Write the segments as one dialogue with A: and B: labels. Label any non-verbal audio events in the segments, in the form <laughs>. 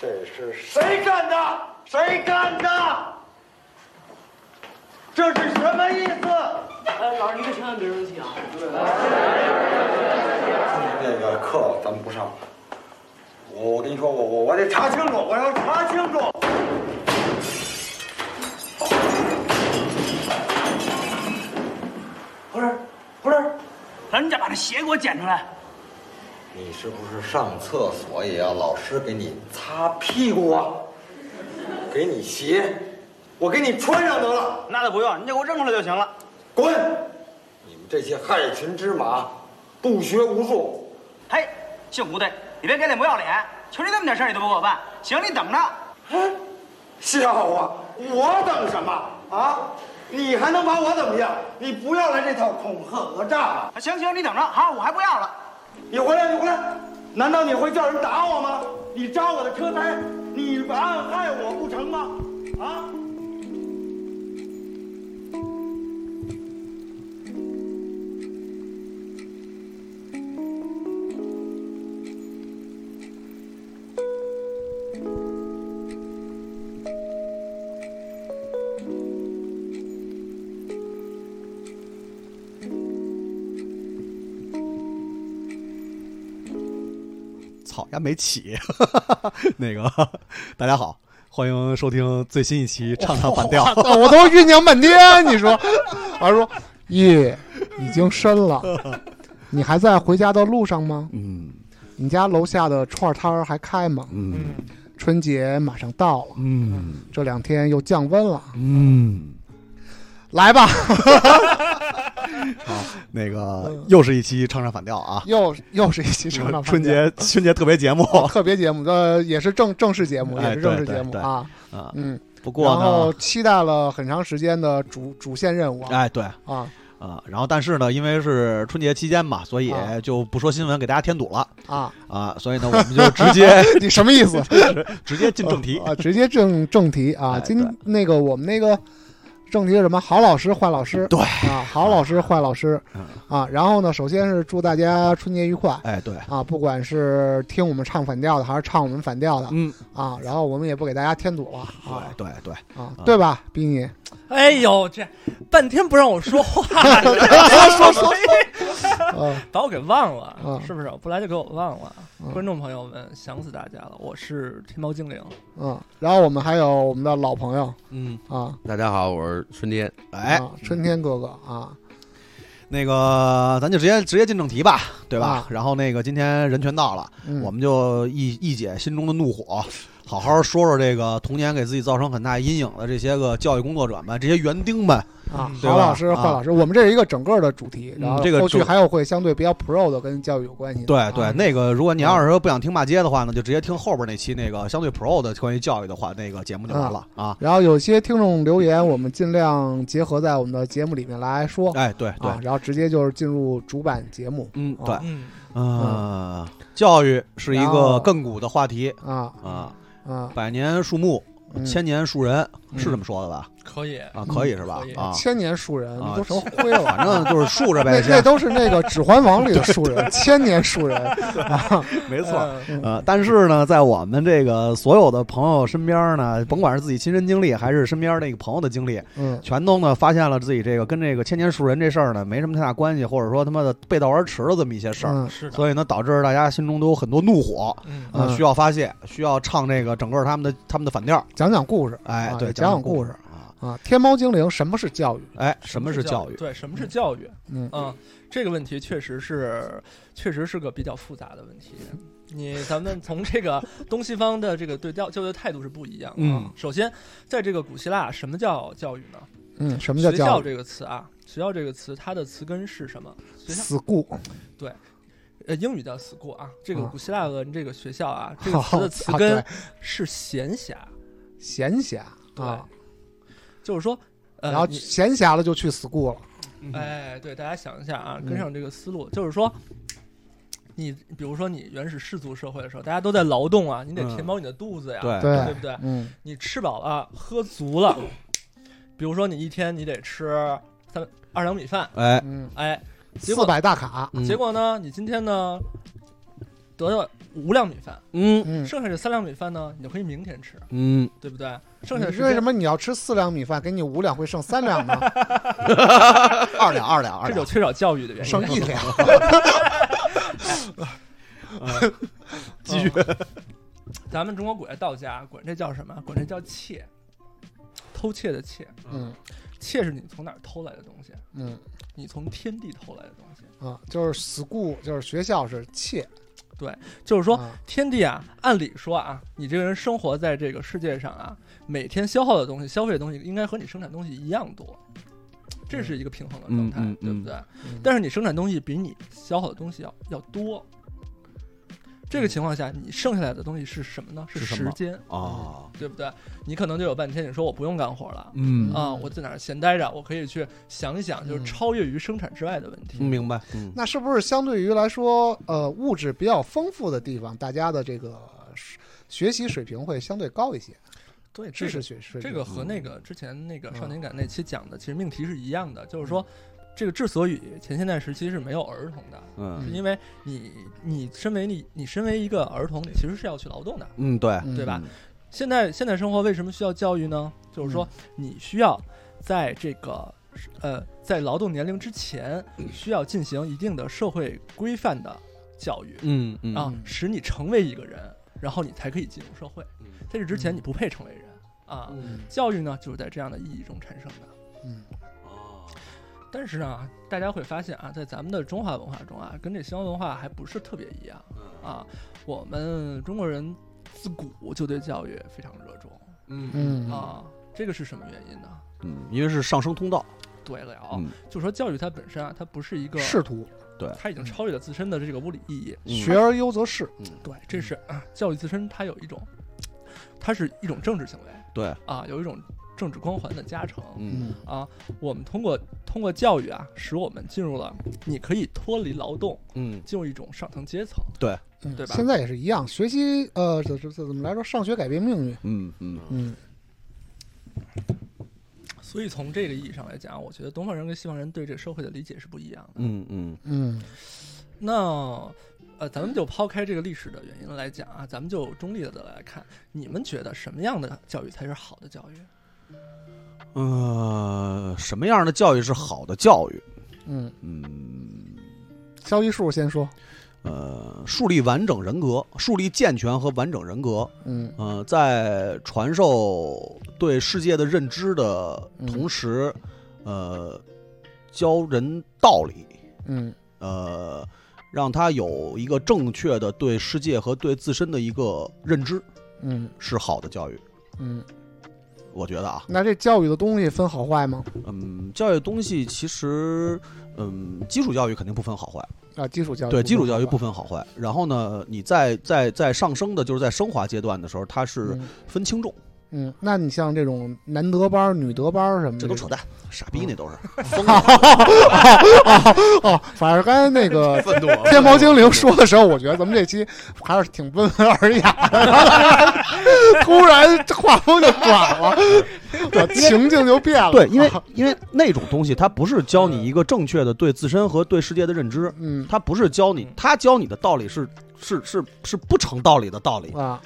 A: 这是谁干的？谁干的？这是什么意思？
B: 哎，老师，您可千万别生气啊！
A: 那个课咱们不上了。我我跟你说，我我我得查清楚，我要查清楚。
B: 不是，不是，老师，你咋把这鞋给我捡出来？
A: 你是不是上厕所也要老师给你擦屁股啊？给你鞋，我给你穿上得了。
B: 那倒不用，你就给我扔出来就行了。
A: 滚！你们这些害群之马，不学无术。
C: 嘿，姓吴的，你别给脸不要脸，求你这么点事儿你都不给我办，行，你等着。
A: 哎，笑话！我等什么啊？你还能把我怎么样？你不要来这套恐吓讹诈了。
C: 啊行行，你等着，好，我还不要了。
A: 你回来，你回来！难道你会叫人打我吗？你扎我的车胎，你暗害我不成吗？啊！
D: 操，人没起。 <laughs> 那个，大家好，欢迎收听最新一期《唱唱反调》。
E: <laughs> 哦我都酝酿半天，你说，老师说，夜已经深
D: <laughs>
E: 了，你还在回家的路上吗？
D: 嗯
E: 你家楼下的串摊儿还开吗？
D: 嗯
E: 春节马上到了，
D: 嗯
E: 这两天又降温了，
D: 嗯，
E: 来吧，
D: <laughs> 那个又是一期《唱唱反调》啊，
E: 又嗯又是一期成长
D: 春节
E: <laughs>
D: 春节特别节目
E: 特别节目，呃，也是正正式节目，
D: 哎
E: 也是正式节
D: 对对
E: 目
D: 对
E: 啊，
D: 啊。
E: 嗯，
D: 不过
E: 然后
D: 呢，
E: 期待了很长时间的主主线任务啊
D: 哎，对啊、
E: 啊
D: 然后但是呢，因为是春节期间嘛，所以
E: 啊
D: 就不说新闻给大家添堵了
E: 啊，
D: 啊，所以呢，我们就直接 <laughs>
E: 你什么意思？
D: 直接进正
E: <laughs>
D: 题。
E: 啊，直接正正题啊
D: 哎。
E: 今
D: 对
E: 那个我们那个正题是什么？好老师，坏老师。
D: 对
E: 啊，好老师，坏老师
D: 嗯。
E: 啊，然后呢，首先是祝大家春节愉快
D: 哎，对，
E: 啊！不管是听我们唱反调的，还是唱我们反调的
D: 嗯，
E: 啊，然后我们也不给大家添堵了啊
D: 对嗯对对，
E: 啊，对吧，比你
F: 哎呦，这半天不让我说话，
E: 说说说，呃，
F: 把我给忘了，
E: 嗯
F: 是不是？不来就给我忘了。
E: 嗯
F: 观众朋友们，想死大家了，我是天猫精灵。
E: 嗯，然后我们还有我们的老朋友
D: 嗯，
E: 啊，
G: 大家好，我是春天。
D: 哎，
E: 啊春天哥哥啊，
D: 那个咱就直接直接进正题吧，对吧？
E: 啊
D: 然后那个今天人全到了，
E: 嗯
D: 我们就一一解心中的怒火，好好说说这个童年给自己造成很大阴影的这些个教育工作者们、这些园丁们。
E: 啊，
D: 对
E: 好
D: 吧
E: 老师，
D: 啊
E: 坏老师，我们这是一个整个的主题，然后
D: 这个
E: 后续
D: 主
E: 还有会相对比较 pro 的跟教育有关系的。
D: 对对，
E: 啊
D: 那个如果你要是说不想听骂街的话呢，就直接听后边那期那个相对 pro 的关于教育的话那个节目就完了啊。
E: 然后有些听众留言，我们尽量结合在我们的节目里面来说
D: 哎，对对
E: 啊，，然后直接就是进入主板节目
D: 嗯
E: 啊
D: 对，
F: 嗯，
D: 嗯，教育是一
E: 然
D: 个
E: 后
D: 亘古的话题
E: 啊
D: 啊，
E: 啊，
D: 百年树木，
E: 嗯
D: 千年树人，
E: 嗯
D: 是这么说的吧？
F: 可以
D: 啊，可以是吧
F: 嗯可以？
D: 啊，
E: 千年树人
D: 啊
E: 都成灰了，
D: 反正就是竖着
E: <laughs> 那
D: 呗，
E: 那
D: 先
E: 都是那个《指环王》里的树
D: <laughs>
E: 人， <laughs> 千年树人啊，
D: 没
F: 没
D: 错。
E: 嗯
D: 呃，但是呢，在我们这个所有的朋友身边呢，甭管是自己亲身经历，还是身边那个朋友的经历， <laughs>
E: 嗯
D: 全都呢发现了自己这个跟这个千年树人这事儿呢没什么太大关系，或者说他妈的背道而驰的这么一些事儿，
E: 嗯
F: 是的，
D: 所以呢，导致大家心中都有很多怒火，
F: 嗯，
D: 呃，
E: 嗯
D: 需要发泄，需要唱这个整个他们的他们的反调，
E: 讲讲故事
D: 哎，
E: 啊
D: 对，
E: 得
D: 讲
E: 讲
D: 讲
E: 讲故
D: 故事
E: 事
D: 啊，
E: 啊，天猫精灵什么是教育？
D: 哎，什么是教育？
F: 对，什么是教育？
E: 嗯
F: 嗯，这个问题确实是，确实是个比较复杂的问题。你咱们从这个东西方的这个对教教育的态度是不一样的。啊
D: 嗯，
F: 首先，在这个古希腊，什么叫教育呢？
E: 嗯，什么叫
F: 学
E: 教
F: 校
E: 育
F: 这个词啊，学校这个词，它的词根是什么？学校
E: ？school
F: 呃，英语叫 school 啊，这个
E: 啊
F: 古希腊文这个学校啊，
E: <laughs>
F: 这个词的词
E: 啊
F: 根
E: 对
F: 是闲暇，
E: 闲暇啊，
F: 就是说，呃，
E: 然后
F: 你
E: 闲暇了就去 school 了，
F: 哎，对，大家想一下啊，
E: 嗯
F: 跟上这个思路，就是说，你比如说你原始氏族社会的时候，大家都在劳动啊，你得填
D: 嗯
F: 饱你的肚子呀，
D: 对
E: 对
F: 不对？
E: 嗯
F: 你吃饱了，喝足了，比如说你一天你得吃三二两米饭，
D: 哎，
E: 嗯，
F: 哎，结
E: 四
F: 果
E: 百大卡，
D: 嗯
F: 结果呢，你今天呢？得到五两米饭，
D: 嗯
E: 嗯，
F: 剩下这三两米饭呢，你就可以明天吃，
D: 嗯，
F: 对不对？剩下的
E: 你
F: 时
E: 为
F: 间
E: 什么你要吃四两米饭，给你五两会剩三两
F: <laughs>
E: 呢？
D: 二两二两二
F: 这
D: 两
F: 有，缺少教育的原因。
E: 剩一两。
D: 继续
F: <laughs> 咱们中国古代道家管这叫什么？管这叫窃，偷窃的窃。
E: <laughs> 嗯
F: 窃是你从哪儿偷来的东西？
E: 嗯
F: 你从天地偷来的东西。
E: 啊，就是 school，就是学校是妾，
F: 就是说，
E: 啊
F: 天地啊，按理说啊，你这个人生活在这个世界上啊，每天消耗的东西、消费的东西，应该和你生产东西一样多，这是一个平衡的状态，
D: 嗯嗯
F: 对
D: 嗯
F: 不对？
E: 嗯
F: 但是你生产东西比你消耗的东西要要多，这个情况下，你剩下来的东西是什么呢？是
D: 是什么
F: 时间，
D: 啊，
F: 对不对？你可能就有半天，你说我不用干活了。
D: 嗯
F: 啊、我在哪儿闲待着？我可以去想一想，就是
E: 嗯
F: 超越于生产之外的问题。
D: 明白，嗯
E: 那是不是相对于来说，呃，物质比较丰富的地方，大家的这个是学习水平会相对高一些，
F: 对，
E: 知
F: 这
E: 识
F: 是
E: 水水平
F: 这个和
D: 嗯
F: 那个之前那个
E: 嗯
F: 少年感那期讲的，其实命题是一样的，就是说，这个之所以前现代时期是没有儿童的，
D: 嗯
F: 是因为你你身为你你身为一个儿童，你其实是要去劳动的。
D: 嗯，对，
E: 嗯
F: 对吧？现代现代生活为什么需要教育呢？就是说，
D: 嗯
F: 你需要在这个呃在劳动年龄之前，
D: 嗯
F: 需要进行一定的社会规范的教育
D: 嗯嗯
F: 啊
E: 嗯，
F: 使你成为一个人，然后你才可以进入社会
D: 嗯。
F: 在这之前，你不配成为人啊。
D: 嗯
F: 教育呢，就是在这样的意义中产生的。
E: 嗯
D: 哦
F: 但是呢，大家会发现啊，在咱们的中华文化中啊，跟这西方文化还不是特别一样
D: 嗯
F: 啊。我们中国人自古就对教育非常热衷
D: 嗯
E: 嗯
F: 啊，这个是什么原因呢？
D: 嗯，因为是上升通道，
F: 对了，啊
D: 嗯
F: 就说教育它本身啊，它不是一个，
E: 仕途，
F: 它已经超越了自身的这个物理意义。
D: 嗯
E: 学而优则仕，
F: 对，这是、啊教育自身，它有一种，它是一种政治行为
D: 对，
F: 啊，有一种政治光环的加成。
D: 嗯
F: 啊，我们通过通过教育啊，使我们进入了，你可以脱离劳动，
D: 嗯
F: 进入一种上层阶层。
E: 嗯
F: 对吧
E: 现在也是一样，学习呃，这这这怎么来说？上学改变命运，
D: 嗯嗯
E: 嗯
F: 所以从这个意义上来讲，我觉得东方人跟西方人对这社会的理解是不一样的。
D: 嗯嗯
E: 嗯
F: 那呃，咱们就抛开这个历史的原因来讲啊，咱们就中立的来看，你们觉得什么样的教育才是好的教育？
D: 呃，什么样的教育是好的教育？
E: 嗯，
D: 嗯，
E: 肖一树先说，
D: 呃，树立完整人格，树立健全和完整人格，
E: 嗯
D: 呃，在传授对世界的认知的同时，呃，教人道理，
E: 嗯
D: 呃，让他有一个正确的对世界和对自身的一个认知，
E: 嗯
D: 是好的教育。
E: 嗯，
D: 我觉得啊，
E: 那这教育的东西分好坏吗？
D: 嗯，教育东西其实，嗯，基础教育肯定不分好坏，
E: 啊，基础教育
D: 对，
E: 分
D: 基础教育
E: 好
D: 不分好坏。然后呢，你在在在上升的，就是在升华阶段的时候，它
E: 坏
D: 是
E: 嗯
D: 分轻重，
E: 嗯，那你像这种男德班儿、女德班儿什么的，
D: 这都扯淡，傻逼那都是。
E: <laughs> 哦，反正刚才那
D: <laughs>
E: 个
A: 愤怒。
D: 啊
E: 天猫精灵说的时候，我觉得咱们这期还是挺温文尔雅的， <laughs> 突然画风就转了，我情境就变了。
D: 对， <laughs> 因为因为那种东西，它不是教你一个正确的对自身和对世界的认知，
E: <laughs> 嗯
D: 它不是教你，它教你的道理是是是是不成道理的道理。
E: 啊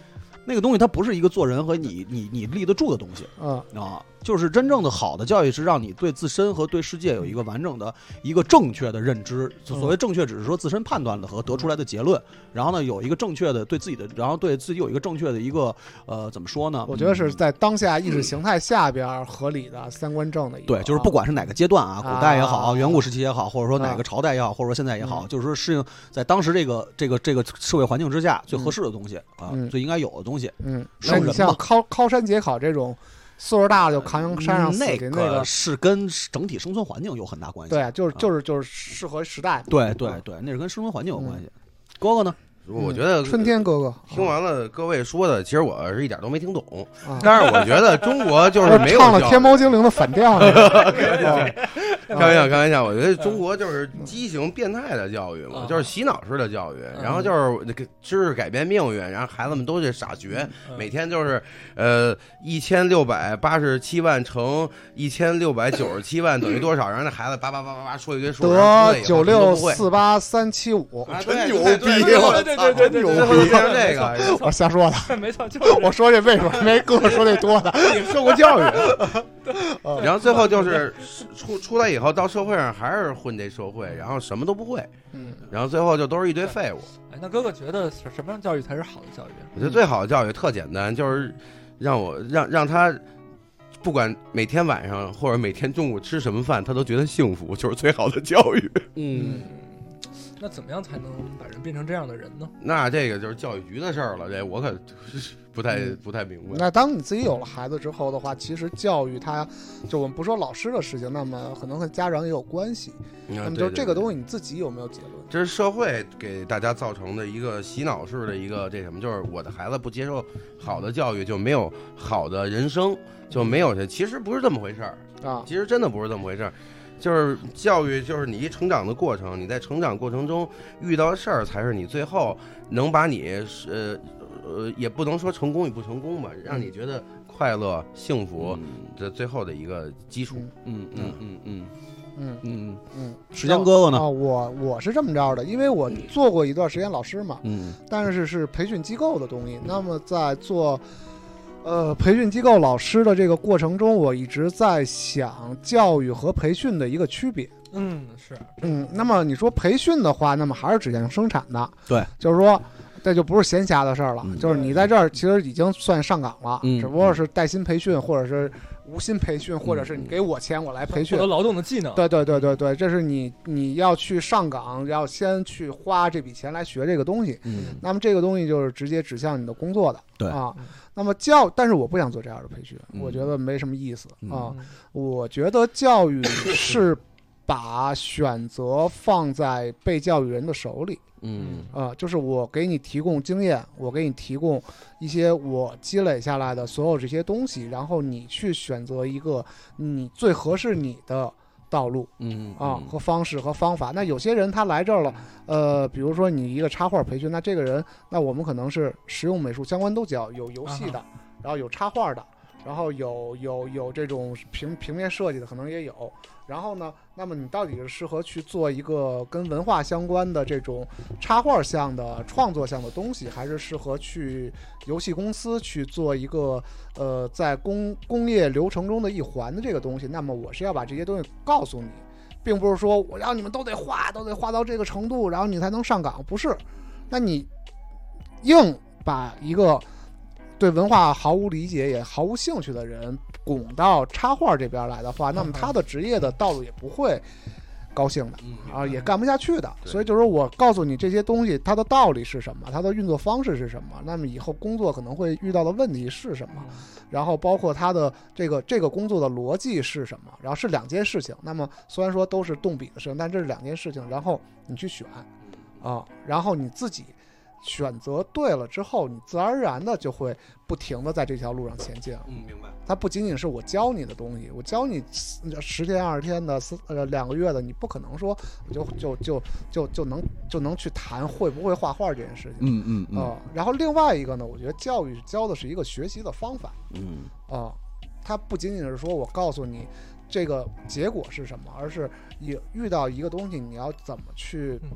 D: 那个东西它不是一个做人和你你你立得住的东西
E: 啊
D: 啊，就是真正的好的教育是让你对自身和对世界有一个完整的一个正确的认知。所
E: 嗯
D: 谓正确，只是说自身判断的和得出来的结论，然后呢有一个正确的对自己的，然后对自己有一个正确的一个呃怎么说呢？
E: 我觉得是
D: 嗯
E: 在当下意识形态下边儿合理的三观正的一个
D: 对，就是不管是哪个阶段啊，古代也好，
E: 啊
D: 远古时期也好，或者说哪
E: 啊嗯
D: 个朝代也好，或者说现在也好，就是说适应在当时这个这个这个社会环境之下最合适的东西啊
E: 嗯，
D: 最应该有的东西。
E: 嗯，
D: 圣
E: 那你
D: 人
E: 像
D: 嘛
E: 高高山节考这种岁数大了就扛山上
D: 嗯
E: 死
D: 那
E: 去那个，
D: 是跟整体生存环境有很大关系。
E: 对，就是
D: 啊
E: 就是就是适合时代嘛。
D: 对
E: 啊
F: 嗯
D: 对对，那是跟生存环境有关系。哥哥呢？
G: 我觉得
E: 春天哥哥
G: 听完了各位说的，其实我是一点都没听懂。
E: 啊，
G: 但是我觉得中国就是没有
E: 唱了
G: 教育 <laughs>
E: 啊天猫精灵的反调呢，
G: 开玩笑，开玩笑。我觉得中国就是畸形变态的教育嘛
F: 嗯，
G: 就是洗脑式的教育，
F: 嗯
G: 然后就是那个知识改变命运，然后孩子们都去傻学，每天就是呃一千六百八十七万乘一千六百九十七万等于多少？然后那孩子叭叭叭叭叭说一堆数，然后
E: 得
G: 对
E: 九
G: 他们
E: 六
G: 都不会
E: 四八三七五， <laughs>
G: 啊
A: 真
G: 对
A: 牛
G: 对
E: 哎
A: 逼
G: 对
A: 我，
G: 对
F: 对对对对
G: 最后
F: 对
G: 就变成这个。
E: 我瞎说的，
F: 对，没错，就是
E: 哎我说这为什么没哥们说这多的？
G: 受过教育，啊
E: 哦
G: 然后最后就是出出来以后到社会上还是混这社会，然后什么都不会，
E: 嗯，
G: 然后最后就都是一堆废物。
F: 哎，那哥哥觉得什什么样教育才是好的教育？
G: 我
E: 嗯
G: 觉得最好的教育特简单，就是让我让让他不管每天晚上或者每天中午吃什么饭，他都觉得幸福，就是最好的教
E: <laughs>
G: 育。
D: 嗯，
F: 那怎么样才能把人变成这样的人呢？
G: 那这个就是教育局的事儿了，这我可 <laughs> 不太不太明白。
E: <laughs> 嗯那当你自己有了孩子之后的话，其实教育他，就我们不说老师的事情，那么可能和家长也有关系。那
G: 那
E: 么就这个
G: 啊嗯西。对
E: 东西你自己有没有结论？
G: 这是社会给大家造成的一个洗脑式的一个这什么，就是我的孩子不接受好的教育，就没有好的人生，就没有这。其实不是这么回事儿，
E: 啊，
G: 其实真的不是这么回事儿。就是教育，就是你一成长的过程，你在成长过程中遇到的事儿，才是你最后能把你是呃呃，也不能说成功与不成功吧，让你觉得快乐、幸福的最后的一个基础。
D: 嗯嗯嗯嗯
E: 嗯
D: 嗯，
E: 嗯，
D: 时间哥哥呢
E: 啊，？
F: 哦
E: 我我是这么着的，因为我做过一段时间老师嘛，
D: 嗯
E: 但是是培训机构的东西。那么在做呃培训机构老师的这个过程中，我一直在想教育和培训的一个区别。
F: 嗯，是，
E: 嗯，那么你说培训的话，那么还是指向生产的，
D: 对，
E: 就是说。这就不是闲暇的事儿了，
D: 嗯
E: 就是你在这儿其实已经算上岗了，
D: 嗯
E: 只不过是带薪培训，或者是无薪培训，或者是你给我钱我来培
F: 获
E: 训
F: 得，劳动的技能。
E: 对对对对对，这是你你要去上岗，要先去花这笔钱来学这个东西。
D: 嗯
E: 那么这个东西就是直接指向你的工作的，
D: 对
E: 啊
F: 嗯。
E: 那么教，但是我不想做这样的培训，
D: 嗯
E: 我觉得没什么意思
D: 嗯
E: 啊
F: 嗯。
E: 我觉得教育是把选择放在被教育人的手里
D: 嗯
E: 啊，就是我给你提供经验，我给你提供一些我积累下来的所有这些东西，然后你去选择一个你最合适你的道路。
D: 嗯
E: 啊和方式和方法。那有些人他来这儿了，呃，比如说你一个插画培训，那这个人，那我们可能是实用美术相关都教，有游戏
D: 啊
E: 的，然后有插画的，然后有有有这种平平面设计的，可能也有。然后呢，那么你到底是适合去做一个跟文化相关的这种插画项的创作项的东西，还是适合去游戏公司去做一个呃在工工业流程中的一环的这个东西？那么我是要把这些东西告诉你，并不是说我让你们都得画，都得画到这个程度，然后你才能上岗，不是？那你硬把一个对文化毫无理解也毫无兴趣的人拱到插画这边来的话，那么他的职业的道路也不会高兴的啊，也干不下去的。
G: 对
E: 所以就是说我告诉你这些东西它的道理是什么，它的运作方式是什么，那么以后工作可能会遇到的问题是什么。然后包括他的这个这个工作的逻辑是什么，然后是两件事情。那么虽然说都是动笔的事情，但这是两件事情，然后你去选，啊，然后你自己选择对了之后，你自然而然的就会不停的在这条路上前进了。
G: 嗯，明白。
E: 它不仅仅是我教你的东西，我教你十十天、二十天的、四呃两个月的，你不可能说我就就就就就能就能去谈会不会画画这件事情。
D: 嗯嗯嗯
E: 啊、然后另外一个呢，我觉得教育教的是一个学习的方法，
D: 嗯
E: 啊、它不仅仅是说我告诉你这个结果是什么，而是也遇到一个东西，你要怎么去
F: 嗯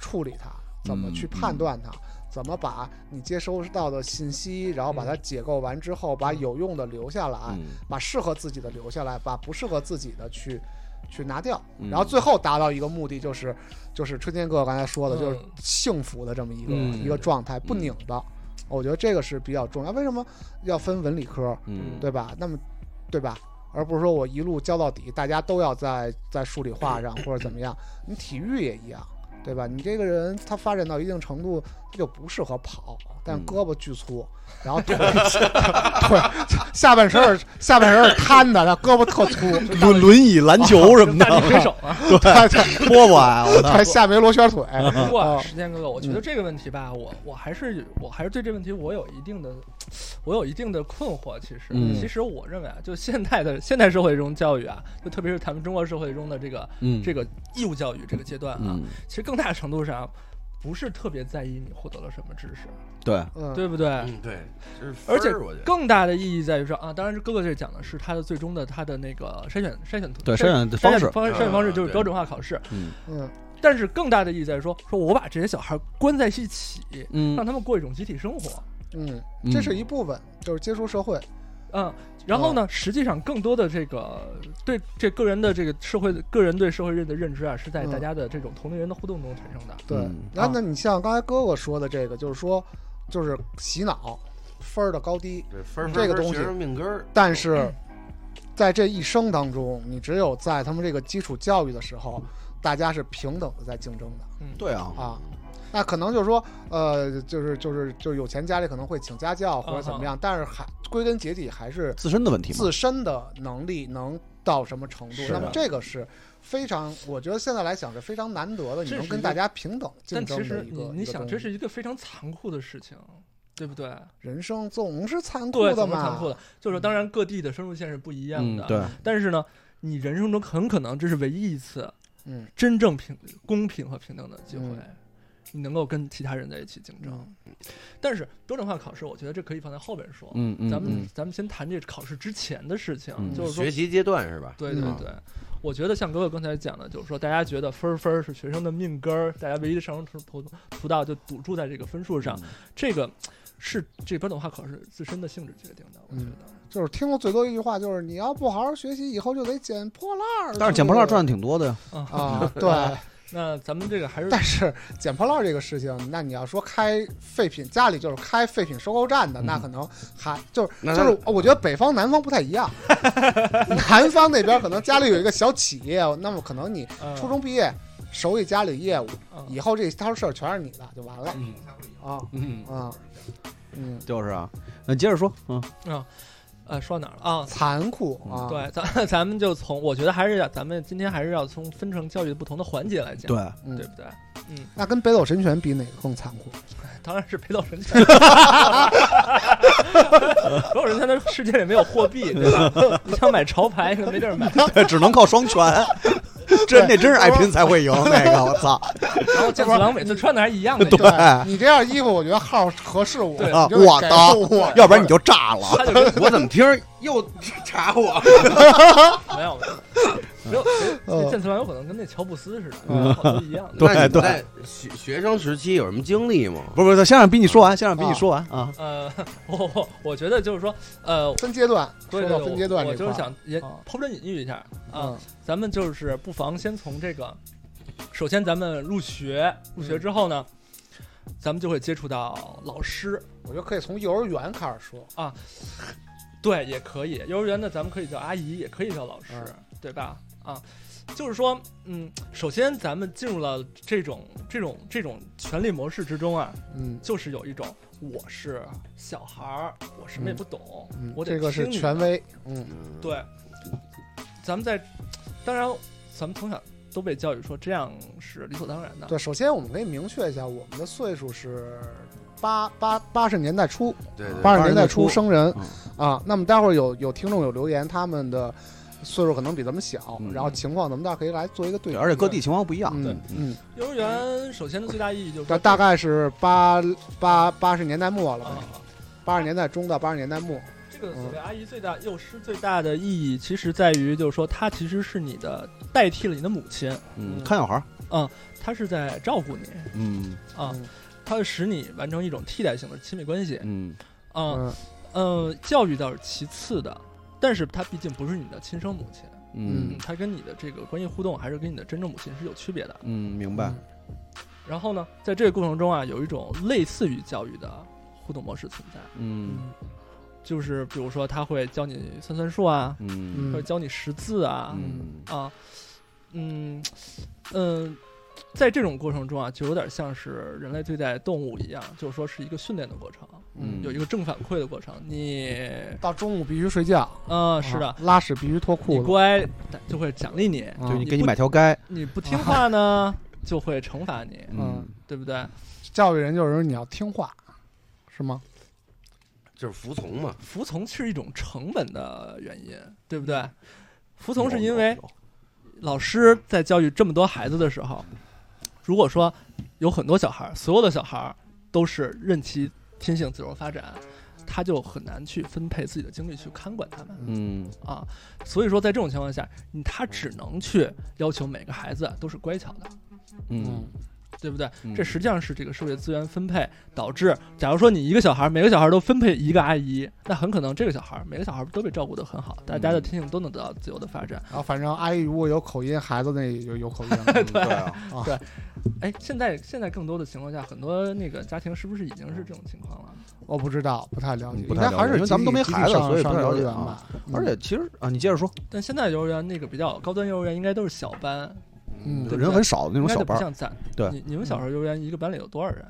E: 处理它，怎么去
D: 嗯
E: 判
D: 嗯
E: 断它，怎么把你接收到的信息，然后把它解构完之后，把有用的留下来，
D: 嗯
E: 把适合自己的留下来，把不适合自己的去。去拿掉，
D: 嗯
E: 然后最后达到一个目的，就是就是春天哥刚才说的，就是
F: 嗯
E: 幸福的这么一个、
D: 嗯
E: 一个状态，不
D: 嗯
E: 拧的。我觉得这个是比较重要。为什么要分文理科？
D: 嗯，
E: 对吧？那么，对吧？而不是说我一路教到底，大家都要在在数理
D: <coughs>
E: 化上或者怎么样。你体育也一样，对吧？你这个人他发展到一定程度，他就不适合跑，但
D: 嗯
E: 胳膊巨粗，然
D: <laughs>
E: 后腿腿下半身儿下半身儿瘫的，那胳膊特粗，
D: 轮轮椅篮球什么
F: 哦大力
D: 的，
F: 推
D: <laughs>
F: 手啊！
E: 他他
D: 拖过来，我操
E: 他，下没螺旋腿。
D: 嗯
F: 不过
E: 啊
F: 时间哥哥，我觉得这个问题吧，我我还是有我还是对这问题我有一定的，我有一定的困惑。其实，
D: 嗯
F: 其实我认为啊，就现代的现代社会中教育啊，就特别是咱们中国社会中的这个、
D: 嗯
F: 这个义务教育这个阶段啊，
D: 嗯，
F: 其实更大程度上不是特别在意你获得了什么知识，
D: 对，
E: <laughs>
F: <laughs>
E: 嗯，
F: 对不对？
G: 嗯，对，这是分
F: 而且
G: 儿我觉得
F: 更大的意义在于说啊，当然哥哥这讲的是他的最终的他的那个筛选筛选
D: 对
F: 筛
D: 筛选的
F: 筛
D: 方式
F: 方筛选方式就是标准化考试。
D: 嗯
E: 嗯，
F: 但是更大的意义在于说，说我把这些小孩关在一起，让
D: 嗯
F: 他们过一种集体生活。
E: 嗯，
D: 嗯
E: 这是一部分，就是接触社会。
F: 嗯，然后呢，实际上更多的这个对这个人的这个社会个人对社会认的认知啊，是在
E: 嗯
F: 大家的这种同龄人的互动中产生的。
E: 对
D: 嗯，
E: 然
F: 啊
E: 后那你像刚才哥哥说的这个，就是说，就是洗脑分儿的高低，
G: 对分儿
E: 这个
G: 分儿
E: 东
G: 学
E: 西
G: 生命根儿，
E: 但是在这一生当中，你只有在他们这个基础教育的时候，大家是平等的在竞争的
D: 对啊，
E: 啊。那可能就是说，呃，就是就是就是有钱家里可能会请家教或者怎么样，但是还归根结底还是
D: 自身的问题嘛
E: 自，身的能力能到什么程度
D: 是。的
E: 那么这个是非常，我觉得现在来讲是非常难得的，你
F: 这是
E: 能
F: 一
E: 跟
F: 个
E: 大家平等竞
F: 但其
E: 争的
F: 实
E: 一
F: 你
E: 个。
F: 你
E: 一个
F: 想，
E: 东
F: 这
E: 西
F: 是一个非常残酷的事情，对不对？
E: 人生总是残酷
F: 对，
E: 的
F: 怎么
E: 嘛，嗯
F: 残酷的？就是说，当然各地的深入线是不一样
D: 嗯
F: 的，，啊
D: 对，
F: 但是呢，你人生中很可能这是唯一一次
E: 嗯
F: 真正平公平和平等的机会，
E: 嗯
F: 你能够跟其他人在一起竞争。
E: 嗯
F: 但是标准化考试，我觉得这可以放在后边说。
D: 嗯嗯
F: 咱们、
D: 嗯
F: 咱们先谈这考试之前的事情，
D: 嗯
F: 就是说
G: 学，习阶段是吧？
F: 对对
E: 嗯
F: 对。我觉得像哥哥刚才讲的，就是说，大家觉得分儿分儿是学生的命根儿，大家唯一的上升途途途道就赌注在这个分数
E: 嗯
F: 上，这个是这标准化考试自身的性质决定的。我觉
E: 嗯
F: 得，
E: 就是听过最多一句话，就是你要不好好学习，以后就得捡破烂儿。
D: 但是捡破烂赚
E: 的
D: 的挺多的呀，
E: 啊，
F: <laughs>
E: 对。
F: 那咱们这个还是
E: 但是捡破烂儿这个事情，那你要说开废品，家里就是开废品收购站
F: 嗯
E: 的，那可能还就是
G: 那
E: 就是，我觉得北方南方不太一
D: <laughs>
E: 样。南方那边可能家里有一个小企业，那么可能你
F: 嗯
E: 初中毕业熟悉家里业务，
F: 嗯
E: 以后这摊事儿全是你的，就完了啊
D: 嗯，
E: 啊嗯，
D: 就是啊，那接着说，嗯
F: 呃说到哪儿了啊？
E: 残酷啊，
F: 对，咱咱们就从我觉得还是要，咱们今天还是要从分成教育的不同的环节来讲，
D: 对，
E: 嗯
F: 对不对？
E: 那跟北斗神拳比哪个更残酷？
F: 当然是北斗神拳， <laughs> 北斗神拳的世界里没有货币，对吧？ <laughs> 你想买潮牌可没地儿买，
D: <laughs> 只能靠双拳，真那真是爱
F: <laughs>
D: 拼才会赢那个，我操，
F: 然后健次郎每次穿的还一样
E: <laughs>
F: 的，
D: 对
E: 你这件衣服，我觉得号合适我，
F: 对
D: 啊，
E: 你就
D: 我
E: 改成我
D: 的，要不然你就炸了，
F: 他就跟
G: 我怎么听着又查我？
F: <laughs> 没有没有，没
E: 哦
F: 有，健次郎有可能跟那乔布斯似的，
E: 嗯
F: 好多一样
E: <laughs>
F: 的。
D: 对
G: 那你
D: 对
G: 在学学生时期有什么经历吗？
D: 不是不是，先让逼你说完，先让逼你说完啊，
F: 呃， <laughs> 我我我觉得就是说，呃，
E: 分阶段，
F: 对
E: 说
F: 对
E: 到
F: 对
E: 分阶段
F: 我我
E: 这
F: 就
E: 块儿，
F: 是想也
E: 啊
F: 抛砖引玉一下啊
E: 嗯，
F: 咱们就是不妨先从这个，首先咱们入学，入
E: 嗯
F: 学之后呢，咱们就会接触到老师，
E: 我觉得可以从幼儿园开始说，
F: 对，也可以，幼儿园的咱们可以叫阿姨，也可以叫老师，
E: 嗯
F: 对吧？啊。就是说，嗯，首先咱们进入了这种这种这种权力模式之中啊，
E: 嗯
F: 就是有一种我是小孩儿，我什么也不懂，
E: 嗯，
F: 我得
E: 这个是
F: 听你的
E: 权威，嗯
F: 对，咱们在，当然，咱们从小都被教育说这样是理所当然的。
E: 对，首先我们可以明确一下，我们的岁数是八八八十年代初，
G: 对对，
E: 八十年代
D: 八十年代
E: 初
D: 初
E: 生人
D: 嗯
E: 啊。那么待会儿有有听众有留言，他们的岁数可能比咱们小，
D: 嗯
E: 然后情况咱们大家可以来做一个
D: 对，
E: 对比，
D: 而且各地情况不一样，
E: 嗯嗯，
F: 幼儿园首先的最大意义就是说
E: 这大概是八八八十年代末了
F: 啊
E: 吧，，八十年代中到八十年代末，
F: 这
D: 嗯
F: 个所谓阿姨最大、幼师最大的意义，其实在于就是说，她其实是你的代替了你的母亲，
D: 嗯，看小孩儿，
F: 她是在照顾你
D: 嗯
F: 啊
E: 嗯，
F: 她会使你完成一种替代性的亲密关系
D: 嗯
F: 啊，
E: 嗯
F: 呃，教育倒是其次的，但是她毕竟不是你的亲生母亲，嗯，
D: 嗯
F: 她跟你的这个关系互动还是跟你的真正母亲是有区别的。
D: 嗯，明白，
F: 然后呢，在这个过程中啊，有一种类似于教育的互动模式存在，
D: 嗯
F: 就是比如说他会教你算算数啊，
D: 嗯
F: 会
E: 嗯
F: 教你识字啊，
D: 嗯
F: 啊，嗯嗯、在这种过程中啊，就有点像是人类对待动物一样，就是说是一个训练的过程，
D: 嗯，
F: 有一个正反馈的过程。你，
E: 到中午必须睡觉，
F: 嗯、是的
E: 啊，，拉屎必须脱
F: 你
E: 裤子，
F: 乖就会奖励你，
E: 啊
D: 就你
F: 你
D: 给你
F: 不
D: 买条街，
F: 你不听话呢就会惩罚你，
D: 嗯
F: 对不对？
E: 教育人就是你要听话，是吗？
G: 就是服从嘛。
F: 服从是一种成本的原因，对不对？服从是因为老师在教育这么多孩子的时候，如果说有很多小孩儿，所有的小孩儿都是任其天性自由发展，他就很难去分配自己的精力去看管他们。
D: 嗯，
F: 啊，所以说在这种情况下，你他只能去要求每个孩子都是乖巧的，
D: 嗯，
F: 对不对？
D: 嗯
F: 这实际上是这个社会资源分配导致，假如说你一个小孩，每个小孩都分配一个阿姨，那很可能这个小孩每个小孩都被照顾得很好，大家的天性都能得到自由的发展。
E: 然后反正阿姨如果有口音，孩子那也有有口音了。 <laughs>
G: 对啊，
D: 嗯
F: 哎，现在现在更多的情况下，很多那个家庭是不是已经是这种情况了？
E: 我不知道，不太了解，
D: 嗯不
E: 应
D: 太了
E: 该
D: 解
E: 还是
D: 因为咱们都没
E: 集体
D: 孩子
E: 上
D: 所以不
E: 上
D: 太了
E: 幼儿
D: 解
E: 园
D: 啊
E: 吧。嗯
D: 而且其实啊，你接着说，
F: 但现在幼儿园那个比较高端幼儿园应该都是小班，
E: 嗯，
F: 对
D: 人很少的那
F: 应
D: 种
F: 该
D: 小
F: 就不
D: 班儿，
F: 像咱
D: 对
F: 你你们小时候幼儿园一个班里有多少人？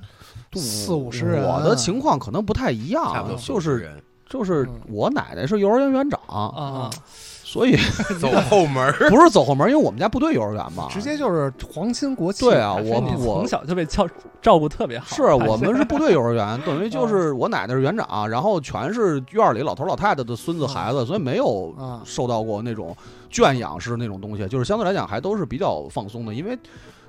E: 四五十人啊
D: 我的情况可能不太一
G: 啊差不多
D: 样，啊就
G: 服从
D: 是
G: 人
D: 就是
E: 嗯
D: 我奶奶是幼儿园园长，
F: 啊，
D: 所以
G: 走后
D: <laughs>
G: 门儿
D: 不是走后门，因为我们家部队幼儿园嘛，
E: 直接就是皇亲国戚。
D: 啊对啊，
F: 所以
D: 我
F: 你
D: 我
F: 从小就被照照顾特别好，
D: 是啊我们是部队幼儿园， <laughs> 等于
F: 嗯
D: 就是我奶奶是园长，然后全是院儿里老头老太太的
F: 嗯
D: 孙子孩子，所以没有
E: 啊
D: 受到过那种圈养式那种东西，就是相对来讲还都是比较放松的，因为。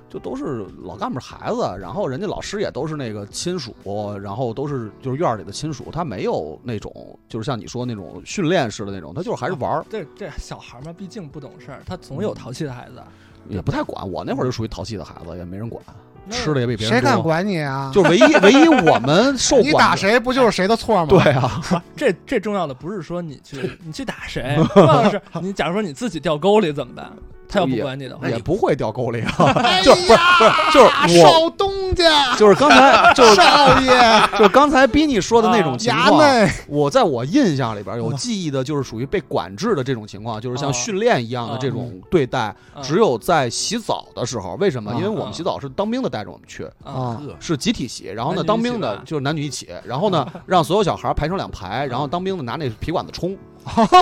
D: 就都是老干部孩子，然后人家老师也都是那个亲属，然后都是就是院儿里的亲属，他没有那种就是像你说那种训练式的那种，他就是还是玩
E: 哦
D: 儿，
F: 这这小孩嘛，毕竟不懂事儿，他
D: 嗯
F: 总有淘气的孩子。
D: 也不太管。我那会儿就属于淘气的孩子，也没人管，
F: 那
D: 吃的也比别人
E: 谁
D: 多
E: 敢管你啊？
D: 就唯一唯一我们受
E: 你
D: 管
E: 打
D: 的
E: 谁不就是谁的错吗？
D: 对，啊，
F: 这这重要的不是说你去你去打谁，重要的是你假如说你自己掉沟里怎么办？他要不管你的话，
D: 也不会掉沟里啊，<laughs>
E: 哎
D: 就是不是
E: 呀，
D: 不是就是我
E: 少东家
D: 就是刚才就是
E: 少爷
D: 就是刚才逼你说的那 <laughs> 种情
E: 衙
D: 况，
E: 内，
D: 我在我印象里边
F: 嗯
D: 有记忆的，就是属于被管制的这种情况，就是像训练一样的这种对待，
F: 哦嗯
D: 只有在洗澡的时候，为什么？
E: 啊
D: 因为我们洗澡是当兵的带着我们去，
F: 啊，
D: 是集体洗，然后呢，
F: 男
D: 当
F: 女一起
D: 兵的
F: 吧嗯
D: 就是男女一起，然后呢，让所有小孩排成两排，然后当兵的拿那皮管子冲，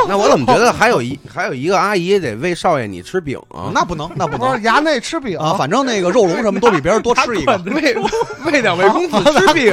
G: 那我怎么觉得还有一还有一个阿姨得喂少爷你吃饼
F: <laughs>
G: 啊？
D: 那不能，那不
E: 不是
D: 能
E: 衙内吃饼，
D: <laughs> 啊，反正那个肉蓉什么都比别人多吃
F: <laughs>
D: 一个。
G: 喂喂两位
E: <laughs>
G: 公子吃饼，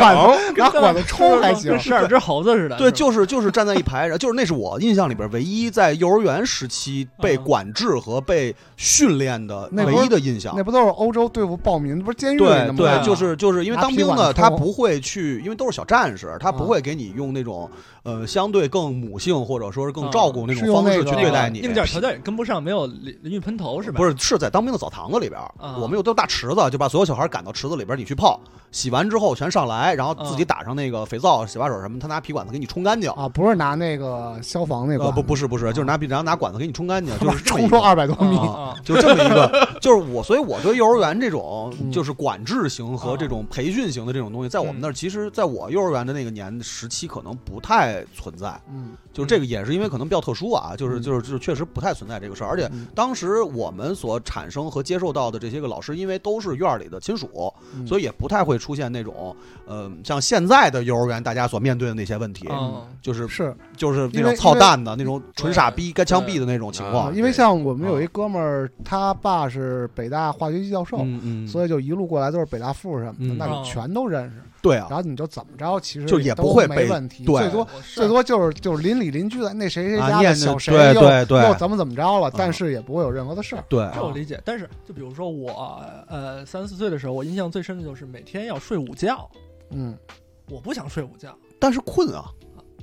E: 拿管子冲还行
F: 跟。十二只猴子似的。
D: 对，
F: 是吧
D: 就是就是站在一排，然后就是那是我印象里边唯一在幼儿园时期被
F: 嗯
D: 管制和被训练的
E: 那
D: 唯
E: 不是
D: 一的印象
E: 那。不都是欧洲对付暴民，那不是监狱里
D: 对
E: 的吗？
D: 对，就是就是因为
E: 拿
D: 当
E: 皮
D: 兵
E: 管
D: 的
E: 子
D: 他
E: 抽
D: 不会去，因为都是小战士，他不
E: 啊
D: 会给你用那种呃相对更母性或者说是更
F: 啊
D: 照顾那
E: 嗯是
D: 种
E: 用
D: 方式
E: 那
D: 去
E: 个
D: 对待你。
F: 硬件条件也跟不上，没有淋淋浴喷头是吧？
D: 不是是在当兵的澡堂子里边儿，
F: 啊
E: 嗯
D: 我们有都大池子，就把所有小孩赶到池子里边儿，你去泡，洗完之后全上来，然后自
E: 嗯
D: 己
F: 啊
D: 打上那个肥皂、洗发水什么，他拿皮管子给你冲干净。
E: 啊，不是拿那个消防那
D: 呃，
E: 管，
D: 不不是不是，就是拿皮，然后拿管子给你冲干
E: <laughs>
D: 净，就是这么一
E: 冲出
D: 个
E: 二百多米。
F: 啊，
D: 就这么一
E: <laughs>
D: 个，就是我，所以我对幼儿园这种
E: 嗯
D: 就是管制型和
F: 啊
D: 这种培训型的这种东西，在我们那儿，其实在我幼儿园的那个年时期，可能不太存在。
E: 嗯，
D: 就是这个也是因为可能比较特殊啊，就是
E: 嗯
D: 就是就是确实不太存在这个事儿，而且
E: 嗯
D: 当时我们所产生和接受到的这些个老师，因为都是院儿里的亲属，所
E: 以
D: 以也不太会出现那种，呃，像现在的幼儿园大家所面对的那些问题，
F: 嗯，
D: 就是
E: 是
D: 就是那
E: 哦因
D: 种
E: 为
D: 操
E: 因为
D: 蛋的那种纯傻
F: 对
D: 逼该枪毙的那种情
G: 啊
D: 况。
E: 因为像我们有一哥们儿，他爸是北大化学系教授，
D: 嗯嗯，
E: 所以就一路过来都是北大附什么的，
D: 嗯
E: 那就全都认识。
D: 对啊
E: 然，后你就怎么着，其实
D: 就也
E: 也
D: 不会
E: 都
D: 被
E: 没问题，
D: 对
E: <laughs> 最多
F: 我是
E: 最多就是就是邻里邻居的那谁谁
D: 啊
E: 家
D: 念
E: 的
D: 着
E: 小谁
D: 对
E: 又
D: 对对
E: 又怎么怎么着了，
D: 嗯
E: 但是也不会有任何的事儿。
D: 对，
F: 这我理解。但是就比如说我呃三四岁的时候，我印象最深的就是每天要睡午觉，
E: 嗯，
F: 我不想睡午觉。
D: 但是困啊，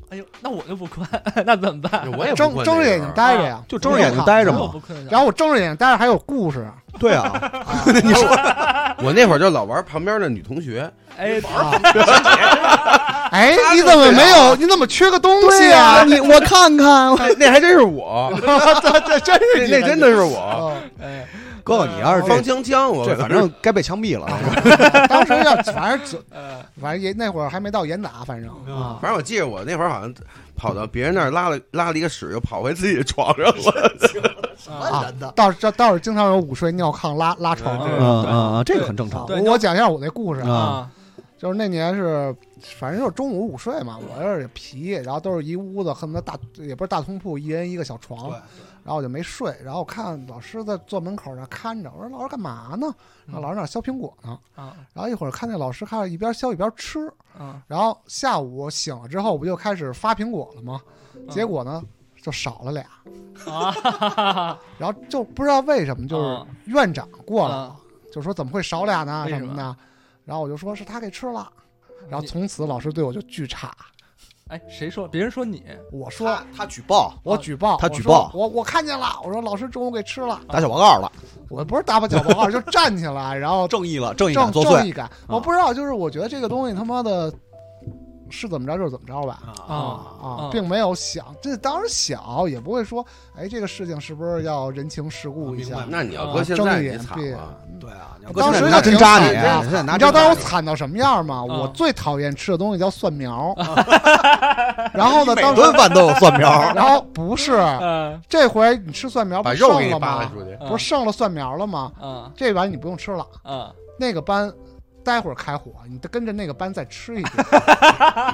F: 哎呦，那我就不困， <laughs> 那怎么办？
G: 我也不
E: 睁
G: 会
E: 睁着
G: <laughs> 那
E: 眼
G: 样
E: 睛待着呀，
D: 就睁着眼睛待着
F: 我
D: 嘛。
F: 不困。
E: 然后我睁着眼睛待着还有故事，
D: <laughs> 对啊，
G: 我那会儿就老玩旁边的女同学，
F: 哎，
E: 哎，你怎么没有？你怎么缺个东西啊？
D: <laughs> 你我看看，
G: 哎那还真是 <laughs> 我，
E: 这这真
G: 那
E: 是你
G: 那真的是 <laughs> 我，
E: 哦。
F: 哎，
D: 哥，你要是
G: 方
D: 这
G: 江江，我
D: 这反正该被枪毙了。
E: <laughs> 当时要反正就
F: 呃，
E: 反正也那会儿还没到严打，反正啊，
G: 反正我记着我那会儿好像跑到别人那儿拉了拉了一个屎，又跑回自己的床上了。
E: 啊倒是倒是经常有午睡尿炕拉拉床
G: 嗯
E: 上。
D: 嗯嗯，嗯这个很正
E: 啊
D: 常。
F: 对
E: 我我讲一下我那故事
D: 啊
E: 啊，
F: 啊
E: 就是那年是，反正就是中午午睡嘛，我这也皮，然后都是一屋子，恨不得大也不是大通铺，一人一个小床，然后我就没睡，然后我看老师在坐门口那看着，我说老师干嘛呢？然后老师那儿削苹果呢， <laughs>
F: 啊
E: 然后一会儿看见老师开始一边削一边吃，
F: 啊，
E: 然后下午醒了之后不就开始发苹果了吗？结果呢就少了俩，
F: 啊，
E: 然后就不知道为什么就是
F: 啊
E: 院长过来 <laughs> 了
F: 啊，
E: 就说怎么会少俩呢
F: 为
E: 什
F: 什么啊
E: 么的，然后我就说是他给吃了。然后
F: 你
E: 从此老师对我就巨差。
F: 哎，谁说？别人说你
E: 我说
D: 他他举报
E: 我举报，
D: 他
E: 我
D: 举
E: 说
D: 报
E: 我我看见了，我说老师中午给吃了，
D: 打小报告了，
E: 我不是打把脚报告，就站起来，然后
D: 正义了，正义
E: 正
D: 感作
E: 正
D: 祟啊
E: 义感，我不知道，就是我觉得这个东西他妈的。是怎么着就是怎么着吧，
F: 啊
E: 啊，并没有想，这当时小也不会说，哎，这个事情是不是要人情世故一下？
G: 那你要
F: 啊
G: 搁现
E: 睁
G: 在
E: 一
G: 你
E: 眼闭
G: 惨
E: 眼
G: 了，，
D: 对啊，你要搁
E: 当时
D: 现在拿针
E: 就
D: 扎你，
E: 挺惨的
D: 现在拿
E: 你知
D: 针
E: 道当
D: 扎
E: 时我
D: 你
E: 惨到什么样吗？
F: 啊
E: 我最讨厌吃的东西叫蒜苗，然
D: <laughs>
E: 后呢，
D: 啊每
E: 当时
D: 顿饭都有蒜苗，
E: 然后
D: <laughs>
E: 不是
F: 呃
E: 这回你吃蒜苗
G: 把
E: 不
G: 肉给
E: 剩
G: 你
E: 了
G: 扒
E: 吗
G: 拉？出去。
E: 不是剩了蒜苗了吗？
F: 啊
E: 这碗你不用吃了，
F: 啊
E: 那个班待会儿开火，你跟着那个班再吃一
G: <laughs>
E: 遍，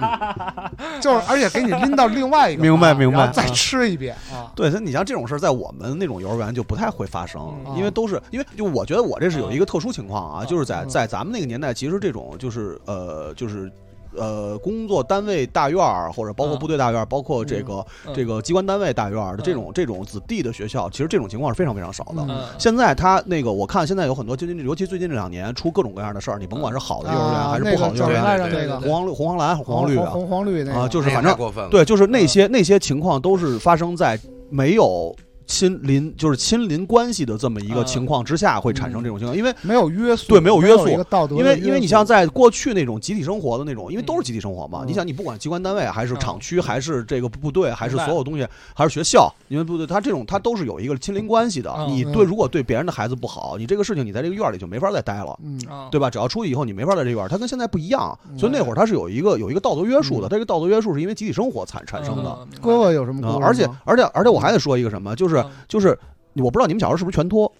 E: 嗯就是而且给你拎到另外一个班，
D: 明白明白嗯
E: 然后再吃一遍啊。
D: 对，那你像这种事儿，在我们那种幼儿园就不太会发生，
E: 嗯
D: 因为都是因为就我觉得我这是有一个特殊情况啊，
F: 嗯
D: 就是在
E: 嗯
D: 在咱们那个年代，其实这种就是呃就是。呃，工作单位大院儿，或者包括
F: 嗯
D: 部队大院儿，包括这个、
F: 嗯
D: 这个机关单位大院儿的
F: 嗯
D: 这种、这种子弟的学校，其实这种情况是非常非常少的。
E: 嗯
F: 嗯
D: 现在他那个，我看现在有很多，最近尤其最近这两年出各种各样的事儿，你甭管是好的幼儿园、
E: 啊
D: 还是
E: 那
D: 不
E: 个
D: 好的幼儿
E: 叫
D: 园，
E: 什么来着？
G: 对
E: 那
F: 对
E: 个
D: 红黄绿、红黄蓝、红黄绿啊，
E: 红黄绿那
D: 啊
E: 个
D: 就是
G: 那
D: 反
G: 也
D: 正
G: 哎太过
F: 嗯
G: 分了。
D: 对，就是那些、那些情况都是发生在没有亲邻，就是亲邻关系的这么一个
F: 啊
D: 情况之下，会产生这种情
F: 嗯
D: 况，因为。
E: 没有约束，
D: 对没有约束
E: 一个道德的
D: 因
E: 约
D: 为
E: 束，
D: 因为你像在过去那种集体生活的那种，因为都是集体生活嘛，
E: 嗯
D: 你想你不管机关单位啊还是
F: 嗯
D: 厂区，还是这个部队，还是
F: 明白
D: 所有东西，还是学校，因为部队它这种它都是有一个亲邻关系的。
F: 嗯
D: 你对如果对别人的孩子不好，你这个事情你在这个院儿里就没法再待了。
E: 嗯，
F: 啊，
D: 对吧？只要出去以后，你没法在这一块儿，它跟现在不一样，啊所以那
F: 嗯
D: 会儿它是有一个有一个道德约束的。这个道德约束是因为集体生活产产生的。
F: 嗯，明白
E: 哥哥有什么故事
D: 啊
E: 吗？，
D: 而且
G: 嗯
D: 而且而且我还得说一个什么，就是
F: 嗯
D: 就是我不知道你们小时候是不是全托，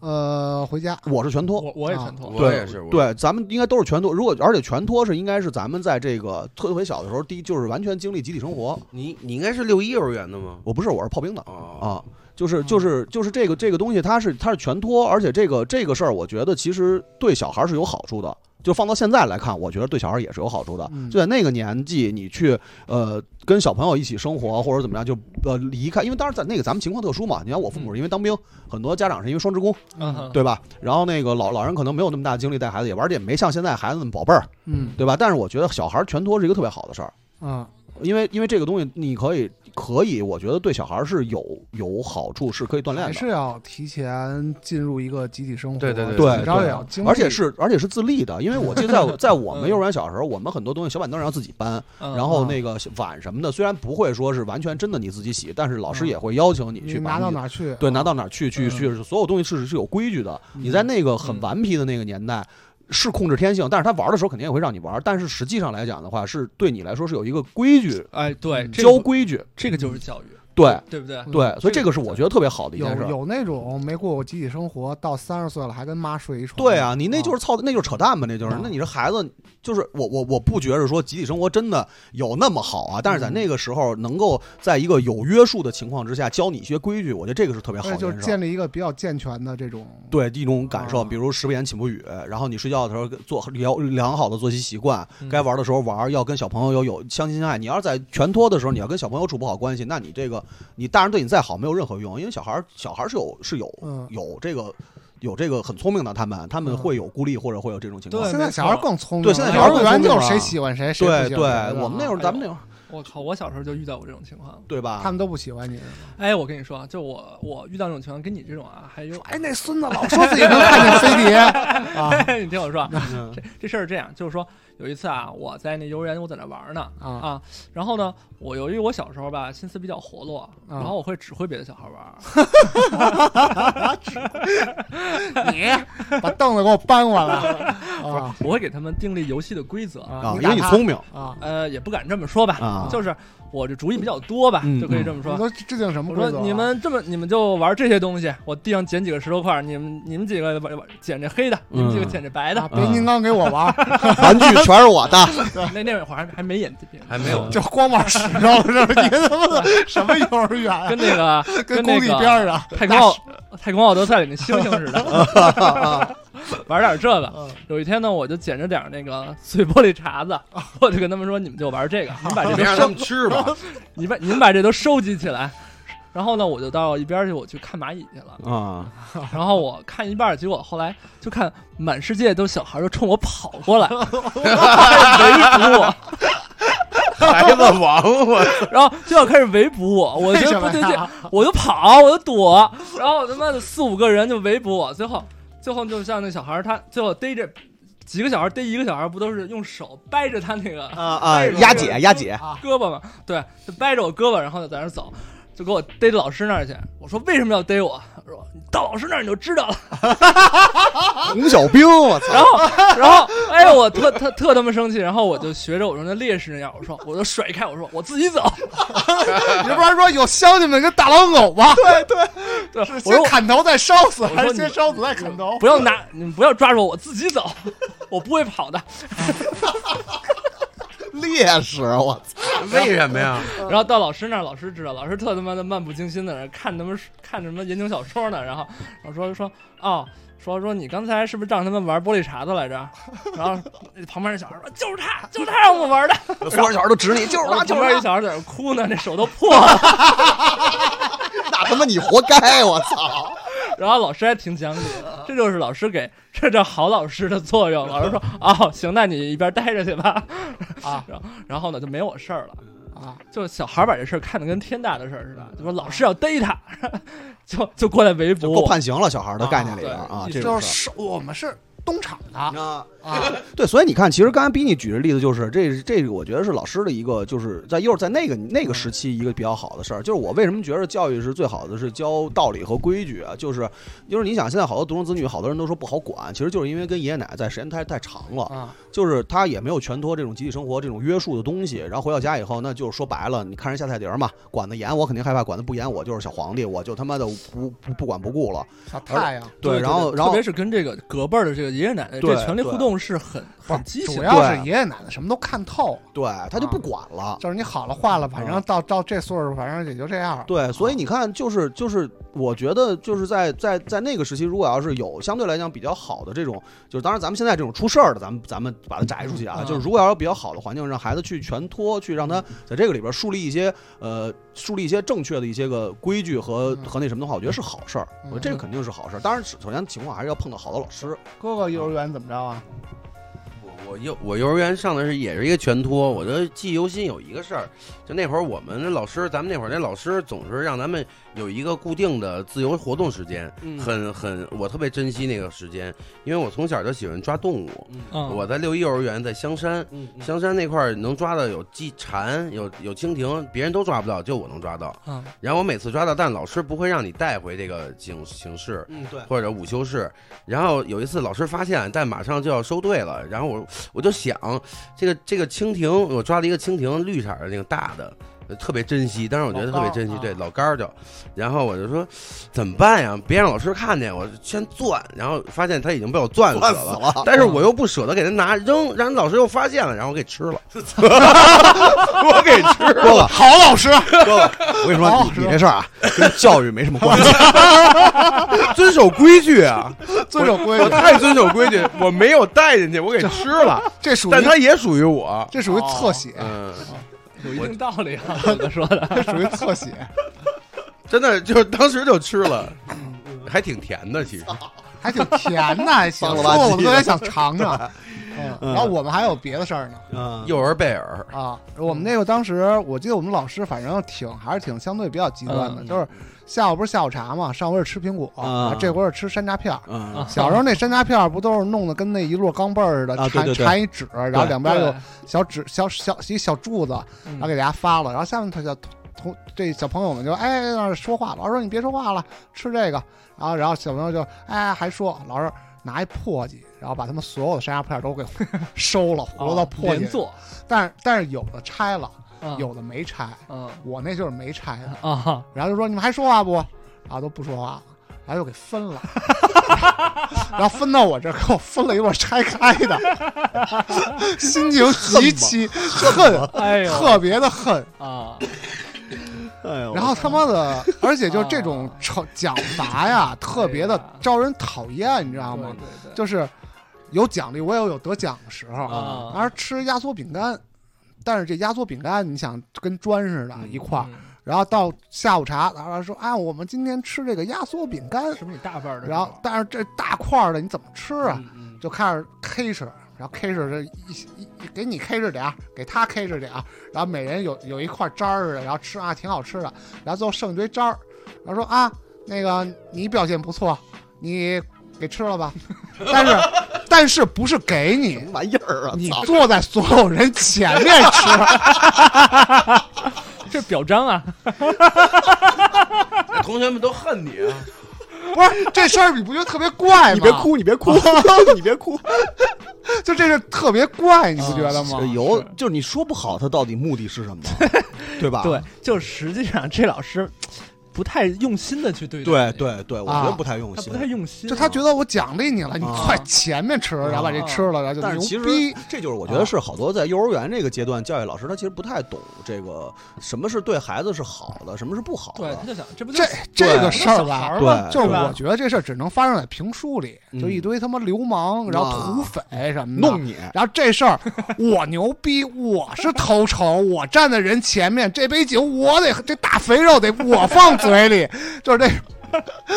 E: 呃，回
F: 嗯
E: 家
D: 我是全托。
F: 我我也
E: 啊
F: 全脱，
G: 我也是，我
D: 对，咱们应该都是全托。如果而且全托是应该是咱们在这个特别小的时候，第一就是完全经历集体生活。
G: 你你应该是六一幼儿园的吗？
D: 我不是，我是炮兵的
G: 哦
D: 啊，就是就是就是这个这个东西，它是它是全托，而且这个这个事儿，我觉得其实对小孩儿是有好处的。就放到现在来看，我觉得对小孩儿也是有好处的。
E: 嗯
D: 就在那个年纪，你去呃跟小朋友一起生活或者怎么样，就呃离开，因为当时在那个咱们情况特殊嘛。你看我父母是因为当兵，很多家长是因为双职工，
F: 嗯，
D: 对吧？然后那个老老人可能没有那么大的精力带孩子，也玩的也没像现在孩子那么宝贝儿，
E: 嗯
D: 对吧？但是我觉得小孩儿全托是一个特别好的事儿。
E: 啊，
D: 因为因为这个东西，你可以可以，我觉得对小孩儿是有有好处，是可以锻炼
E: 还
D: 的，
E: 是要提前进入一个集体生活，
G: 对对对
D: 对
E: 然后
D: 对
E: 也要经历，嗯
D: 而且是而且是自立的。因为我记得在
E: <laughs>
D: 我在我们幼儿园小时候，我们很多东西小板凳要自己搬，
F: 嗯，
D: 然后那个碗什么的，虽然不会说是完全真的你自己洗，但是老师也会要求你
E: 嗯你
D: 去把
E: 拿
D: 你
E: 到哪儿去？
D: 对拿到哪儿去去
F: 嗯
D: 去，所有东西是是有规矩的。
E: 嗯
D: 你在那个很顽皮的那个年代。是控制天性，但是他玩的时候肯定也会让你玩，但是实际上来讲的话，是对你来说是有一个规矩，
F: 哎，对，
E: 嗯
F: 这个
D: 教规矩，
F: 这个就是教育，
D: 对，
F: 对不对？
D: 对，所以
F: 这
D: 这
F: 个
D: 个是我觉得特别好的一
E: 有
D: 件事儿。
E: 有那种没过过集体生活，到三十岁了还跟妈睡一床。
D: 对啊，你那就是操，那就是扯淡吧，那就是
E: 嗯。
D: 那你这孩子，就是我我我不觉着说集体生活真的有那么好啊，但
E: 嗯
D: 是在那个时候能够在一个有约束的情况之下教你一些规矩，我觉得这个是特别好
E: 而
D: 的
E: 且
D: 一
E: 就
D: 件
E: 是
D: 事儿。
E: 建立一个比较健全的这种。
D: 对一种感受，
E: 啊
D: 比如食不言寝不语，然后你睡觉的时候做良良好的作息习惯，
F: 嗯
D: 该玩的时候玩，要跟小朋友有有相亲相爱。你要是在全托的时候，你要跟小朋友处不好关系，那你这个你大人对你再好没有任何用，因为小孩儿小孩儿是有是有
E: 嗯，
D: 有这个有这个很聪明的，他们他们
E: 嗯
D: 会有孤立或者会有这种情
F: 对
D: 况。
E: 现在
F: 没
E: 小孩
F: 错
E: 更聪明
D: 对
E: 了，
D: 现在
E: 幼
D: 小孩
E: 儿
D: 更
E: 园
D: 聪明
E: 就是谁
D: 了
E: 喜欢谁，谁啊
D: 对
E: 不喜
D: 对
E: 欢谁。
D: 我们那会儿
F: 哎
D: 咱们那会儿
F: 我靠，我小时候就遇到过这种情况。
D: 对
E: 他
D: 吧？
E: 们都不喜欢你。
D: 嗯
F: 哎，我跟你说啊，就我我遇到这种情况，跟你这种啊，还有，
E: 哎，那孙子老说自己能看见 C 碟
D: <laughs>
E: 啊
F: <laughs> 你听我说啊，
D: 嗯
F: 这这事儿是这样，就是说有一次啊，我在那幼儿园，我在那玩儿呢，
E: 啊
F: 啊，然后呢，我由于我小时候吧心思比较活络，
E: 啊
F: 然后我会指挥别的小孩玩儿，
E: 你把凳子给我搬过
D: <laughs>
E: 来啊
F: 我会给他们订立游戏的规则，
E: 啊
D: 啊，
E: 你
D: 因为
E: <laughs> 打
D: 你
E: 他
D: 聪明
E: 啊！
F: 呃，也不敢这么说吧，
D: 啊
F: 就是我这主意比较多吧，
D: 嗯
F: 就可以这么说
E: 你。都制定什么
F: 我
E: 规
F: 说
E: 则啊？
F: 你们这么你们就玩这些东西，我地上捡几个石头块儿，你们你们几个玩玩捡这黑的，你们几个捡这白的
D: 嗯
E: 啊，。变形金刚给我玩，
D: <laughs> 玩具全是
E: <laughs>
D: 我的，
F: 那那会儿还还没演这个
G: 还没有
E: 就光玩石头了，是吧？你他妈的
D: 嗯
E: 什么幼儿园啊
F: 跟？那个
E: 跟
F: 那
E: 公里边
F: 个
E: 儿啊，
F: 太空奥太空奥德赛里那猩猩似的，
E: <laughs>
F: 玩点这
E: 嗯
F: 个。有一天呢，我就捡着点儿那个碎玻璃碴子，我就跟他们说，你们就玩这个，你们把这
G: 没
F: 都
G: 让
F: 收
G: 他们吃
D: <laughs>
G: 吧？
F: 你把你们把这都收集起来。然后呢，我就到一边儿去，我去看蚂蚁去了。
D: 啊，
F: 然后我看一半儿，结果后来就看满世界都小孩儿都冲我跑过来， <laughs> 开始围捕我，
G: 孩子王我
F: 然后就要开始围捕我。我觉得不对劲，我就跑，我就躲，然后他妈的四五个人就围捕我。最后，最后就像那小孩儿，他最后逮着几个小孩儿逮一个小孩儿，不都是用手掰着他那个
D: 啊啊，丫姐丫姐，
F: 啊胳膊嘛，对，就掰着我胳膊，然后就在那儿走，就给我逮老师那儿去。我说为什么要逮我？他说你到老师那儿你就知道了。 <laughs>
D: 红小兵，我操，
F: 然后，然后，哎呦，我特特特他妈生气。然后我就学着我说那烈士那样，我说我就甩开，我说我自己走。 <laughs>
E: 你不是说有乡亲们跟大狼狗吗？对对，
F: 对，
E: 是
F: 我说
E: 先
F: 我
E: 砍头再烧死，
F: 说
E: 还是
F: 你
E: 先烧死再砍
F: <laughs>
E: 头？
F: 不要拿，你们不要抓住我，我自己走， <laughs> 我不会跑的。
D: 烈士，我操，
G: 为什
D: <laughs>
G: 么呀？
F: 然后到老师那儿，老师知道，老师特他妈的漫不经心的人看他们看什么言情小说呢，然后然后说说哦。说说你刚才是不是让他们玩玻璃碴子来着？然后旁边那小孩说：“就是他，就是他让我们玩的。
D: 所有小孩都指你，就”
F: <laughs>
D: 是
F: 然后
D: 他，就
F: 旁边一
D: 是他，
F: 小孩在那哭呢，那手都破了。
D: <laughs>
F: <laughs>
D: 那他妈你活该，我操，
F: 然后老师还挺讲理
D: <laughs>
F: 的，这就是老师给，这叫好老师的作用。老师说：“哦，行，那你一边待着去吧。”
E: 啊，
F: <laughs> 然后然后呢就没我事儿了。
E: 啊，
F: 就小孩儿把这事儿看得跟天大的事儿
D: 啊
F: 似的，就说老师要逮他， <laughs> 就就过来围捕
D: 够
F: 我。
D: 判刑了，小孩的概念里边啊，这
E: 就
D: 种
E: 是
D: 事
E: 是我们是东厂的
D: 儿啊。
E: 啊，
D: <laughs> 对，所以你看，其实刚才比你举的例子就是这这个，我觉得是老师的一个，就是在又是在那个那个时期一个比较好的事儿，就是我为什么觉得教育是最好的，是教道理和规矩啊，就是就是你想现在好多独生子女，好多人都说不好管，其实就是因为跟爷爷奶奶在时间太太长了，
E: 啊
D: 就是他也没有全托这种集体生活这种约束的东西，然后回到家以后，那就是说白了，你看人下菜碟儿嘛，管得严我肯定害怕，管得不严我就是小皇帝，我就他妈的不不不管不顾了，
E: 小太阳，
F: 对，
D: 然后
F: 对
D: 然
F: 特
D: 后
F: 别是跟这个隔辈儿的这个爷爷奶奶，
D: 对
F: 这权力互动是很
E: 不
F: 很
E: 是
F: 畸形
E: 主
F: 的。
E: 要是爷爷奶奶什么都看透，
D: 对他就不管了。
E: 就是你好了坏了，反正到到这岁数，反正也就这样。
D: 对，所以你看，就是就是，我觉得就是在在在那个时期，如果要是有相对来讲比较好的这种，就是当然咱们现在这种出事儿的，咱们咱们把它摘出去啊，
F: 嗯
D: 就是如果要是比较好的环境，让孩子去全托，去让他在这个里边树立一些呃树立一些正确的一些个规矩和、
E: 嗯
D: 和那什么的话，我觉得是好事儿，我觉得这个肯定是好事儿。当然，首先情况还是要碰到好的老师，
E: 哥哥幼儿园怎么着啊？
G: 我我幼我幼儿园上的是也是一个全托，我的记忆犹新有一个事儿，就那会儿我们那老师，咱们那会儿那老师总是让咱们有一个固定的自由活动时间，
D: 嗯
G: 很很我特别珍惜那个时间，因为我从小就喜欢抓动物，
F: 嗯，
G: 我在六一幼儿园在香山，
D: 嗯
G: 香山那块儿能抓到有鸡蝉，有有蜻蜓，别人都抓不到，就我能抓到。
F: 嗯
G: 然后我每次抓到，但老师不会让你带回这个警警室，
D: 嗯，对，
G: 或者午休室。然后有一次老师发现，但马上就要收队了，然后我我就想，这个这个蜻蜓，我抓了一个蜻蜓，绿色儿的那个大的。呃特别珍惜，当时我觉得特别珍惜，
E: 老杆儿
G: 对
E: 啊
G: 老杆儿就，然后我就说怎么办呀？别让老师看见，我先攥，然后发现他已经被我攥死
D: 断死
G: 了，
D: 了，
G: 但是哎我又不舍得给他拿扔，让老师又发现了，然后我给吃了，我给吃了，
D: <laughs> 哥哥，
E: 好老
G: 啊
E: 师，
D: 我跟你说，你你这事儿啊，跟教育没什么关系，
G: 遵守规矩啊，
E: 遵守规
G: <laughs> 我
E: 矩，
G: 太遵守规矩，我没有带进去，我给吃了，
E: 这属于
G: 但它也属于我。
E: 这属于侧写，
G: 嗯，
F: 有一定道理
D: <laughs>
F: 啊，我哥说的。
E: 这属于侧写，
G: 真的就是当时就吃了，还挺甜的。其实
E: 还挺甜的，还行。
D: 脏了
E: 说
D: 吧唧
E: 的
D: 的
E: 我都有点想尝尝。嗯，然后我们还有别的事儿呢。
D: 嗯，
G: 幼儿贝尔，
E: 啊，我们那个当时，我记得我们老师反正挺还是挺相对比较极端的，
F: 嗯
E: 就是下午不是下午茶嘛，上回是吃苹果，
D: 啊
E: 这回是吃山楂片儿。
D: 嗯
F: 啊
E: 小时候那山楂片儿不都是弄得跟那一摞钢镚儿似的，
D: 啊对
E: 缠
D: 对对
E: 缠一纸，然后两边有
F: 对
E: 小纸小小一小柱子，然后给大家发了，然后下面他小同这小朋友们就哎那说话，老师说你别说话了，吃这个，然后然后小朋友就哎还说老师拿一簸箕，然后把他们所有的山楂片儿都给 <laughs> 收了，
F: 啊
E: 糊到簸箕
F: 连，坐，
E: 但是但是有的拆了。
F: 啊
E: 有的没拆，
F: 啊
E: 我那就是没拆的。
F: 啊
E: 然后就说你们还说话不？啊，都不说话了，然后又给分了，然后分到我这儿，给我分了一摞拆开的，心情极其恨，
F: 哎呦
E: 特别的恨。
F: 啊
D: 哎呦，
E: 然后他
F: <laughs>
E: 妈的，而且就是这种惩奖罚呀，特别的招人讨厌，你知道吗？
F: 哎对对
E: 就是有奖励，我也有得奖的时候。
F: 啊
E: 当时吃压缩饼干，但是这压缩饼干，你想跟砖似的，
F: 嗯
E: 一块儿。然后到下午茶，然后说啊，我们今天吃这个压缩饼干，
F: 嗯是不是你大半儿的？
E: 然后但是这大块儿的你怎么吃啊？
F: 嗯
E: 就开始 K 吃，然后 K 吃这一一一给你 K 着点儿，给他 K 着点儿，然后每人有有一块渣儿似的，然后吃啊挺好吃的，然后最后剩一堆渣儿，然后说啊那个你表现不错，你给吃了吧，但是 <laughs> 但是不是给你，
D: 什么玩意儿啊！
E: 你
D: 操
E: 坐在所有人前面吃， <laughs>
F: 这表彰啊，
G: 同学们都恨你啊！
E: 不是这事儿你不觉得特别怪
D: <laughs> 你
E: 吗？
D: 别，哭，你别
F: 啊
D: <laughs> 哭，你别哭。
E: 就这事儿特别怪，你不
D: 啊
E: 觉得吗？
D: 哎有就是你说不好他到底目的 <laughs> 是什么，对吧？
F: 对，就实际上这老师不太用心的去对
D: 对
F: 待，
D: 对对，我
E: 啊
D: 觉得不太用
F: 他
D: 心
F: 不。太用心，
E: 就他觉得我奖励你了，你
D: 啊
E: 快前面吃，然后把这吃了，然后就
D: 但是其
E: 牛
D: 实
E: 逼。
D: 这就是我觉得是好多在幼儿园这个阶段，教育老师他其实不太懂这个什么是对孩子是好的，什么是不好
F: 啊对，他
D: 的。
F: 就想这不就
E: 这
F: 是
E: 这
F: 小
E: 个事儿
F: 孩儿
E: 吧，
F: <laughs>
D: 对
F: 吗
E: 哎就是
F: 吧
E: 我觉得这事儿只能发生在评书里，
D: 嗯
E: 就一堆他妈流氓，然后土匪什么的。
D: 弄你，
E: 然后这事儿，我牛逼，我是头筹，我站在人前面，这杯酒我得，这大肥肉得我放嘴里， <laughs> 就是这，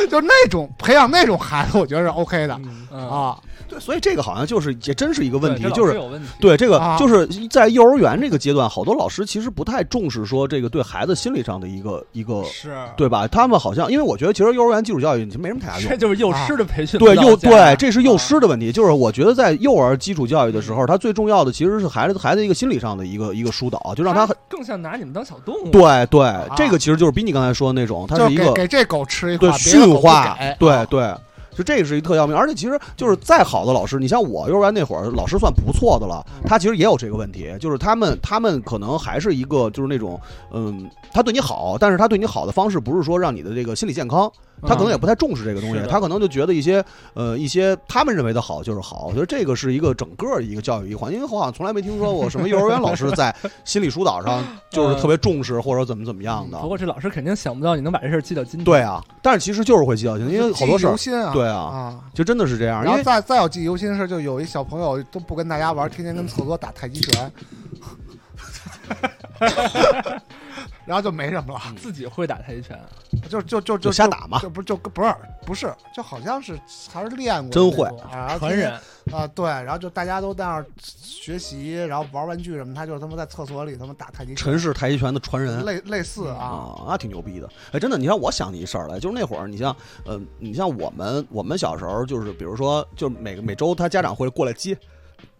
E: 就是那 <laughs> 种培养那种孩子，我觉得是 OK 的
F: 嗯
E: 啊。
D: 对，所以这个好像就是也真是一个问
F: 对
D: 题
F: 这，老
D: 就
F: 师
D: 是
F: 有问题，
D: 对这个
E: 啊
D: 就是在幼儿园这个阶段，好多老师其实不太重视说这个对孩子心理上的一个一个，
F: 是，
E: 啊
D: 对吧？他们好像因为我觉得其实幼儿园基础教育没什么
F: <laughs>
D: 太大用
F: 这，就是幼师的培训，
D: 对
F: 不到
D: 幼
F: 家
D: 对，这是幼师的问题。就是我觉得在幼儿基础教育的时候，他最重要的其实是孩子孩子一个心理上的一个一个疏导，就让他很
F: 更像拿你们当小动物，
D: 对对，这个其实就是比你刚才说的那种，它
E: 就是
D: 一
E: 给
D: 个
E: 给这狗吃一块
D: 对，
E: 别的
D: 驯
E: 狗不啊
D: 化
E: 给，
D: 对对。就这个是一特要命，而且其实就是再好的老师，你像我幼儿园那会儿，老师算不错的了，
E: 嗯
D: 他其实也有这个问题，就是他们他们可能还是一个就是那种，嗯，他对你好，但是他对你好的方式不是说让你的这个心理健康，
E: 嗯
D: 他可能也不太重视这个东西
F: 是，的
D: 他可能就觉得一些呃一些他们认为的好就是好，我觉得这个是一个整个一个教育一环，因为我好像从来没听说过什么幼儿园老师在心理疏导上就是特别重视或者怎么怎么样
E: <laughs>
D: 的
F: 不，过这老师肯定想不到你能把这事儿记到今天，
D: 对啊，但是其实就是会记到性，因为好多事
E: 记忆
D: 儿
E: 犹，新啊，
D: 对啊，
E: 啊。
D: 就真的是这样，因
E: 然后
D: 为
E: 再再有记忆犹新是，就有一小朋友都不跟大家玩，天天跟厕所打太极拳， <laughs> 然后就没什么了，
F: 自己会打太极拳，
E: 就就就
D: 就
E: 就
D: 瞎打嘛，
E: 就不就不是不是，就好像是还是练过的
D: 真会
E: 那种啊，
F: 传人
E: 啊，对，然后就大家都在那儿学习，然后玩玩具什么，他就是他妈在厕所里他妈打太极拳，
D: 陈氏太极拳的传人。
E: 类类似啊，
D: 啊，那挺牛逼的。哎，真的，你看，我想起一事儿来，就是那会儿，你像，呃，你像我们，我们小时候就是，比如说，就是每个每周他家长会过来接，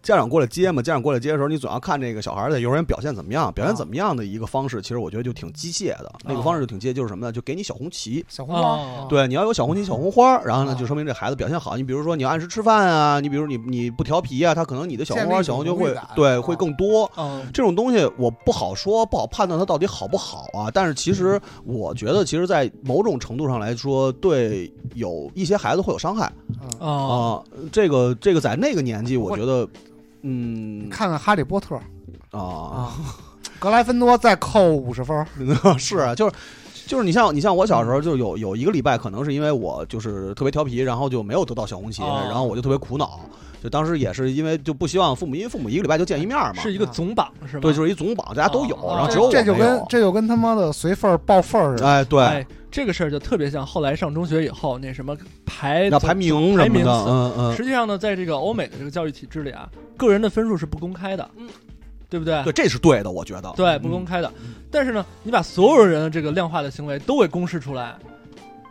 D: 家长过来接嘛，家长过来接的时候，你总要看这个小孩儿在幼儿园表现怎么样，表现怎么样的一个方式，其实我觉得就挺机械的。那个方式就挺机械，就是什么呢？就给你小红旗。
E: 小红花
F: 哦
E: 啊，
D: 对，你要有小红旗、小红花儿，然后呢，
E: 啊
D: 就说明这孩子表现好。你比如说，你要按时吃饭啊，你比如你你不调皮啊，他可能你的小红
E: 建立
D: 花儿、
E: 一
D: 小
E: 种
D: 红就
E: 荣誉
D: 会
E: 感
D: 对
E: 啊
D: 会更多。
F: 嗯，
D: 这种东西我不好说，不好判断它到底好不好啊。但是其实
E: 嗯
D: 我觉得，其实，在某种程度上来说，对有一些孩子会有伤害
E: 嗯
D: 啊、
F: 哦，
D: 这个这个在那个年纪，我
E: 我
D: 觉得，嗯
E: 看看《哈利波特》
D: 啊，
E: 啊，格莱芬多再扣五十分儿，
D: <laughs> 是啊，就是。就是你像你像我小时候就有有一个礼拜，可能是因为我就是特别调皮，然后就没有得到小红旗，
F: 哦
D: 然后我就特别苦恼。就当时也是因为就不希望父母，因为父母一个礼拜就见一面嘛，
F: 是一个总榜是吧？
D: 啊对，就是一总榜，大家都有，
F: 哦
D: 然后
F: 哦
D: 只有我
E: 这就
D: 没
E: 跟
D: 有。
E: 这就跟他妈的随份儿报份儿似的。
D: 哎，对，
F: 哎，这个事儿就特别像后来上中学以后那什么排
D: 那排名什
F: 排
D: 么
F: 名
D: 的，
F: 次
D: 嗯嗯，
F: 实际上呢，在这个欧美的这个教育体制里啊，个人的分数是不公开的，嗯，对不对？
D: 对，这是对的，我觉得。
F: 对不公开的。
D: 嗯
F: 但是呢，你把所有人的这个量化的行为都给公示出来，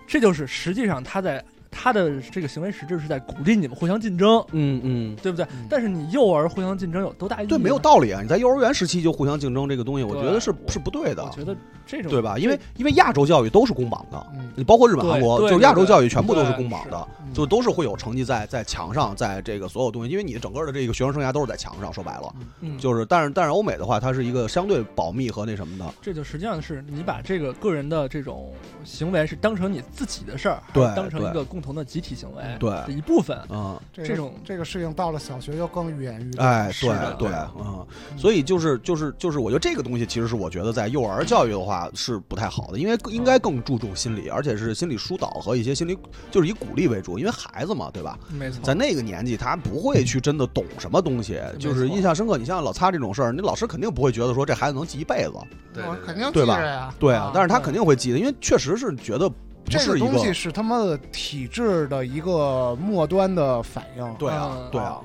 F: 这就是实际上他在。他的这个行为实质是在鼓励你们互相竞争，
D: 嗯嗯，
F: 对不对？但是你幼儿互相竞争有多大意义？
D: 对，没有。道理啊！你在幼儿园时期就互相竞争这个东西，我觉得是
F: 对
D: 是不对的
F: 我，觉得这种
D: 对吧？因为因为亚洲教育都是公榜的，
E: 嗯
D: 你包括日本、
F: 对
D: 韩国，
F: 对
D: 就
F: 对
D: 亚洲
F: 对
D: 教育全部都是
F: 对
D: 公榜
F: 是
D: 的，
E: 嗯
D: 就都是会有成绩在在墙上，在这个所有东西，因为你整个的这个学生生涯都是在墙上，说白了。
F: 嗯
D: 就是，但是但是欧美的话，它是一个相对保密和那什么的，
F: 这就实际上是你把这个个人的这种行为是当成你自己的事儿，还是
D: 对
F: 当成
D: 对
F: 一个共同的集体行为
D: 对
F: 的一部分。
D: 嗯，
E: 这个
F: 这种
E: 这个事情到了小学就更远于
D: 哎，
F: 是
D: 对
F: 的
D: 对，嗯，所以就是就是就是，我觉得这个东西其实是我觉得在幼儿教育的话是不太好的，因为应
F: 嗯
D: 该更注重心理，而且是心理疏导和一些心理就是以鼓励为主，因为孩子嘛，对吧？
F: 嗯没错
D: 在那个年纪，他不会去真的懂什么东西，就是
F: 错
D: 印象深刻。你像老擦这种事儿，你老师肯定不会觉得说这孩子能记一辈子，
G: 对
E: 我
G: 对
E: 肯定记
D: 对吧
E: 着呀。
D: 对啊，但是他
F: 对
D: 肯定会记得，因为确实是觉得不
E: 这
D: 是
E: 个
D: 一个
E: 东西是他妈的体制的一个末端的反应。
D: 对啊
F: 嗯
D: 对啊，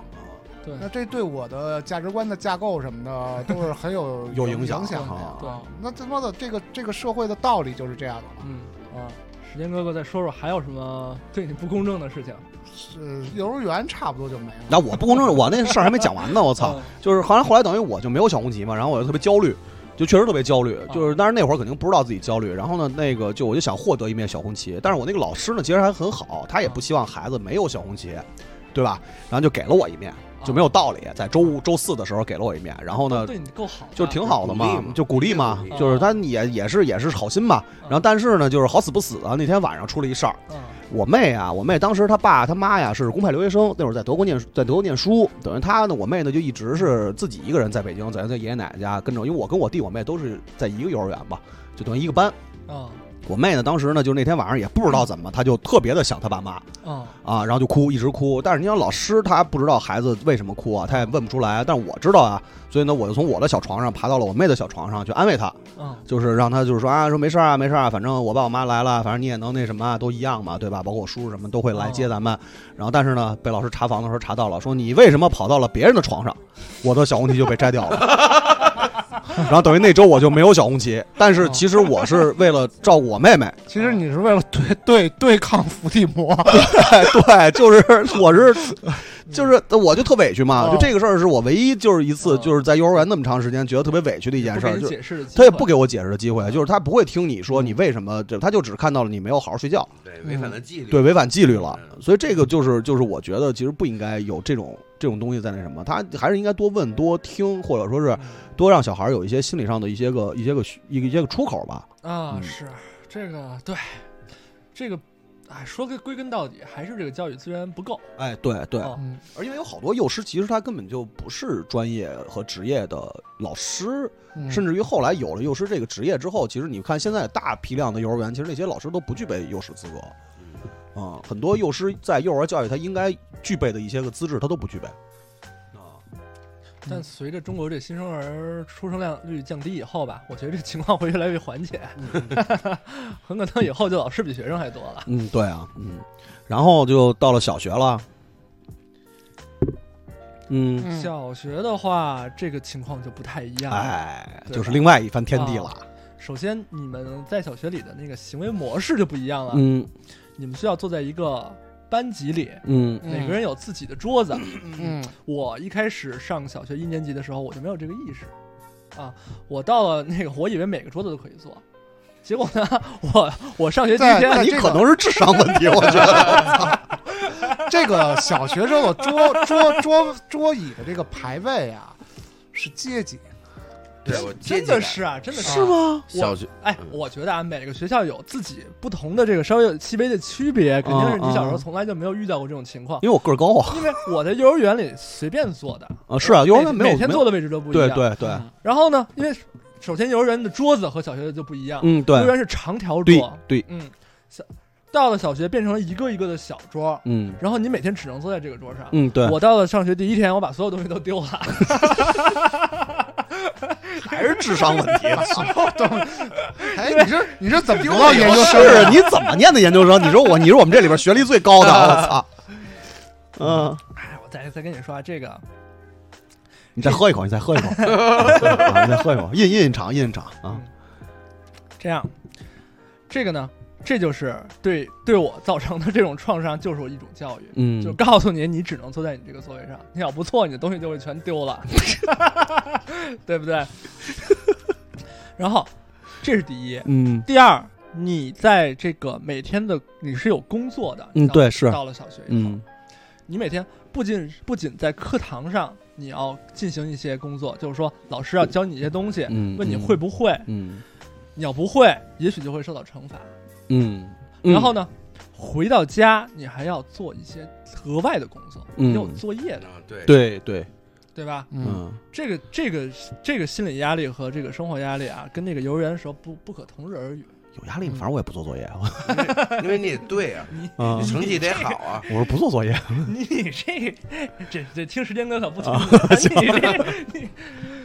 F: 对
E: 那这对我的价值观的架构什么的都是很有
D: <laughs> 有
E: 影
D: 影响
E: 响的
D: 啊
E: 呀。啊那他妈的这个这个社会的道理就是这样的了。
F: 嗯，
E: 啊，
F: 时间哥哥再说说还有什么对你不公正的事情？
E: 是幼儿园差不多就没了。
D: 那我不公正，我那事儿还没讲完呢，我操！
F: 嗯，
D: 就是好像后来等于我就没有小红旗嘛，然后我就特别焦虑，就确实特别焦虑，就是但是那会儿肯定不知道自己焦虑，然后呢，那个就我就想获得一面小红旗，但是我那个老师呢其实还很好，他也不希望孩子没有小红旗，对吧？然后就给了我一面，就没有道理，在周五周四的时候给了我一面，然后呢
F: 哦对你够好的，
D: 就挺好的
G: 鼓励
D: 嘛
G: 嘛，
D: 就鼓励嘛
G: 鼓励，
D: 就是他也也是也是好心嘛，然后但是呢就是好死不死啊，那天晚上出了一事儿，
F: 嗯
D: 我妹啊，我妹当时她爸她妈呀是公派留学生，那会儿在德国念在德国念书，等于她呢，我妹呢就一直是自己一个人在北京，在她爷爷奶奶家跟着，因为我跟我弟我妹都是在一个幼儿园吧，就等于一个班。
F: 嗯
D: 我妹呢，当时呢，就是那天晚上也不知道怎么，她就特别的想她爸妈
F: 嗯
D: 啊，然后就哭，一直哭。但是你想，老师他不知道孩子为什么哭啊，他也问不出来。但是我知道啊，所以呢，我就从我的小床上爬到了我妹的小床上去安慰她。
F: 嗯
D: 就是让他就是说啊，说没事儿啊，没事儿啊，反正我爸我妈来了，反正你也能那什么啊，都一样嘛，对吧？包括我叔叔什么都会来接咱们。然后但是呢，被老师查房的时候查到了，说你为什么跑到了别人的床上？我的小红旗就被摘掉了。然后等于那周我就没有小红旗，但是其实我是为了照顾我妹妹，
E: 其实你是为了对对对抗伏地魔，
D: 对，就是我是，就是我就特委屈嘛，就这个事儿是我唯一就是一次
F: 嗯
D: 就是在幼儿园那么长时间觉得特别委屈的一件
F: 不
D: 事
F: 给
D: 儿，就
F: 你
D: 是
F: 解释的机会，
D: 他也不给我解释的机会，啊嗯就是他不会听你说你为什么这，他就只看到了你没有好好睡觉，
G: 对违反了纪律，
D: 对，违反纪律了。
G: 嗯
D: 所以这个就是就是我觉得其实不应该有这种这种东西在那什么，他还是应该多问多听，或者说是多让小孩有一些心理上的一些个一些个一个一些个出口吧。
F: 啊，
D: 嗯
F: 是这个对，这个哎，说个归根到底还是这个教育资源不够，
D: 哎，对对，
F: 哦
E: 嗯，
D: 而因为有好多幼师其实他根本就不是专业和职业的老师，
E: 嗯
D: 甚至于后来有了幼师这个职业之后，其实你看现在大批量的幼儿园，其实那些老师都不具备幼师资格。
G: 嗯
D: 啊、很多幼师在幼儿教育他应该具备的一些个资质，他都不具备。啊，
F: 但随着中国这新生儿出生量率降低以后吧，我觉得这情况会越来越缓解， <laughs> 很可能以后就老师比学生还多了。
D: 嗯，对啊，嗯，然后就到了小学了。嗯，
E: 嗯
F: 小学的话，这个情况就不太一样了。
D: 哎，
F: 对
D: 就是
F: 吧啊
D: 另外一番天地了。
F: 首先，你们在小学里的那个行为模式就不一样了，
D: 嗯
F: 你们需要坐在一个班级里。
D: 嗯
E: 嗯
F: 每个人有自己的桌子。
E: 嗯
F: 我一开始上小学一年级的时候，我就没有这个意识，啊，我到了那个，我以为每个桌子都可以坐，结果呢，我我上学第一
E: 在
F: 天
E: 在
D: 那你
E: 这个
D: 可能是智商问题，我觉
F: <laughs>
D: 得。
E: 这个小学生的桌桌桌桌椅的这个排位啊，是阶级。
G: 对我阶
F: 真
G: 级
F: 的
G: 感
F: 是啊，真的
E: 是
F: 吗？
G: 小嗯学
F: 哎，我觉得啊，每个学校有自己不同的这个稍微有细微的区别，肯定是你
D: 嗯
F: 小时候从来就没有遇到过这种情况。
D: 因为我个儿高啊，
F: 因为我在幼儿园里随便坐的，
D: 啊是啊，幼儿园
F: 每
D: 没有
F: 每天
D: 没
F: 坐的
D: 有，
F: 位置都不一
D: 对
F: 样。。
D: 对对，
F: 然后呢，因为首先幼儿园的桌子和小学的就不一样，
D: 嗯
F: 幼儿
D: 对
F: 园是长条
D: 对
F: 桌，
D: 对，
F: 嗯，小到了小学变成了一个一个的小桌，
D: 嗯
F: 然后你每天只能坐在这个桌上。
D: 嗯对，
F: 我到了上学第一天，我把所有东西都丢了。 <laughs>
D: 还是智商问题。啊 <laughs>
E: 哎，你是你是怎么读到研究生
D: 是
E: 的？
D: 你怎么念的研究生？你说我，你是我们这里边学历最高的，我操！啊嗯，
F: 哎，我再再跟你说啊，这个
D: 你再喝一口，你再喝一 <laughs> 口，啊你再喝一口，印印一场，印一场啊！
F: 这样，这个呢，这就是对对我造成的这种创伤，就是我一种教育。
D: 嗯
F: 就告诉你，你只能坐在你这个座位上，你要不坐，你的东西就会全丢了， <laughs> 对不对？ <laughs> 然后，这是第一，
D: 嗯
F: 第二，你在这个每天的你是有工作的，
D: 嗯
F: 到
D: 对是
F: 到了小学以后，
D: 嗯
F: 你每天不仅不仅在课堂上你要进行一些工作，就是说老师要教你一些东西，
D: 嗯
F: 问你会不会，
D: 嗯
F: 你要不会，也许就会受到惩罚。
D: 嗯，
F: 然后呢，回到家你还要做一些额外的工作，
D: 嗯
F: 你有作业的，
G: 啊，对，
D: 对对
F: 对吧？
E: 嗯，
D: 嗯
F: 这个这个这个心理压力和这个生活压力啊，跟那个游人时候不不可同日而语。
D: 有压力，反正我也不做 <laughs> 作业，
G: 因为你也对啊，
D: 啊
G: 你成绩得好啊。
D: 我说不做作业，
F: 你这这这听时间哥可不听你，你这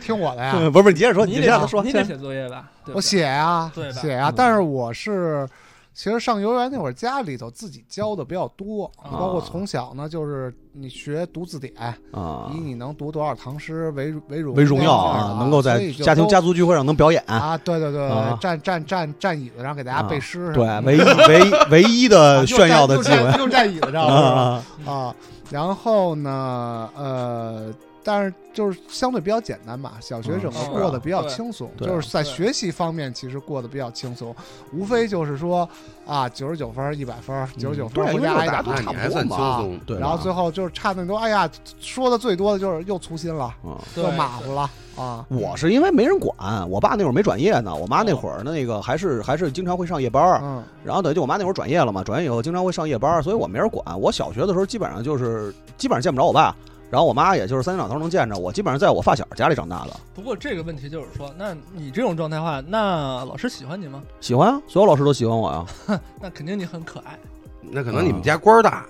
E: 听我的呀，
D: 不是哎不是，你接着说，
F: 你
D: 接
F: 得
D: 着说，
F: 你得写作业吧？对不对
E: 我写啊
F: 对吧
E: 写啊
D: 嗯，
E: 但是我是其实上幼儿园那会儿家里头自己教的比较多，
F: 啊
E: 包括从小呢就是你学读字典，
D: 啊
E: 以，你能读多少唐诗为为荣
D: 为荣耀
E: 那样
D: 啊，
E: 的
D: 能够在
E: 所以就
D: 家庭
E: 都
D: 家族聚会上能表演，
E: 啊，对对对，
D: 啊
E: 对站站站站椅子上给大家
D: 啊
E: 背诗什么
D: 对
E: 的，，啊
D: 唯一唯一 <laughs> 唯一的炫耀的
E: 又
D: 机
E: 站
D: 会
E: 又站椅子
D: <laughs>
E: 上了是
D: 啊，
E: 吧啊，然后呢，呃，但是就是相对比较简单吧，小学整个
F: 嗯
E: 过得比较
F: 是啊
E: 轻松，
D: 对
E: 就是在
F: 对
E: 学习方面其实过得比较轻松，无非就是说啊，九十九分、一百分、九十九分
D: 嗯对
E: 回家挨打
D: 因为有答都案
E: 啊，
G: 那
D: 差
G: 你
D: 不多
G: 还算
D: 嘛
G: 轻松，
D: 对吧，
E: 然后最后就是差那么多，哎呀，说的最多的就是又粗心了，
D: 嗯
E: 又
F: 对
E: 马虎了啊，
D: 我是因为没人管，我爸那会儿没转业呢，我妈那会儿那个还是还是经常会上夜班儿，
E: 嗯
D: 然后等于就我妈那会儿转业了嘛，转业以后经常会上夜班儿，所以我没人管。我小学的时候基本上就是基本上见不着我爸，然后我妈也就是三天两头能见着我，基本上在我发小家里长大的。
F: 不过这个问题就是说，那你这种状态的话，那老师喜欢你吗？
D: 喜欢啊，所有老师都喜欢我呀、
F: 那肯定你很可爱。
G: 那可能你们家官儿大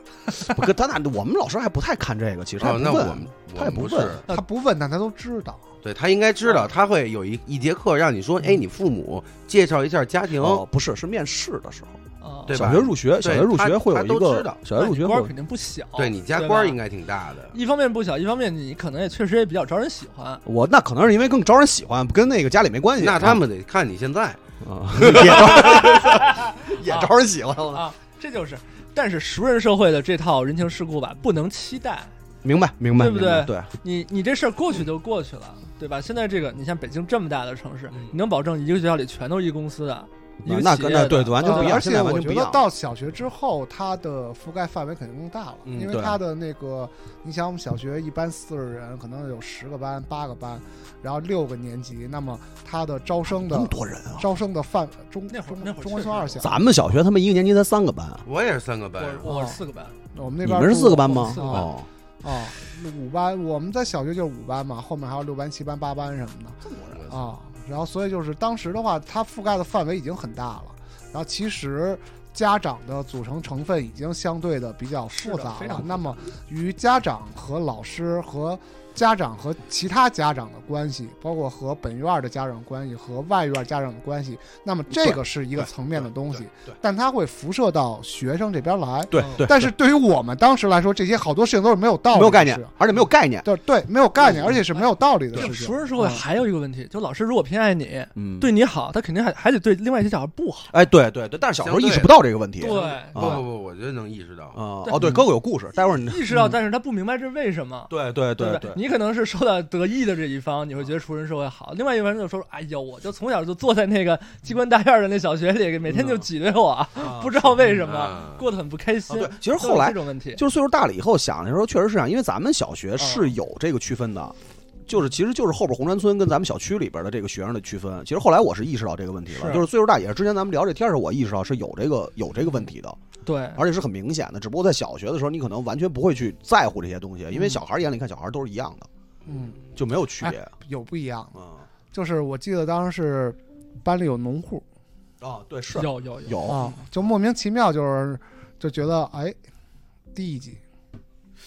D: 不跟他那我们老师还不太看这个，其实他
G: 哦
D: 也，不
G: 那
D: 问
G: 我们
D: 他
G: 我
D: 也
G: 们
D: 不
G: 不
D: 问
G: 是，
F: 那
E: 他不问，但他都知道。
G: 对他应该知道，他会有一一节课让你说，哎，你父母介绍一下家庭，
D: 哦，不是，是面试的时候，
F: 啊，
G: 对
D: 小
G: 吧
D: 学入学，
G: 对
D: 小学入学
G: 他
D: 会有
G: 他
D: 一
G: 都
D: 个
G: 知道，
D: 小学入学会
F: 官
D: 有
F: 肯定不小。
G: 对你家
F: 哦对
G: 官儿
F: 吧
G: 应该挺大的。
F: 一方面不小，一方面你可能也确实也比较招人喜欢。
D: 我那可能是因为更招人喜欢，跟那个家里没关系。
G: 那他们得看你现在，
D: 啊也招 <laughs> 也招人喜欢了，
F: 啊，这就是。但是熟人社会的这套人情世故吧，不能期待。
D: 明白明白，
F: 对不
D: 明白
F: 对
D: 对，
F: 你你这事儿过去就过去了，对吧？现在这个，你像北京这么大的城市，你能保证一个学校里全都是一公司的，一个
D: 那
F: 企业
D: 跟那
F: 的
D: 对完全不一
E: 呃
D: 样，
E: 而
D: 现
E: 且
D: 在完
E: 我
D: 全不
E: 觉
D: 一
E: 得
D: 样。
E: 到小学之后，它的覆盖范围肯定更大了，
D: 嗯
E: 因为
D: 对
E: 它的那个，你想我们小学一班四十人，可能有十个班、八个班，然后六个年级，那么它的招生
D: 那么
E: 的
D: 多人啊！
E: 招生的范中
F: 那会儿
E: 中
F: 那会儿
E: 中关
F: 确
E: 村
F: 实
E: 二小，
D: 咱们小学他们一个年级才三个班，
G: 我也是三个班，
F: 我我是四个班，
E: 我们那
D: 你
E: 边
D: 们是
E: 住
D: 四个班吗？
E: 四个班
D: 哦，
E: 啊，五班，我们在小学就是五班嘛，后面还有六班、七班、八班什么的。啊，然后所以就是当时的话，它覆盖的范围已经很大了，然后其实家长的组成成分已经相对的比较复
F: 是
E: 杂
F: 的非
E: 了
F: 常。
E: 那么与家长和老师和家长和其他家长的关系，包括和本院儿的家长关系和外院儿家长的关系，那么这个是一个层面的东西，但它会辐射到学生这边来。
D: 对
F: 嗯
D: 对，
E: 但是对于我们当时来说，这些好多事情都是没有道
D: 没
E: 理的事，
D: 有概念，而且没有概念。
E: 对对，没有概念，而且是没有道理的
F: 就
E: 事情。
F: 熟人社会
E: 嗯
F: 还有一个问题，就老师如果偏爱你，
D: 嗯，
F: 对你好，他肯定还还得对另外一些小孩不好。
D: 哎，对对对，但是小时候
G: 相
D: 意
G: 对
D: 识不到这个问题。
F: 对，
D: 啊，
G: 不不不，我觉得能意识到。
D: 哦，对，哥哥有故事，待会儿你。
F: 意识到，但是他不明白这为什么。
D: 对嗯对
F: 吧
D: 对，
F: 你可能是受到得益的这一方，你会觉得熟人社会好；另外一方就说：“哎呀，我就从小就坐在那个机关大院的那小学里，每天就挤兑我， <laughs> 不知道为什么
G: 啊，
F: 过得很不开心。
D: 啊对其实后
F: 都有
D: 来
F: 这种问题，
D: 就是岁数大了以后想的时候，确实是这样，因为咱们小学是有这个区分的，就是其实就是后边红山村跟咱们小区里边的这个学生的区分。其实后来我是意识到这个问题了，
F: 是
D: 就是岁数大也是之前咱们聊这天儿时候，我意识到是有这个有这个问题的，
F: 对，
D: 而且是很明显的。只不过在小学的时候，你可能完全不会去在乎这些东西，因为小孩儿眼里看小孩儿都是一样的，
E: 嗯，
D: 就没有区别。
E: 有不一样的。
D: 嗯，
E: 就是我记得当时是班里有农户
D: 啊，对，是
F: 有有有，
D: 有
E: 啊，就莫名其妙就是就觉得哎低级，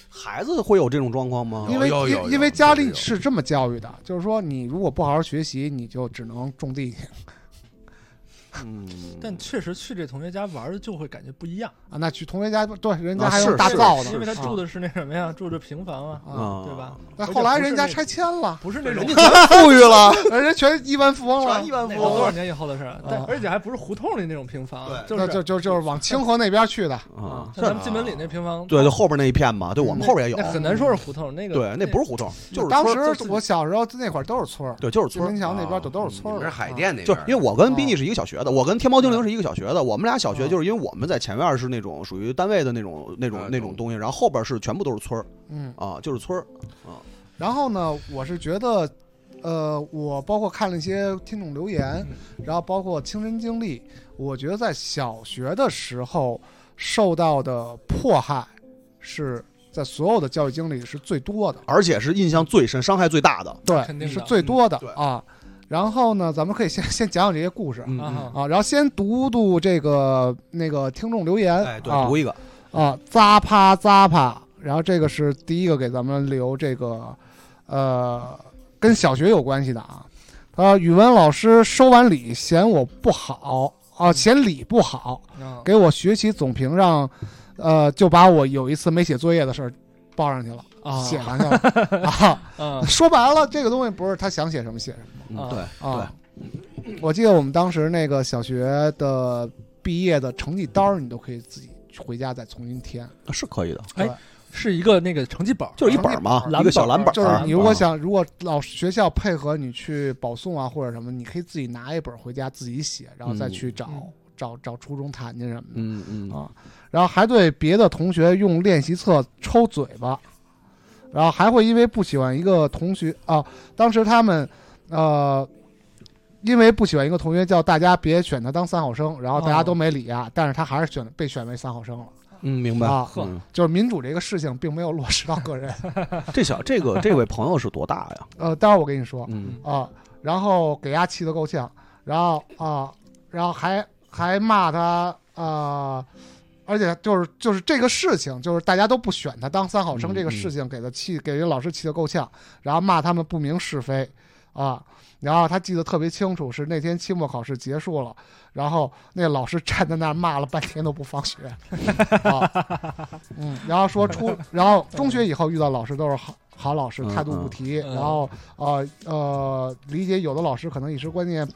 D: 孩子会有这种状况吗？
E: 因为
G: 有有有
E: 因因为家
G: 有
E: 里
G: 有
E: 是这么教育的，就是说你如果不好好学习，你就只能种地。
D: 嗯，
F: 但确实去这同学家玩儿就会感觉不一样，
E: 啊，那去同学家对人
D: 啊
E: 家还
D: 是
E: 用大
D: 是
E: 灶呢，
F: 因为他住
E: 的。
F: 的是那什么呀，住着平房啊，
D: 啊，
F: 对吧？
E: 那
F: 而且
E: 后来
F: 不是
E: 人家
F: 那
E: 拆迁了，
F: 不是那种
D: <laughs> 富裕了，
E: <laughs> 人家全亿万富翁了
D: 全一，般
F: 那
D: 富
F: 都多少
D: 翁
F: 年以后的事儿，但
E: 啊
F: 而且还不是胡同里那种平房，就
E: 那就是就就是往清河那边去的。
D: 啊，
F: 像咱们进门里那平房，
D: 对，就后边那一片嘛，对我们后边也有
F: 那，很难说是胡同，那个
D: 对，那不是胡同，就是
E: 嗯当
D: 村儿就
E: 时
D: 自己
E: 我小时候那会儿都是村儿，
D: 对，就是
E: 金
D: 村
E: 门
D: 儿。啊
E: 桥那边都都是
G: 你
E: 村
G: 们是
E: 儿。
G: 海淀那边，
D: 就是因为我跟
E: 啊
D: Bini 是一个小学的，我跟天猫精
E: 嗯
D: 灵是一个小学的，我们俩小
E: 啊
D: 学就是因为我们在前面是那种属于单位的那种那种
G: 啊
D: 那种
G: 懂
D: 东西，然后后边是全部都是村儿
E: 嗯，
D: 啊，就是村儿。
E: 然后呢，我是觉得，呃，我包括看了一些听众留言，
D: 嗯
E: 然后包括亲身经历，我觉得在小学的时候受到的迫害是在所有的教育经历是最多的，
D: 而且是印象最深、伤害最大的。
E: 对，
F: 肯定的
E: 是最多的、
D: 嗯对
E: 啊。然后呢，咱们可以先先讲讲这些故事。
D: 嗯，
F: 啊，
E: 啊，然后先读读这个那个听众留言，
D: 哎，对，
E: 啊
D: 读一个，
E: 啊，扎啪扎啪，然后这个是第一个给咱们留这个，呃，跟小学有关系的啊。他说语文老师收完礼嫌我不好啊，嫌礼不好，
D: 嗯
F: 啊
E: 给我学习总评上，呃，就把我有一次没写作业的事儿报上去了，
F: 啊
E: 写上去了啊。
F: 啊
E: 说白了，这个东西不是他想写什么写什么。
D: 嗯
F: 啊
D: 对
E: 啊，我记得我们当时那个小学的毕业的成绩单儿，你都可以自己回家再重新填。
D: 对，是可以的，
F: 是一个那个成绩本儿，
D: 就是一本儿嘛
E: 成，
F: 立本儿
D: 一个小蓝本儿。
E: 啊就是你如果
D: 啊，
E: 想，如果老师学校配合你去保送啊或者什么，你可以自己拿一本回家自己写，然后再去找、
F: 嗯
E: 找找初中谈去什么的。
D: 嗯嗯
E: 啊然后还对别的同学用练习册抽嘴巴，然后还会因为不喜欢一个同学啊，当时他们呃，因为不喜欢一个同学，叫大家别选他当三好生，然后大家
D: 哦
E: 都没理啊，但是他还是选被选为三好生了
D: 嗯，明白。
E: 啊。
F: 呵
D: 嗯
E: 就是民主这个事情并没有落实到个人，
D: 这小这个这位朋友是多大呀？
E: 呃，待会儿我跟你说，
D: 嗯，
E: 啊，然后给丫气得够呛，然后啊，然后还还骂他啊，而且就是就是这个事情，就是大家都不选他当三好生
D: 嗯
E: 这个事情，给他气给人老师气得够呛，然后骂他们不明是非啊。然后他记得特别清楚，是那天期末考试结束了，然后那老师站在那儿骂了半天都不
D: <laughs>
E: 放学，啊，嗯，然后说初，然后中学以后遇到老师都是好好老师，
D: 嗯
E: 态度不提，
F: 嗯
E: 然后呃呃，理解有的老师可能一时观念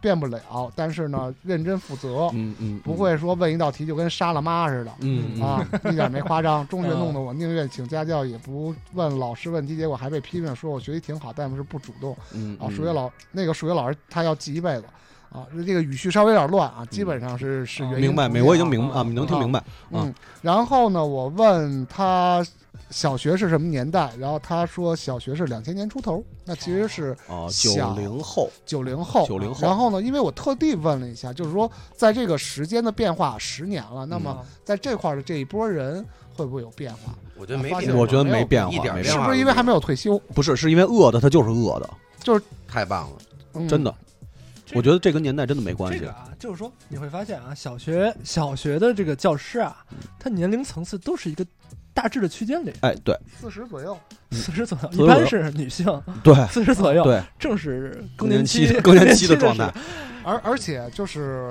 E: 变不了，但是呢，认真负责，
D: 嗯嗯，
E: 不会说问一道题就跟杀了妈似的。
D: 嗯，嗯
E: 啊，一点没夸张。中学弄得我宁愿请家教，也不问老师问题，结果还被批评说我学习挺好，但是不主动。
D: 嗯
E: 啊，数学老那个数学老师他要记一辈子啊，这个语序稍微有点乱啊，基本上是是原
D: 嗯
E: 因
D: 明白，
E: 重
D: 没
E: 现
D: 我已
E: 啊
D: 经明白啊，你能听明白
E: 嗯，然后呢，我问他小学是什么年代，然后他说小学是两千年出头，那其实是
D: 啊？九
E: 小
D: 零后，
E: 九零后。
D: 90后
E: 然后呢，因为我特地问了一下，就是说在这个时间的变化十年
D: 嗯
E: 了，那
F: 啊
E: 么在这块儿的这一波人会不会有变化？
G: 我觉得没
E: 发
G: 变
E: 现
G: 化，
D: 哎我觉得没变
G: 一
D: 化，
G: 点
D: 没
G: 变
D: 变
E: 是
D: 化
G: 化
E: 不是因为还没有退休？
D: 不是，是因为饿的，他就是饿的，
G: 太棒了。
E: 嗯、
D: 真的。
F: 这个
D: 我觉得这跟年代真的没关
F: 这
D: 系
F: 个。啊，就是说你会发现啊，小学小学的这个教师啊，他年龄层次都是一个大致的区间里，
D: 哎，
H: 啊
D: 对
E: 四十左右，
D: 嗯
F: 四十左右，
D: 左右
F: 一般是女性，
D: 对
F: 四十左右，
D: 哎对，
F: 正是更
D: 更年
F: 期
D: 期
F: 更
D: 更年
F: 期
D: 期的
F: 时候
D: 状态。嗯
E: 而而且就是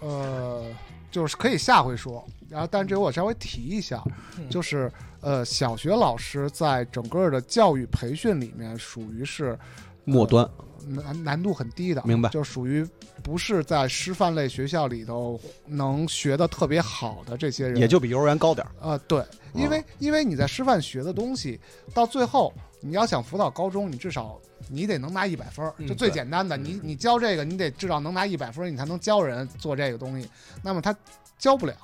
E: 呃，就是可以下回说，然后但是这个我稍微提一下，
F: 嗯
E: 就是呃，小学老师在整个的教育培训里面属于是
D: 末端，
E: 难难度很低的，
D: 明白
E: 就属于不是在师范类学校里头能学的特别好的这
H: 嗯
E: 些人，
D: 也就比幼儿园高点儿。
E: 呃对，
F: 啊
E: 因为、因为你在师范学的东西，到最后你要想辅导高中，你至少你得能拿一百分儿，
F: 嗯
E: 就最简单的，你你教这个，你得至少能拿一百分儿，你才能教人做这个东西。那么他教不了，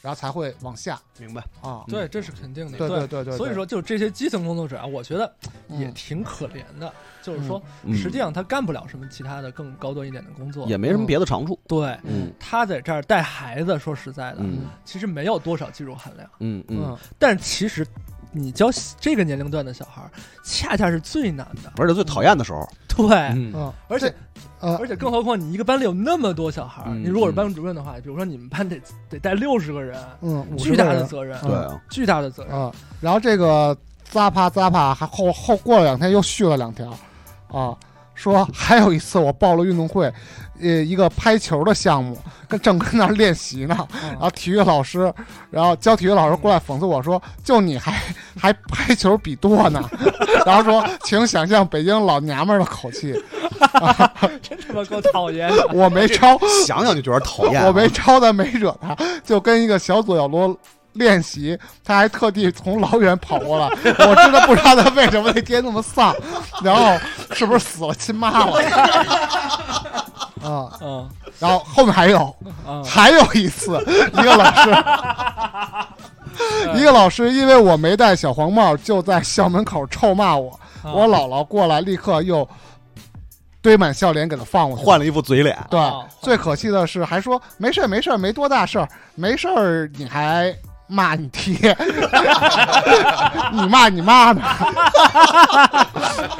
E: 然后才会往下
D: 明白。
E: 啊。
F: 嗯对，这是肯定的，
E: 对对对对，
F: 所以说，就这些基层工作者啊，我觉得
E: 嗯
F: 也挺可怜的。就是说，
D: 嗯
F: 实际上他干不了什么其他的更高端一点的工
H: 嗯
F: 作。
D: 也没什么别的长处。
F: 对，
D: 嗯
F: 他在这儿带孩子，说实在的，
D: 嗯
F: 其实没有多少技术含量。
D: 嗯嗯，
E: 嗯，
F: 但其实，你教这个年龄段的小孩儿，恰恰是最难的。
D: 而且最讨厌的时候，
F: 对，
H: 哎
D: 嗯
E: 嗯
F: 而且
E: 呃
F: 而且更何况你一个班里有那么多小孩儿，
D: 嗯
F: 你如果是班主任的话，比如说你们班得得带六十个人，
E: 嗯，
F: 巨大的责任，
D: 对啊，
F: 巨大的责 <laughs> 任。
E: 啊。然后这个扎帕扎帕还后后过了两天又续了两条，啊，说还有一次我报了运动会，呃一个拍球的项目，跟正跟那儿练习呢。然后体育老师，然后教体育老师过来讽刺我说：“就你还还拍球比多呢。” <laughs> 然后说：“请想象北京老娘们儿的口气。
F: 真他妈够讨厌的”。
E: 我没抄，
H: 想想就觉得讨 <laughs> 厌啊。
E: 我没抄他，没惹他，就跟一个小左小罗练习，他还特地从老远跑过来。我真的不知道他为什么那天那么丧，然后是不是死了亲妈了？啊，
F: <laughs> 嗯
E: 然后后面还有，
F: 嗯
E: 还有一次，一个老师，一个老师因为我没戴小黄帽，就在校门口臭骂我。
F: 啊
E: 我姥姥过来，立刻又堆满笑脸给他放回去。
H: 换了一副嘴脸，
E: 对，
F: 哦
E: 最可气的是还说没事儿没事儿没多大事儿，没事儿你还骂你爹， <laughs> 你骂你妈呢？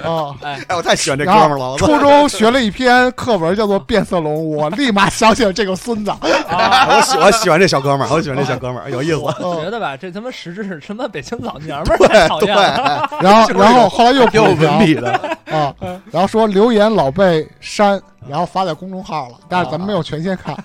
E: 哦，
H: 哎，我太喜欢这哥
E: 然后
H: 们儿了，我操！
E: 初中学了一篇课文叫做《变色龙》，我立马想起了这个
H: <laughs>
E: 孙子。
H: 我喜我喜欢这小哥们儿，我喜欢这小哥们儿，有
D: <laughs>
H: 意思。
F: 我觉得吧，这他妈实质是他妈北京老娘们儿才讨厌了。
E: 然后，然后后来又
H: 给我
E: 补
H: 文
E: 上
H: 笔的，
E: 啊，然后说留言老被删，然后发在公众号了，但是咱们没有权限看， <laughs>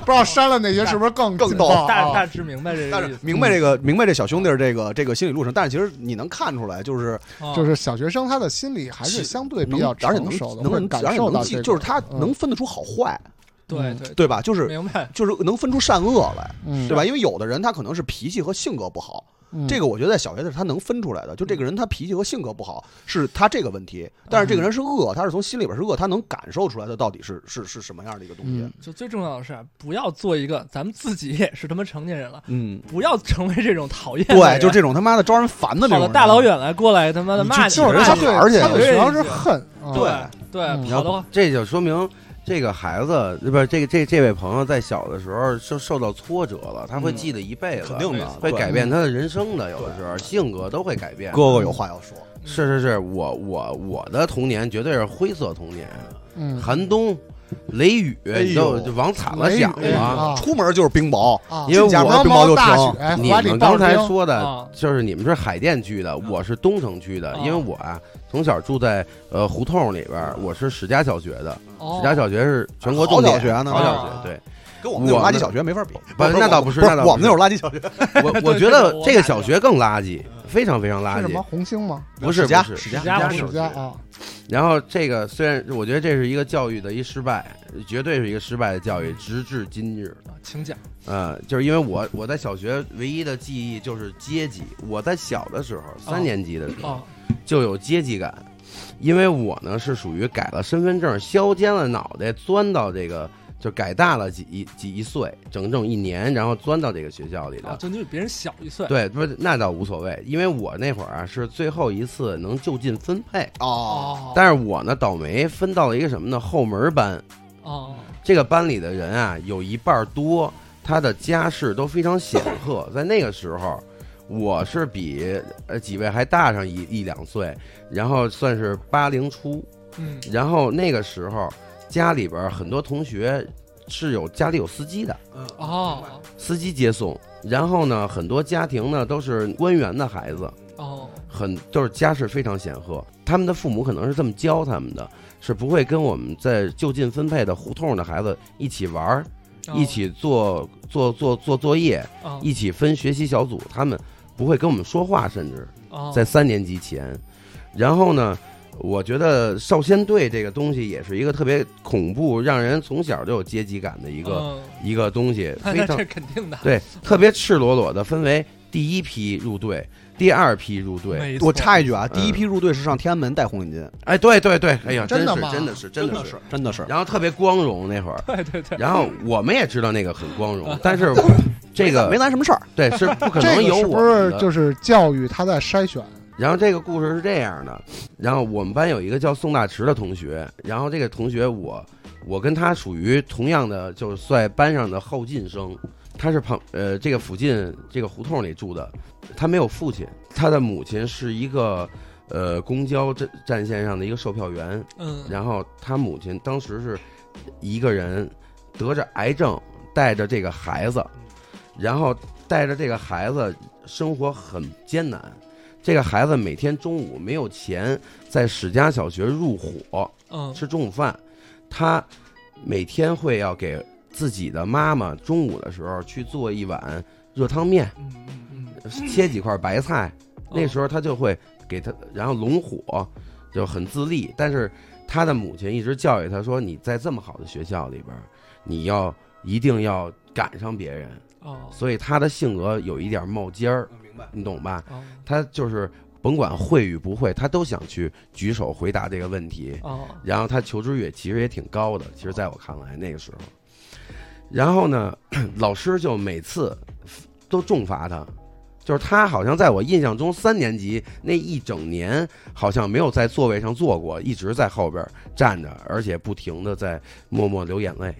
E: 不知道删了那些是不是更
H: 啊更
E: 劲
H: 逗
E: 爆啊
F: 大大致明白这
H: 但
F: 个意
H: 是
F: 思，
H: 明白这个，明白这小兄弟儿这个这个心理路程，但是其实你能看出来，就是
F: 啊
E: 就是小学生他的心理还是相对比
H: 能
E: 较，
H: 而且
E: 成
H: 能
E: 熟的，会
H: 能
E: 感
H: 而且
E: 受
H: 能
E: 到
H: 记
E: 这个，
H: 就是他
E: 嗯
H: 能分得出好坏，
F: 对对，
H: 对吧？就是
F: 明白。
H: 就是能分出善恶来，
E: 嗯
H: 对吧？因为有的人他可能是脾气和性格不好，
E: 嗯
H: 这个我觉得在小学的时候他能分出来的，就这个人他脾气和性格不好是他这个问题，但是这个人是恶，他是从心里边是恶，他能感受出来的到底是是是什么样的一个东西
E: 嗯。
F: 就最重要的是啊，不要做一个，咱们自己也是他妈成年人了，
H: 嗯，
F: 不要成为这种讨厌的
H: 对，
F: 人。
H: 就这种他妈的招人烦的这
F: 跑
H: 种
F: 到
H: 人，
F: 大老远来过来他妈的
H: 你去
F: 骂你，
H: 挤
E: 就是
H: 人
E: 他
H: 家
E: 对
H: 小孩儿去
E: 他对学校是恨，啊
F: 对
E: 嗯
F: 对，
E: 你
F: 跑的
G: 这就说明这个孩子呃不是这个这这位朋友在小的时候受受到挫折了，他会记得一辈子，
H: 肯定的，
G: 会
H: 对
G: 改变他的人生的，有的时候性格都会改变。
H: 哥哥有话要说，
G: 是是是，我我我的童年绝对是灰色童年，
E: 嗯，
G: 寒冬、雷雨，
H: 哎呦
G: 你都就往惨了想
E: 雷雨
G: 啊。
E: 啊
H: 出门就是冰雹，
E: 啊
G: 因为
H: 进家
G: 我
H: 门
E: 羊
H: 冰雹
E: 毛
H: 就
E: 大
H: 停。
F: 哎
E: 雪，
G: 你
E: 怀里
G: 们刚
E: 抱着
G: 才
E: 冰，
G: 说
F: 啊
G: 的，就是你们是海淀区的，我是东城区的
F: 啊，
G: 因为我啊从小住在呃胡同里边儿，我是史家小学的，史家
F: 哦，
G: 小学是全国
H: 好
G: 重点
H: 小学呢
G: 好小
F: 啊
G: 学对。
H: 跟我们那种
G: 我
H: 垃
G: 们
H: 圾小学没法比。
G: 不是
H: 是
G: 那倒不是那倒不
H: 我们那
G: 是
H: 种垃圾小学，
G: 我我
F: <laughs>
G: 觉得这个小学更垃圾，非常非常垃
E: 是什么
G: 圾，
E: 红星吗？
G: 不是
H: 史家
G: 不是
H: 史家
F: 嗯家
E: 世
G: 手机
E: 家啊，
G: 然后这个虽然我觉得这是一个教育的一失败，绝对是一个失败的教
F: 嗯
G: 育，直至今日。
F: 请讲。
G: 呃，就是因为我我在小学唯一的记忆就是阶级。我在小的时候，三年级的时候、
F: 哦，
G: 就有阶级感，因为我呢是属于改了身份证，削尖了脑袋钻到这个。就改大了几一几一岁，整整一年，然后钻到这个学校里的
F: 啊，，就你比别人小一岁。
G: 对，不是那倒无所谓，因为我那会儿啊是最后一次能就近分配，
H: 哦，
F: 哦，
G: 但是我呢倒霉分到了一个什么呢后门班，
F: 哦，
G: 这个班里的人啊有一半儿多，他的家世都非常显赫，在那个时候。我是比呃几位还大上一一两岁，然后算是八零初，
F: 嗯，
G: 然后那个时候家里边儿很多同学是有家里有司机的，
F: 哦，
G: 司机接送，然后呢很多家庭呢都是官员的孩子，
F: 哦，
G: 很就是家世非常显赫，他们的父母可能是这么教他们的，是不会跟我们在就近分配的胡同的孩子一起玩儿，一起做做做做作业，
F: 哦
G: 一起分学习小组，他们不会跟我们说话，甚至
F: 哦
G: 在三年级前。然后呢，我觉得少先队这个东西也是一个特别恐怖，让人从小就有阶级感的一
F: 一
G: 个、，一个东西，
F: 嗯那
G: 非
F: 那
G: 常
F: 哦这肯定的。
G: 对，特别赤裸裸的分为第一批入队，第二批入队。
F: 没错
H: 我插一句啊，
G: 嗯
H: 第一批入队是上天安门戴红领巾，
G: 哎，对对对，哎呀，
E: 真的
G: 是
E: 吗
G: 真的是真的是。
H: 真的是。
G: 然后特别光荣那会儿，
F: 对对对，
G: 然后我们也知道那个很光荣，但是这
H: 没
G: 个
H: 咱什么事儿，
G: 对是不可
E: 这
G: 能
E: 个
G: 有
E: 是
G: 我
E: 不是
G: 们的。
E: 就是教育他在筛选？
G: 然后这个故事是这样的，然后我们班有一个叫宋大池的同学，然后这个同学我我跟他属于同样的，就是在班上的后进生，他是旁呃这个附近这个胡同里住的，他没有父亲，他的母亲是一个呃公交站战线上的一个售票员，
F: 嗯，
G: 然后他母亲当时是一个人得着癌症，带着这个孩子，然后带着这个孩子生活很艰难。这个孩子每天中午没有钱，在史家小学入伙
F: 嗯，
G: 吃中午饭，他每天会要给自己的妈妈中午的时候去做一碗热汤面，
F: 嗯嗯嗯，
G: 切几块白菜，那时
F: 候
G: 候他就会给他，然后龙虎就很自立，但是他的母亲一直教育他说：“你在这么好的学校里边儿，你要一定要赶上别人。”
F: 哦嗯
G: 所以他的性格有一点冒尖儿，
F: 明白
G: 你懂吧？
F: 哦
G: 他就是甭管会与不会，他都想去举手回答这个问题。
F: 哦
G: 然后他求知欲其实也挺高的，其实在我看来那个时候。然后呢， <clears throat> 老师就每次都重罚他，就是他好像在我印象中三年级那一整年好像没有在座位上坐过，一直在后边站着，而且不停的在默默流眼泪。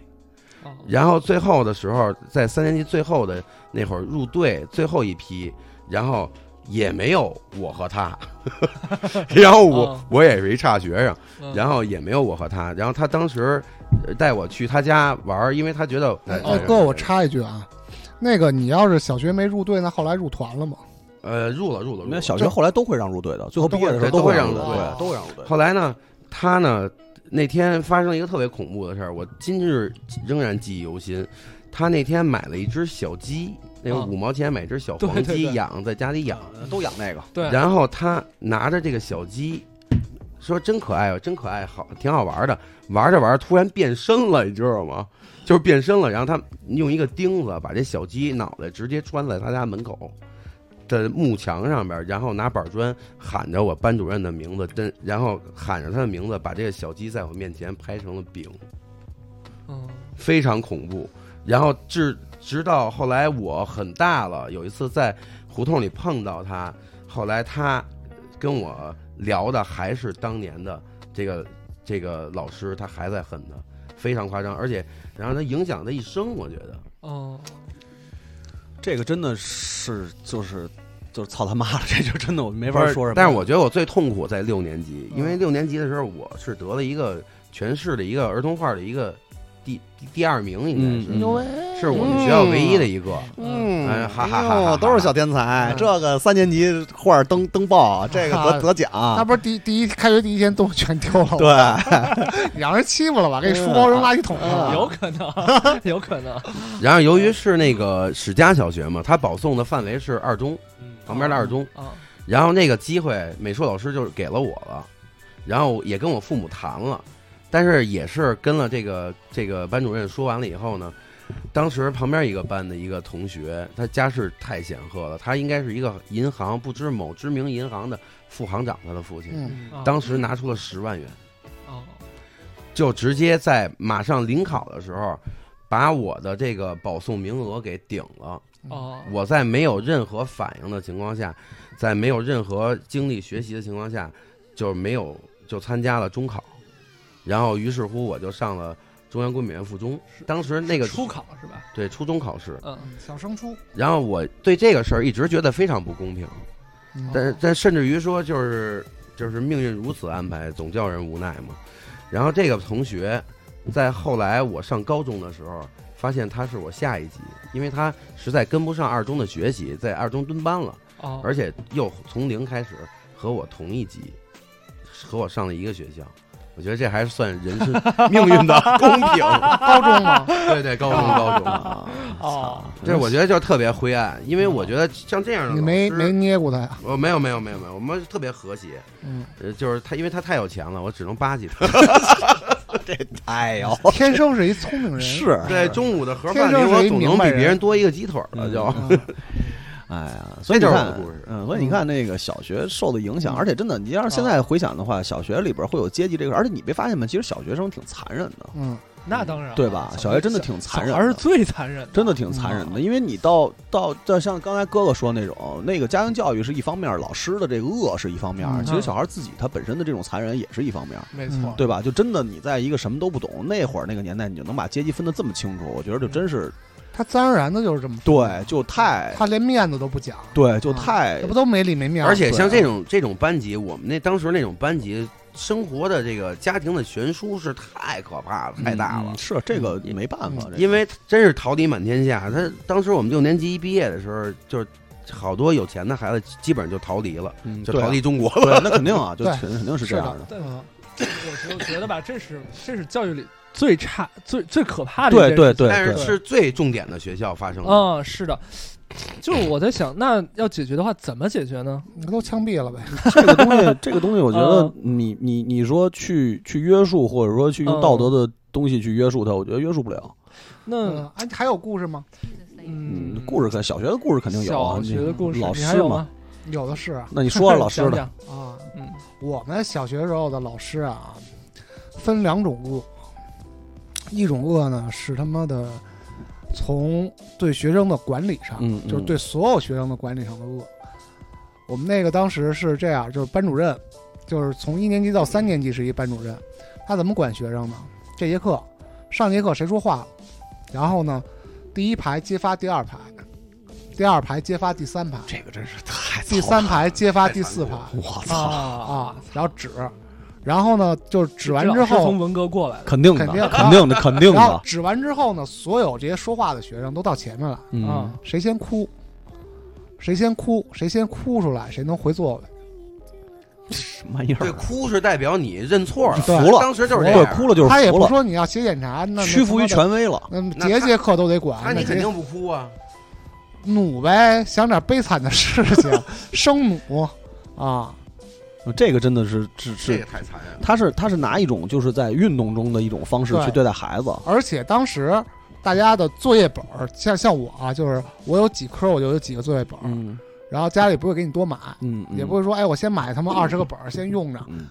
F: 哦，
G: 然后最后的时候，在三年级最后的那会儿入队最后一批，然后也没有我和他， <laughs> 然后我、
F: 哦
G: 我也是一差学生，
F: 嗯
G: 然后也没有我和他，然后他当时呃带我去他家玩儿，因为他觉得
F: 哦
E: 哎
G: 呃
E: 哥，我插一句啊，那个你要是小学没入队，那后来入团了吗？
G: 呃入了入了入
D: 那
G: 了。
D: 小学后来都会让入队的，最后毕业的时候
G: 都
D: 会
G: 会
D: 让
G: 让
D: 队
G: 入队
D: 对，都会让入队。
G: 后来呢，他呢那天发生了一个特别恐怖的事儿，我今日仍然记忆犹新。他那天买了一只小鸡，那个
F: 啊
G: 五毛钱买只小
F: 对
G: 黄
F: 对
G: 鸡
F: 对
G: 养，在家里养。
D: 都养那个，
F: 对，
G: 然后他拿着这个小鸡，说真可爱啊，真可爱，好，挺好玩的。玩着玩着，突然变身了，你知道吗？就是变身了。然后他用一个钉子把这小鸡脑袋直接穿在他家门口的木墙上边，然后拿板砖喊着我班主任的名字，真，然后喊着他的名字，把这个小鸡在我面前拍成了饼。
F: 嗯
G: 非常恐怖。然后至直到后来我很大了，有一次在胡同里碰到他，后来他跟我聊的还是当年的这个这个老师，他还在恨他，非常夸张，而且然后他影响他一生，我觉得。
F: 哦，
D: 这个真的是就是就是操他妈了，这就真的我没
G: 没
D: 法说什么。
G: 但是我觉得我最痛苦在六年级，
F: 嗯
G: 因为六年级的时候我是得了一个全市的一个儿童画的一个第第第二名，应该是、
D: 嗯
G: 是我们学校唯一的一个。
H: 嗯
G: 哎哈哈哈
H: 哎呦都是小天才。
F: 嗯
H: 这个三年级画儿登登
G: 啊
H: 报，这
D: <laughs>
H: 个得得
E: 啊那
H: 奖。
E: 不是第第一开学第一天都全丢了，
H: 对，，
E: 让人欺负了吧？给书包扔垃圾桶
H: 啊
D: 嗯
E: 了，
F: 有可能， <laughs> 有可能，
G: 然后由于是那个史家小学嘛，他保送的范围是二
F: 哦
G: 中
F: 嗯
G: 旁边的二中，
F: 啊，
G: 然后那个机会美术老师就给了我了，然后也跟我父母谈了，但是也是跟了这个这个班主任说完了以后呢，当时旁边一个班的一个同学，他家世太显赫了，他应该是一个银行不知某知名银行的副行长，他的父亲，
E: 嗯，
F: 啊
G: 当时拿出了十万元。
F: 哦
G: 就直接在马上临考的时候，把我的这个保送名额给顶了。
F: 哦，
D: 嗯
G: 我在没有任何反应的情况下，在没有任何精力学习的情况下，就没有就参加了中考，然后于是乎我就上了中央工美院附中。当时那个
F: 初考是吧？
G: 对初中考试，
F: 嗯，
E: 小升初，
G: 然后我对这个事儿一直觉得非常不公平，
E: 嗯
G: 但但甚至于说就是就是命运如此安排，总叫人无奈嘛。然后这个同学，在后来我上高中的时候，发现他是我下一级，因为他实在跟不上二中的学习，在二中蹲班了，
F: 哦，
G: 而且又从零开始和我同一级，和我上了一个学校。我觉得这还是算人
D: <laughs>
G: 生命运的公平。
E: 高中嘛，
G: 对对，高中高
D: <laughs>
G: 中，
D: 啊，
F: 哦，
G: 这我觉得就特别灰暗，因为我觉得像这样的
E: 你没
G: 老师
E: 没捏过他呀？
G: 我哦没有没有没有没有，我们特别和谐，
E: 嗯，
G: 呃，就是他，因为他太有钱了，我只能巴结他。
H: 哎呦，
G: 哦
E: 天生是一聪
G: <laughs>
E: 明人，
H: 是，
G: 对，中午的盒
E: 天
G: 饭
E: 生
G: 里，
E: 是
G: 我
E: 一
G: 总
E: 明
G: 能
E: 白
G: 比别
E: 人
G: 人多一个鸡腿了，就。
E: 嗯
D: 哎呀，所以你
G: 这就是
D: 看
G: 我的故事
D: 嗯，所以你看那个小学受的影响，而且真的，你要是现在回想的话，小学里边会有阶级这个，而且你没发现吗？其实小学生挺残忍的，
E: 嗯，
F: 那当然了，
D: 对吧？小学真的挺残忍的，
F: 而是最残忍的，
D: 真的挺残忍的，因为你到到到像刚才哥哥说那种，那个家庭教育是一方面，老师的这个恶是一方面，
E: 嗯
D: 其实小孩自己他本身的这种残忍也是一方面，
F: 没错，
D: 嗯对吧？就真的你在一个什么都不懂那会儿那个年代，你就能把阶级分得这么清楚，我觉得就真是
E: 他自然而然的就是这么说，
D: 对，就太
E: 他连面子都不讲，
D: 对，就
E: 啊
D: 太
E: 这不都没里没面儿？
G: 哎而且像
D: 对啊
G: 这种这种班级，我们那当时那种班级，生活的这个家庭的悬殊是太可怕了，太大了嗯
D: 嗯。是这个也没办法，这个
G: 因为真是桃李满天下，他当时我们六年级一毕业的时候，就是好多有钱的孩子基本上就逃离了，
D: 嗯
G: 就
D: 对啊
G: 逃离中国了。
D: <laughs> 对，那肯定啊，就
E: 对
D: 肯肯定是
E: 是
D: 这样
E: 的，
D: 的。
E: 嗯
F: 我就觉得吧，这是这是教育里最差、最最可怕的一件
D: 对
F: 事
D: 对对
G: 但是
D: 对，啊
G: 是最重点的学校发生的。
F: 嗯，是的，就是我在想，那要解决的话，怎么解决呢？
E: 那都枪毙了呗。
D: 这个东西，这个东西，我觉得
F: 嗯
D: 你你你说去去约束，或者说去用
F: 嗯
D: 道德的东西去约束它，我觉得约束不了。
F: 那
E: 嗯，哎，还有故事吗？
F: 嗯，
D: 故事可小学的故事肯定有啊，
F: 小学的故事，
D: 老
F: 你还
D: 师
F: 有
D: 嘛
F: 吗？。
E: 有的是啊。
D: 那你说说
F: <laughs>
D: 老师的，
F: 讲
E: 啊
F: 讲嗯，
E: 我们小学时候的老师啊，分两种恶，一种恶呢是他妈的从对学生的管理上，
D: 嗯，嗯
E: 就是对所有学生的管理上的恶。我们那个当时是这样，就是班主任，就是从一年级到三年级是一班主任，他怎么管学生呢？这节课，上节课谁说话了，然后呢，第一排揭发第二排，第二排揭发第三排，
D: 这个啊真是太
E: 第
D: 操了，
E: 三排揭发第四排
D: 我 <laughs> 操，
F: 啊
E: 啊，然后指，然后呢，就是指完之
F: 这老师
E: 后
F: 从，文革过来的，
D: 肯定的，
E: 肯定
D: 肯定的，肯定
E: 然后
D: 的，
E: 指完之后呢，所有这些说话的学生都到前面来，
D: 嗯
F: 啊，
E: 谁先哭，谁先哭，谁先哭出来，谁能回座位。
D: 什么玩意
G: 对，
D: 儿？啊
G: 哭是代表你认错了，
E: 对
D: 服了
G: 当时就是这
D: 对
G: 样，，
D: 哭了就是
E: 他也
D: 服
E: 不
D: 了，
E: 说你要写检查，那
D: 屈服于，权威了。
E: 那他妈的
G: 那
E: 那节节课都得管，
G: 那你
E: 那
G: 肯
E: 节
G: 定不哭啊。
E: 努呗，想点悲惨的事情， <laughs> 生努啊，
D: 这个真的是是
G: 这
D: 是，
G: 个太残忍了。
D: 他是他是拿一种就是在运动中的一种方式
E: 对
D: 去对待孩子，
E: 而且当时大家的作业本儿，像像我啊，就是我有几科我就有几个作业本儿，
D: 嗯
E: 然后家里不会给你多买，
D: 嗯，嗯
E: 也不会说哎我先买他妈二十个本儿先用着，
D: 嗯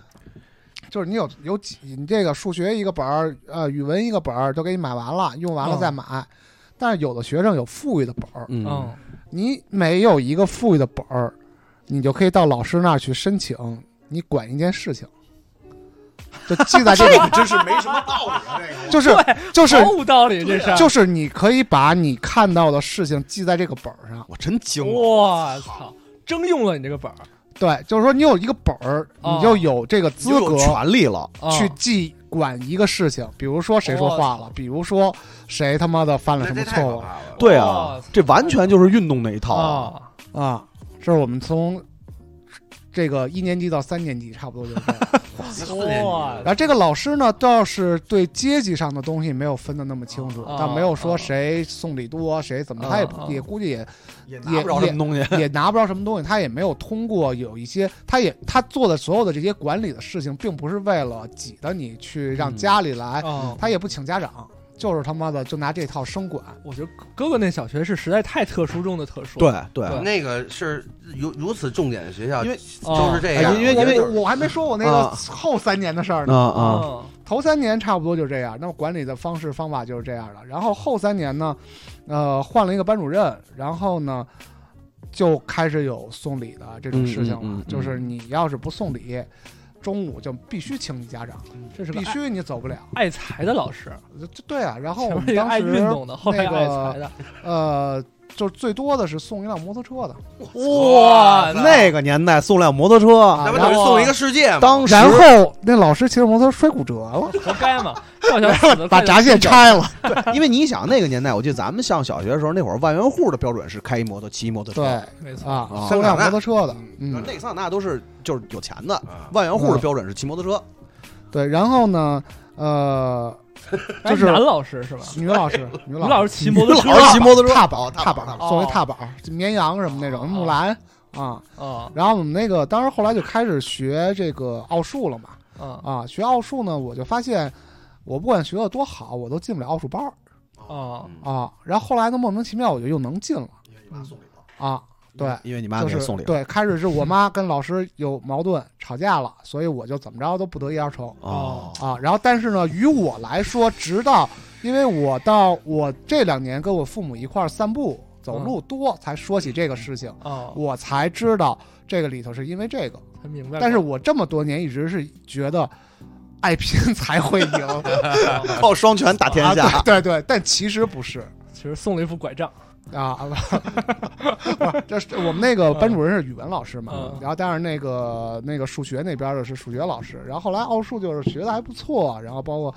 E: 就是你有有几你这个数学一个本儿，呃，语文一个本儿都给你买完了，用完了
F: 嗯
E: 再买。但是有的学生有富裕的本儿，
D: 嗯
F: 嗯，
E: 你没有一个富裕的本儿，你就可以到老师那儿去申请，你管一件事情，就记在这个
A: 真是没什么道理啊！这个
E: 就是就是
F: 毫无道理，这是啊
E: 就是你可以把你看到的事情记在这个本儿上。
A: 我真惊了，
F: 我操，征用了你这个本儿，
E: 对，就是说你有一个本儿，
F: 哦
E: 你就有这个资
D: 就
E: 格
D: 有权利了，
F: 啊
E: 去记管一个事情，比如说谁说话了，比如说谁他妈的犯了
G: 那
E: 什么
G: 这太
E: 错
G: 可
E: 误
G: 怕了。
D: 对啊
E: 哦
F: 哇，
D: 这完全就是运动那一套啊。
F: 啊，
E: 啊！这是我们从这个一年级到三年级差不多就是这样。
F: 哇
E: 然后这个老师呢，倒是对阶级上的东西没有分的那么清楚，
F: 啊
E: 但没有说谁送礼多，谁怎么，
F: 啊
E: 他也
F: 啊
E: 也估计也
A: 也
E: 拿不着什么
D: 东西，
F: <laughs>
E: 也拿不着什么东西，他也没有通过有一些，他也他做的所有的这些管理的事情，并不是为了挤得你去让
D: 嗯
E: 家里来，
F: 啊！
E: 他也不请家长，就是他妈的就拿这套生管。
F: 我觉得哥哥那小学是实在太特殊中的特殊，
D: 对对，
F: 对
G: 那个是如如此重点的学校，
D: 因为
F: 哦
D: 啊
G: 都是这样，
D: 因为因为
G: 我觉得就是
E: 我还没说我那个
D: 啊
E: 后三年的事儿
D: 啊
E: 呢，
D: 啊，
F: 哦
E: 头三年差不多就这样，那么管理的方式方法就是这样的。然后后三年呢，呃，换了一个班主任，然后呢，就开始有送礼的这种事情了，
D: 嗯嗯嗯嗯
E: 就是你要是不送礼。中午就必须请你家长，
F: 这是个
E: 必
F: 爱
E: 须你走不了。
F: 爱财的老师，
E: 这对啊，然后
F: 前
E: 我
F: 面
E: 们
F: 一个
E: 当
F: 爱
E: 时
F: 运动的，后来一个爱
E: 那
F: 财
E: 个
F: 的，
E: 呃，就是最多的是送一辆摩托车的，
F: 哇
D: 那个年代送辆摩托车，
G: 那
E: 啊
G: 不
E: 然
G: 等于
E: 后
G: 送一个世界吗？
D: 当时
E: 然后那老师骑着摩托车摔骨折
F: <laughs>
E: 了，
F: 活该嘛，赵小死的
E: <laughs> 把闸线拆了。
D: <laughs> 因为你想那个年代，我记得咱们上小学的时候，那会儿万元户的标准是开一摩托，骑一摩托车。
E: 对
F: 没错，
E: 啊，
D: 啊
E: 送辆摩托车的，
D: 那
E: 嗯，
D: 那桑塔纳都是就是有钱的，
G: 啊
D: 万元户的标准是骑摩托车。
E: 对。然后呢，呃，
F: 哎
E: 就是
F: 男老师是吧？
E: 女老师，女
F: 哎女
E: 老师
F: 老师骑摩托车
E: 哦
D: 老师骑摩托车
E: 踏板，踏
D: 踏
E: 板，哦
F: 板
E: 作为踏板，绵羊什么那种，木兰啊。
F: 啊
E: 然后我们那个当时后来就开始学这个奥数了嘛，
F: 啊
E: 啊，学奥数呢，我就发现。我不管学的多好，我都进不了奥数班儿
F: 啊！
D: 嗯
E: 啊。然后后来呢，莫名其妙我就又能进了啊。对，
D: 嗯因为你妈
E: 就
D: 给
E: 是
D: 送礼，
E: 对，开始是我妈跟老师有矛盾吵架了，所以我就怎么着都不得一而成
D: 哦，
E: 啊。然后但是呢，于我来说，直到因为我到我这两年跟我父母一块儿散步
D: 嗯
E: 走路多，才说起这个事情，
F: 哦，
E: 我才知道这个里头是因为这个。
F: 才明白过。
E: 但是我这么多年一直是觉得。爱拼 <laughs> 才会赢，
D: <laughs> 靠双拳打天
E: 哦啊
D: 下。
E: 对对对，但其实不是
F: 其实送了一副拐杖，
E: 啊， <laughs> 不这是我们那个班主任是语文老师嘛，
F: 嗯
E: 然后但是那个那个数学那边的是数学老师，然后后来奥数就是学的还不错，然后包括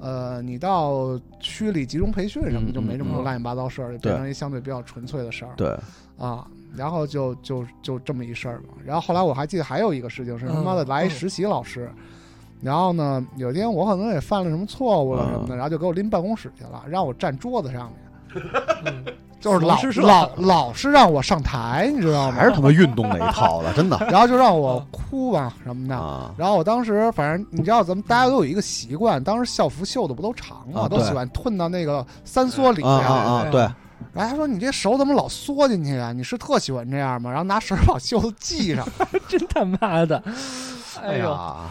E: 呃你到区里集中培训什么
D: 嗯
E: 就没这么多
F: 嗯嗯
E: 乱七八糟事儿，就变成一相对比较纯粹的事儿
D: 对，
E: 啊。然后就就就这么一事儿嘛。然后后来我还记得还有一个事情是
F: 嗯
E: 他妈的来一
F: 嗯
E: 实习老师，然后呢，有一天我可能也犯了什么错误了什么
D: 嗯
E: 的，然后就给我拎办公室去了，让我站桌子上面，
F: 嗯
E: 就是老
F: 老师说
E: 老老是让我上台，你知道吗
D: 还？是他妈运动那一套的，
E: <laughs>
D: 真的
E: 然后就让我哭吧什么的。
D: 哦啊。
E: 然后我当时反正你知道，咱们大家都有一个习惯，当时校服袖子不都长嘛，
D: 啊
E: 都
D: 对
E: 喜欢褪到那个三缩里
D: 啊
E: 面。
D: 啊啊！
E: 哎
D: 对，
E: 然后他说：“你这手怎么老缩进去啊？你是特喜欢这样吗？”然后拿绳儿把袖子
D: <laughs>
E: 系上
F: <laughs> 真他妈的，哎呦，
D: 呀，
E: 啊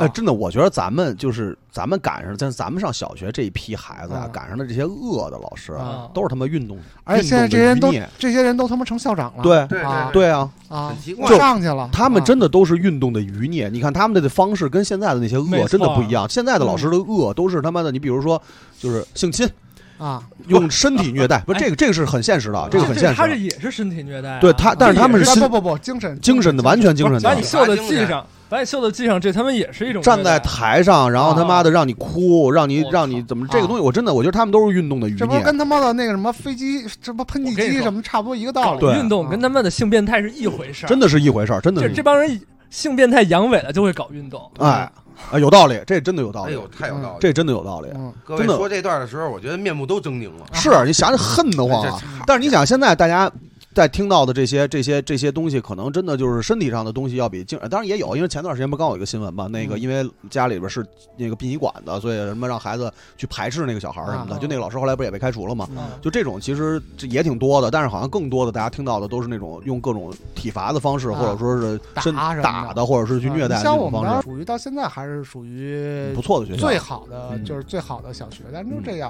D: 哎，，真的，我觉得咱们就是咱们赶上，在咱们上小学这一批孩子呀
E: 啊，
F: 嗯
D: 赶上的这些恶的老师
F: 啊，
D: 都是他妈运动，
E: 而且现在
D: 运动的余
E: 这些人都
D: 孽
E: 这些人都他妈成校长了，
D: 对
G: 对
E: 啊
D: 对啊，
E: 啊
G: 很，奇怪
E: 我上去了。
D: 他们
E: 啊
D: 真的都是运动的余孽。你看他们的方式跟现在的那些
F: 没错
D: 恶
F: 嗯
D: 真的不一样，现在的老师的恶都是他妈的，你比如说就是性侵，
E: 啊，
D: 用身体虐待，不，这个这个是很现实的，这个很现
F: 哎他这
D: 实。
F: 也是身体虐待啊，
D: 对他，但是他们是
E: 啊
D: 心
E: 不不不，精神
D: 精神的，完全精神
F: 把
D: 的
F: 你。袖子系上，把你袖子系上，这他妈也是一种
D: 站
F: 虐待
D: 在台上，然后他妈的让你哭，让你
F: 啊我操啊
D: 让你怎么这个东西，我真的我觉得他们都是运动的余
E: 这不是
D: 孽。
E: 跟他妈的那个什么飞机、什么喷气
F: 我跟你
E: 机
F: 说
E: 什么差不多一个道理？
D: 对
F: 运动跟他们的性变态是一回事儿，
D: 真的是一回事儿，真的
F: 这
D: 是
F: 这帮人性变态阳痿了就会搞运动，
D: 哎啊，有道理，这真的有道
G: 哎
D: 理，
G: 呦，太有道理了。
D: 这真的有道理。
E: 嗯，
G: 各
D: 嗯真
G: 位
D: 的
G: 说这段的时候，我觉得面目都狰狞了。
D: 是你想想恨得慌啊
G: 这这！
D: 但是你想，现在大家在听到的这些、这些、这些东西，可能真的就是身体上的东西要比精，当然也有，因为前段时间不刚有一个新闻嘛，那个因为家里边是那个殡仪馆的，所以什么让孩子去排斥那个小孩儿什么的，
F: 啊
D: 就那个老师后来不是也被开除了嘛？
F: 啊
D: 就这种其实这也挺多的，但是好像更多的大家听到的都是那种用各种体罚的方式，
E: 啊
D: 或者说是身
E: 打什么的
D: 打的，或者是去虐待的
E: 啊你
D: 那
E: 像我
D: 种
E: 们
D: 方
E: 那儿
D: 式，
E: 属于到现在还是属于
D: 不错的学校
E: 最。好的，
D: 嗯
E: 就是最好的小学，但是就这样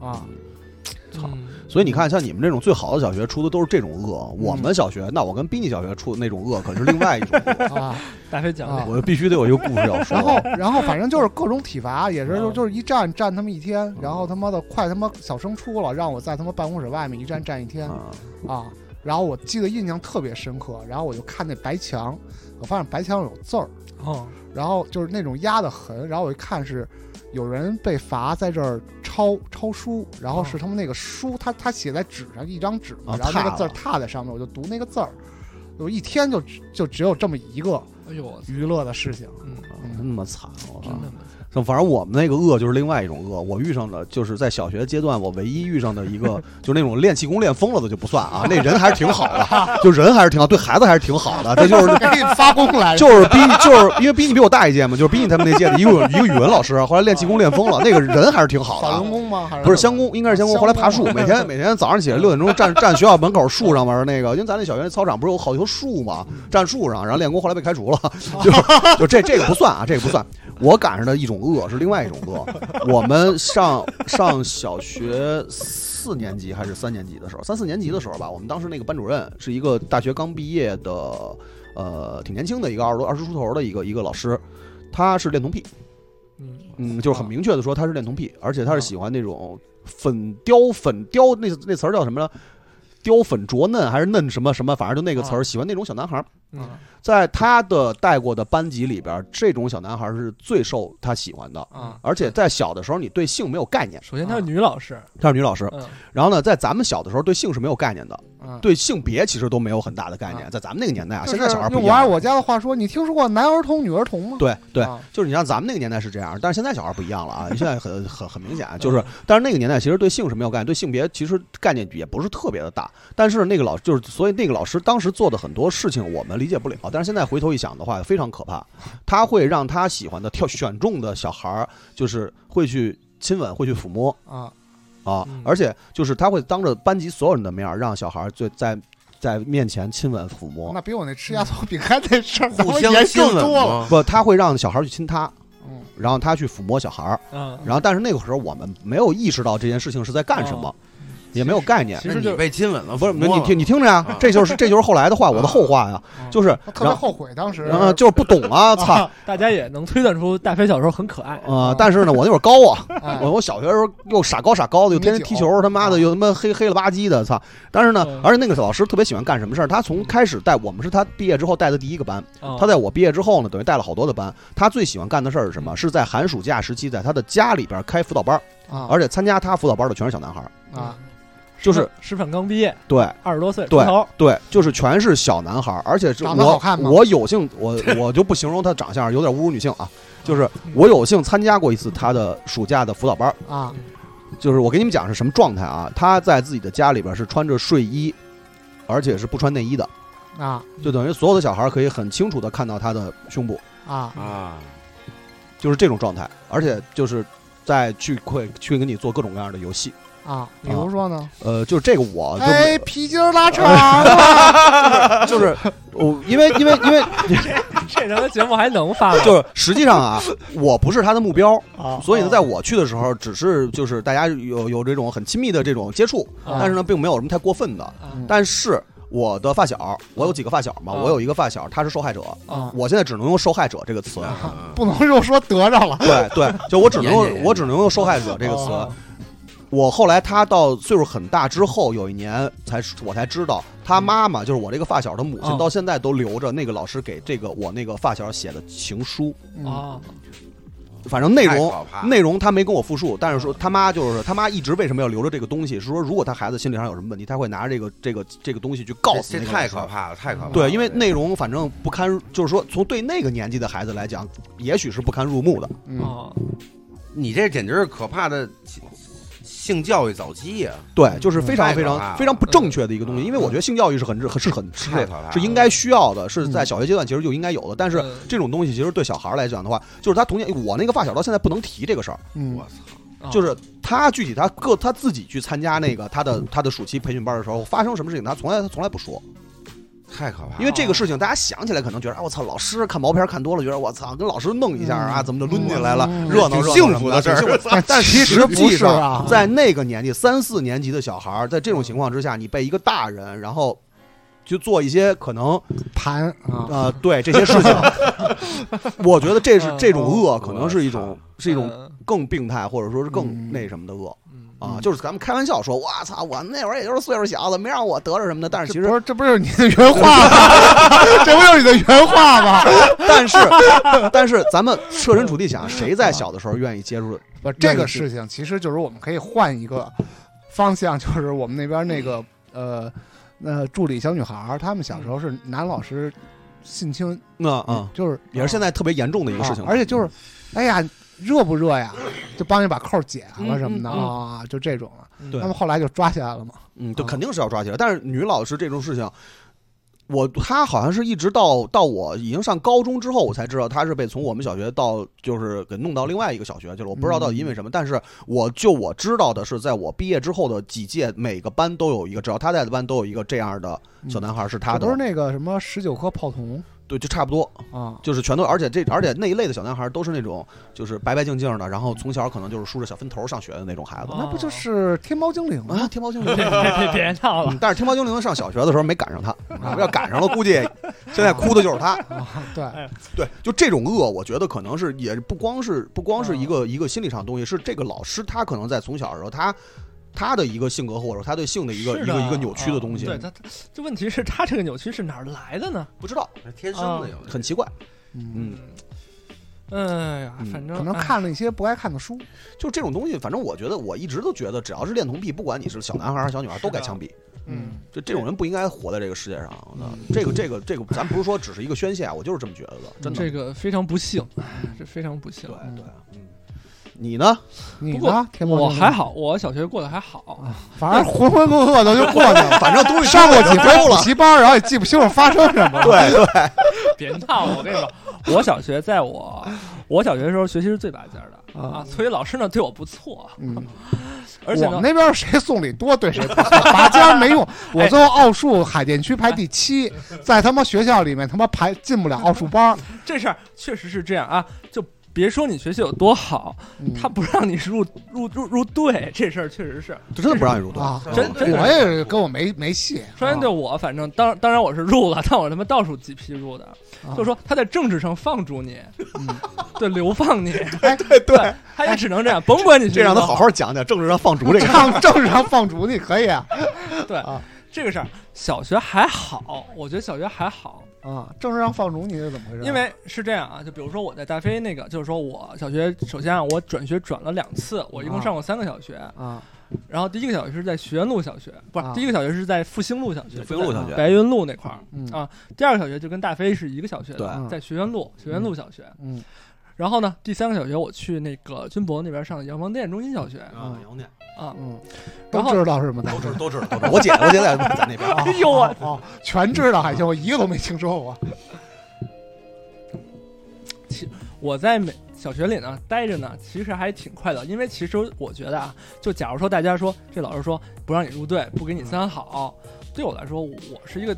E: 啊，
D: 操
F: 嗯
D: 所以你看，像你们这种最好的小学出的都是这种恶，我
E: 嗯
D: 们小学，那我跟宾尼小学出的那种恶可是另外一
E: <laughs>
D: 种恶。
E: 啊，
F: 大飞讲
E: 啊
F: 的，
D: 我必须得有一个故事要说。
E: 然后，然后反正就是各种体罚，也是就
F: 嗯
E: 就是一站站他妈一天，然后他妈的快他妈小升初了，让我在他妈办公室外面一站站一天
D: 啊，
E: 啊。然后我记得印象特别深刻，然后我就看那白墙，我发现白墙上有字儿，
F: 哦，
E: 然后就是那种压的痕，然后我一看是有人被罚在这儿抄抄书，然后
D: 哦
E: 是他们那个书，他他写在纸上一张纸嘛，
D: 啊
E: 然后那个字儿
D: 踏
E: 踏在上面，我就读那个字儿，我一天就只就只有这么一个
F: 哎呦，我操
E: 娱乐的事情。啊
F: 嗯，
D: 真他妈惨！我
F: 真的，
D: 操！反正我们那个恶就是另外一种恶，我遇上的就是在小学阶段，我唯一遇上的一个就是那种练气功练疯了的就不算啊，那人还是挺好的，就人还是挺好，对孩子还是挺好的，这 <laughs> 就是。
E: 嗯 <laughs> 给你发功来着，
D: 就是逼，就是因为逼你比我大一届嘛，就是逼你他们那届的一个一个语文老师，后来练气功练疯了，那个人还是挺好的
E: 法
D: 啊
E: 轮，功吗？还是
D: 不是相公，应该是相公。
E: 相公
D: 后来爬树，每天每天早上起来六点钟站站学校门口树上玩那个，因为咱那小学那操场不是有好多树嘛，站树上，然后练功，后来被开除了。就就这这个不算啊，这个不算。我赶上的一种恶是另外一种恶。我们上上小学四年级还是三年级的时候，三四年级的时候吧，我们当时那个班主任是一个大学刚毕业的，呃，挺年轻的一个二十多二十出头的一个一个老师，他是恋童癖。
F: 嗯，
E: 啊
D: 嗯，就是很明确的说他是恋童癖，而且他是喜欢那种粉雕粉雕那那词儿叫什么了？雕粉灼嫩还是嫩什么什么，反正就那个
E: 啊
D: 词儿，喜欢那种小男孩儿。
F: 嗯
D: 在他的带过的班级里边儿，这种小男孩儿是最受他喜欢的。
F: 啊，
D: 而且在小的时候，你对性没有概念，
F: 首先她是女老师，
D: 她是女老师。
F: 嗯，
D: 然后呢，在咱们小的时候，对性是没有概念的，
E: 嗯
D: 对性别其实都没有很大的概念。在咱们那个年代啊，
E: 就是
D: 现在小孩儿不
E: 用
D: 一
E: 我爱
D: 样。
E: 我家的话说，你听说过男儿童、女儿童 <laughs> 吗？
D: 对对，
E: 啊
D: 就是你像咱们那个年代是这样，但是现在小孩不一样了啊！现在很很很明显，啊就是，但是那个年代其实对性是没有概念，对性别其实概念也不是特别的大。但是那个老就是，所以那个老师当时做的很多事情我们理解不了，但是现在回头一想的话，非常可怕。他会让他喜欢的跳选中的小孩儿，就是会去亲吻，会去抚摸
E: 啊，
D: 啊
F: 嗯，
D: 而且就是他会当着班级所有人的面儿让小孩儿最在在面前亲吻抚摸，
E: 那比我那吃压缩饼干那事儿咱
G: 互
E: 们
G: 相
E: 严
G: 亲
E: 重
G: 吻
E: 多了。
G: 吗？
D: 不，他会让小孩儿去亲他，
E: 嗯，
D: 然后他去抚摸小孩儿。
F: 嗯，
D: 然后，但是那个时候我们没有意识到这件事情是在干什么，也没有概念。
F: 哦其
G: 那
F: 实就
G: 你被亲吻了，
D: 不是，
G: 抚摸
D: 你
G: 了
D: 听你听着呀
G: 啊，
D: 这就是这就是后来的话，我的后话呀，
F: 哦
D: 就是
E: 我特别
D: 然后
E: 后悔当时。
D: 呃就是不懂啊，操
F: <laughs> 大家也能推断出大飞小时候很可爱，
D: 呃，但是呢，我那会儿高啊，
F: 哦
E: 哎
D: 我我小学的时候又傻高傻高的，又天天踢球，他妈的又他妈黑黑了吧唧的，操！但是呢
F: 嗯，
D: 而且那个老师特别喜欢干什么事儿，他从开始带我们是他毕业之后带的第一个班，他
F: 他
D: 在我毕业之后呢，等于带了好多的班。他最喜欢干的事儿是什
F: 嗯
D: 么？是在寒暑假时期，在他的家里边开辅导班，
F: 哦
E: 啊
D: 而且参加他辅导班的全是小男孩儿，
E: 啊，
D: 就是
F: 师范刚毕业，
D: 对。
F: 二十多岁出
D: 对
F: 头，
D: 对，就是全是小男孩儿，而且是
E: 长得
D: 我
E: 好看吗 <laughs>
D: 我有幸我我就不形容他长相，有点侮辱女性啊。就是我有幸参加过一次他的暑假的辅导班儿，
E: 啊，
D: 就是我给你们讲是什么状态啊？他在自己的家里边是穿着睡衣，而且是不穿内衣的，
E: 啊
D: 就等于所有的小孩可以很清楚的看到他的胸部，
E: 啊
G: 啊，
D: 就是这种状态，而且就是在去会去跟你做各种各样的游戏，
E: 啊，比如说呢，
D: 呃，就是这个我嗯就
E: 哎，
D: 没
E: 皮筋儿拉长了，哎
D: 就是我因为因为因为
E: <laughs>
F: 这咱们节目还能发吗？
D: 就是实际上啊，我不是他的目标，
E: 啊
D: 所以呢，在我去的时候，只是就是大家有有这种很亲密的这种接触，
F: 啊
D: 但是呢，并没有什么太过分的。
E: 嗯
D: 但是我的发小，我有几个发小嘛，
F: 啊
D: 我有一个发小，他是受害者，
E: 啊
D: 我现在只能用受害者这个词。
E: 不能又说得着了
D: 对对，就我只能
G: 严谨
D: 用我只能用受害者这个词。我后来他到岁数很大之后，有一年才我才知道，他妈妈就是我这个发小的母
F: 啊
D: 亲，到现在都留着那个老师给这个我那个发小写的情书。
E: 啊
F: 啊，
D: 反正内
G: 太
D: 容
G: 可怕了嗯
D: 内容他没跟我复述，但是说他妈就是他妈一直为什么要留着这个东西，是说如果他孩子心理上有什么问题，他会拿着这个这个这个东西去告
G: 这
D: 诉
G: 这
D: 那个
G: 太
D: 老师
G: 可。怕了，太可怕了。
D: 对，因为内容反正不堪，就是说从对那个年纪的孩子来讲，也许是不堪入目的。
E: 嗯
F: 啊
G: 你这简直是可怕的性性教育早期呀、
D: 对，就是非常非
G: 太可怕了
D: 常非常不正确的一个东西，
G: 嗯
D: 因为我觉得性教育是很是很是
G: 太可怕了
D: 是应该需要的，是在
E: 嗯
D: 小学阶段其实就应该有的。但是
F: 嗯
D: 这种东西其实对小孩来讲的话，就是他童年，我那个发小到现在不能提这个事儿，
E: 嗯
G: 我操，
F: 啊
D: 就是他具体他各他自己去参加那个他的他的暑期培训班的时候，发生什么事情，他从来他从来不说，
G: 太可怕了！
D: 因为这个事情大家想起来可能觉得啊，我操，老师看毛片看多了，觉得我操，跟老师弄一下啊，
E: 嗯
D: 怎么就抡起来了，
E: 嗯
D: 热闹
G: 挺
D: 热闹
G: 幸福的
D: 什么
G: 事儿
D: 挺幸福但实
E: 不
D: 际
E: 是
D: 上，
E: 啊，
D: 在那个年纪三四年级的小孩儿，在这种情况之下，你被一个大人然后。去做一些可能
E: 盘啊，
D: 呃，对这些事情， <laughs> 我觉得这是
F: 嗯
D: 这种恶，可能是一种
G: 我
D: 是一种
F: 嗯
D: 更病态，或者说是
E: 嗯
D: 更那什么的恶。
F: 嗯
D: 啊
E: 嗯，
D: 就是咱们开玩笑说，我操，我那会儿也就是岁数小，怎么没让我得着什么的？但是其
E: 这不
D: 实，
E: 是这不是你的原话 <laughs> 吗？这不就是你的原话吗？
D: 但是， <laughs> 但是咱们设身处地想，谁在小的时候愿意接触？
E: 不，这个事情其实就是我们可以换一个方向，就是我们那边那个呃，那助理小女孩儿，她们小时候是男老师性侵，
D: 那啊，
E: 就是
D: 也是现在特别严重的一个事情
E: 啊，而且就是，哎呀，热不热呀？就帮你把扣儿解了什么的
F: 嗯嗯
E: 啊，就这种了。
D: 对
E: 他们后来就抓起来了嘛。
D: 嗯，就肯定是要抓起来。但是女老师这种事情，我她好像是一直到到我已经上高中之后，我才知道她是被从我们小学到就是给弄到另外一个小学去了。我不知道到底
E: 嗯
D: 因为什么，但是我就我知道的是，在我毕业之后的几届，每个班都有一个，只要她在的班都有一个这样的小男孩是她
E: 嗯这
D: 的，
E: 不是那个什么十九颗炮筒
D: 对，就差不多。
E: 啊，
D: 就是全都，而且这而且那一类的小男孩都是那种就是白白净净的，然后从小可能就是梳着小分头上学的那种孩子
F: 哦
E: 那不就是天猫精灵
D: 啊。
E: 吗？
D: 天猫
E: <laughs>
D: 精
F: <laughs>
D: 灵，
F: 别别别闹了
D: 嗯， <laughs> 但是天猫精灵上小学的时候没赶上
F: <laughs>
D: 他，要赶上了估计现在哭的就是他。
E: 啊，对，
F: 哎
D: 对，就这种恶，我觉得可能是也不光是不光是一
F: 嗯
D: 个一个心理上的东西，是这个老师他可能在从小的时候他。他的一个性格，或者他对性的嗯一个
F: 是
D: 一
F: 的啊哦
D: 个一个扭曲的东西，
F: 对他，他这问题是他这个扭曲是哪儿来的呢？
D: 不知道，
G: 天生的有
D: 很奇怪。
E: 嗯，
D: 嗯，
F: 哎呀，
D: 嗯
F: 反正
E: 可能
F: 哎
E: 看了一些不爱看的书，
D: 就这种东西，反正我觉得我一直都觉得，只要是恋童癖，不管你是小男孩还是小女孩，都该枪毙。
E: 嗯，
D: 就这种人不应该活在这个世界上。我
F: 嗯
D: 操这个这个这个，咱不是说只是一个宣泄，啊我就是这么觉得的，真的。
F: 这个非常不幸，哎这非常不幸
D: 对。
E: 嗯
D: 对，嗯。你呢？
E: 你
F: 不过
E: 呢？天猫啊
F: 我
E: 精灵
F: 还，好，哎我小学过得还好。
E: 反正浑浑噩噩的就过去
F: <laughs>
E: 了。
D: 反正都是
E: 上过几
D: 周
E: 回补
D: 了。
E: 习班，然后也记不清楚发生
D: <laughs>
E: 什么了。
D: 对对，
F: 别闹了，我跟你说，
E: <laughs>
F: 我小学在我我小学的时候学习是最拔尖儿的
E: 啊
F: 啊，所以老师呢对我不错，
E: 嗯，
F: <laughs> 而且
E: 我们
F: 呢，哎
E: 那边谁送礼多对谁不错，拔尖儿没
F: <laughs>
E: 用。我最后奥数海淀区排第七，在他妈学校里面他妈排进不了奥数班儿。
F: 这事儿确实是这样啊，就。别说你学习有多好，
E: 嗯
F: 他不让你入入入入队，这事儿确实是。
D: 这真的不让你入队。
E: 啊，
F: 真真是
E: 我也是跟我没没戏。啊
F: 首先对我，反正当当然我是入了， <laughs> 但我他妈倒数几批入的，
E: 啊
F: 就说他在政治上放逐你，
E: 嗯
F: 对，流放你，
E: 哎
F: <laughs> 对对，他也只能这样，甭管你学
D: 这
F: 习
D: 让他
F: 多
D: 好好讲讲政治上放逐这个。
E: 上政治上放逐你可以啊，
F: 这个事儿，小学还好，我觉得小学还好，
E: 啊，政治上放逐你是怎么回事？
F: 因为是这样啊，就比如说我在大飞那个，就是说我小学首先啊，我转学转了两次，我一共上过三个小学，
E: 啊，
F: 然后第一个小学是在学院路小学，不是、
E: 啊
F: 第一个小学是在复兴路小学，
D: 飞龙路小
F: 就在
D: 学，
F: 白云路那块儿。
E: 嗯
F: 啊第二个小学就跟大飞是一个小学
D: 对
F: 的，在学院路学院路小学。
E: 嗯
F: 然后呢，第三个小学我去那个军博那边上的阳光电中心小学
D: 啊，杨念
F: 啊，
E: 嗯，都
F: 然后
E: 知道是吗？
D: 都知道都知道，都知道我姐我姐在在那边啊
E: 哎呦我哦，全知道还行，我一个都没听说过。
F: <laughs> 我在美小学里呢待着呢，其实还挺快乐，因为其实我觉得啊，就假如说大家说这老师说不让你入队，不给你三好，对我来说，我是一个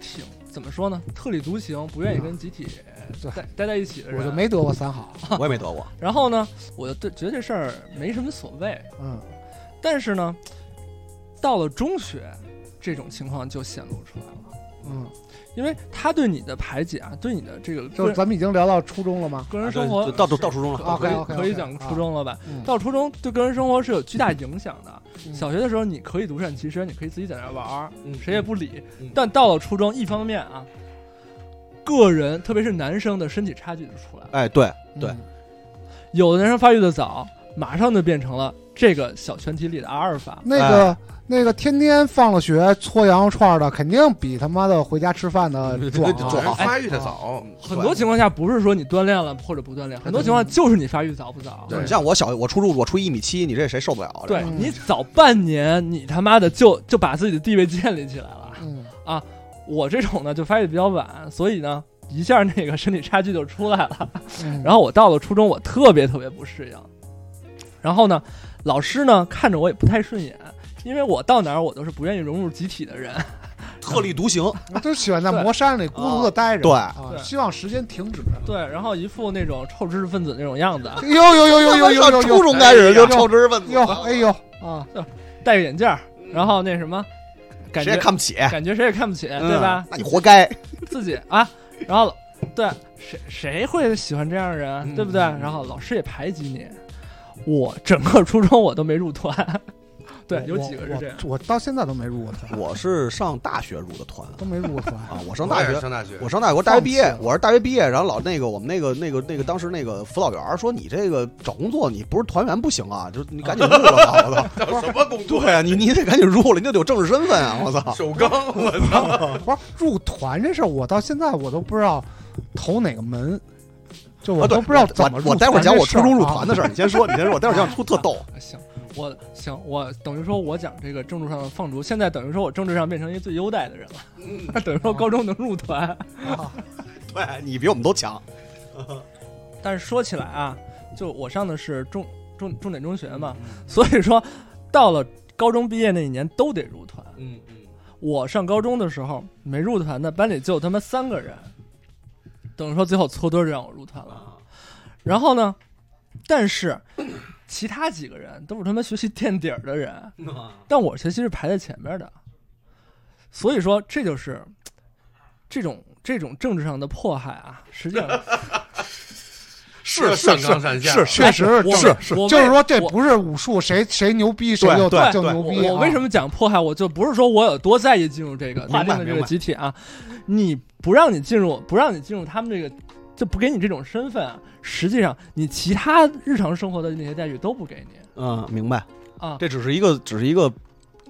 F: 挺怎么说呢，特立独行，不愿意跟集体
E: 对
F: 待待在一起的人。
E: 嗯
F: 啊
E: 我就没得过三好，
D: 我也没得过，
F: 然后呢，我就对觉得这事儿没什么所谓，
E: 嗯，
F: 但是呢，到了中学，这种情况就显露出来了，
E: 嗯，
F: 因为他对你的排解啊，对你的这个个
E: 就是
F: 人
E: 咱们已经聊到初中了吗？
F: 个人生活
D: 啊对到到初中了，
E: 啊
F: 可以
E: OK，OK，OK，
F: 可以讲初中了吧？
E: 嗯
F: 到初中对个人生活是有巨大影响的。
E: 嗯
F: 小学的时候你可以独善其身，你可以自己在那玩儿，
D: 嗯
F: 谁也不理
D: 嗯。
F: 但到了初中，一方面啊，个人特别是男生的身体差距就出来了。
D: 哎，对对，
E: 嗯
F: 有的男生发育的早，马上就变成了这个小群体里的阿尔法。
E: 那
D: 哎
E: 个那个天天放了学搓羊肉串的，肯定比他妈的回家吃饭的 <laughs> 壮啊
G: 人发育的早，
D: 啊
F: 很多情况下不是说你锻炼了或者不锻炼，很多情况
E: 嗯
F: 就是你发育早不早。
G: 对
D: 你像我小我初中我出一米七，你这谁受得了啊？这
F: 对
D: 个
E: 嗯
F: 你早半年，你他妈的就就把自己的地位建立起来了。
E: 嗯，
F: 我这种呢就发育比较晚，所以呢一下那个身体差距就出来了。<laughs>
E: 嗯
F: 然后我到了初中，我特别特别不适应。然后呢，老师呢看着我也不太顺眼，因为我到哪儿我都是不愿意融入集体的人。
D: 特立独行，
E: 就喜欢在磨山里孤独的待着，
D: 对
E: 啊
F: 对
E: 希望时间停止。啊
F: 对，然后一副那种臭知识分子那种样子啊
E: 呦呦
F: 哎
D: <laughs>
E: 呦呦呦呦呦，
D: 上初中开始就臭知识分子
E: 呦，哎呦，
F: 啊，就戴个眼镜儿，然后那什么，感
D: 谁也
F: 觉
D: 看不起，
F: 感觉谁也看不起，对吧
D: 嗯？？那你活该。
F: 自己啊，然后对谁谁会喜欢这样的人啊，
D: 嗯
F: 对不对？然后老师也排挤你，我整个初中我都没入团，对，有几个是这样。
E: 我我我到现在都没入过团，
D: 我是上大学入的团
E: 都没入过团。
D: 啊，我
G: 我
D: 上大
G: 也
D: 学
G: 是上大学，
D: 我上大学，我大学毕业
E: 放，弃
D: 我是大学毕业，然后老那个我们那个那个那个当时那个辅导员儿说你这个找工作你不是团员不行啊，就是你赶紧入了吧，我操！
G: 上什么工作？
D: 对啊，你你得赶紧入了，你得有政治身份啊，我操！
G: 首钢，我操！
E: <laughs> 不是入团这事儿，我到现在我都不知道投哪个门，就我
D: 啊，对，
E: 都不知道怎么
D: 我
E: 入
D: 我待会儿
E: 团这
D: 讲我
E: 事儿
D: 初中入
E: 啊
D: 团的事儿，你先说，你先说，我待会儿讲出特逗。
F: 行，我行，我等于说我讲这个政治上的放逐，现在等于说我政治上变成一个最优待的人了，
D: 嗯
F: <laughs> 等于说高中能入团。
D: 对哎你比我们都强，
F: 但是说起来啊，就我上的是重重重点中学嘛，
D: 嗯
F: 所以说到了高中毕业那一年都得入团。
D: 嗯
F: 我上高中的时候没入团的班里就他妈三个人，等于说最后搓堆儿让我入团了。
D: 啊
F: 然后呢，但是其他几个人都是他妈学习垫底儿的
D: <laughs>
F: 人，
D: 啊
F: 但我学习是排在前面的，所以说这就是这种这种政治上的迫害啊，实际上
D: 是
G: 上
D: 是
G: 纲上
D: 是
G: 线
D: 是
E: 确实是
F: 哎我
E: 政治
F: 是我
E: 就是说这
F: 我
E: 不是武术，谁谁牛逼谁就
D: 对
E: 就
D: 对
E: 牛
F: 我
E: 逼啊。
F: 我为什么讲迫害？我就不是说我有多在意进入这个
D: 明白
F: 划定的这
D: 明
F: 个
D: 白
F: 集体啊，你不让你进入，不让你进入他们这个，就不给你这种身份啊。实际上，你其他日常生活的那些待遇都不给你
D: 嗯，明白，
F: 啊。
D: 这只是一个只是一个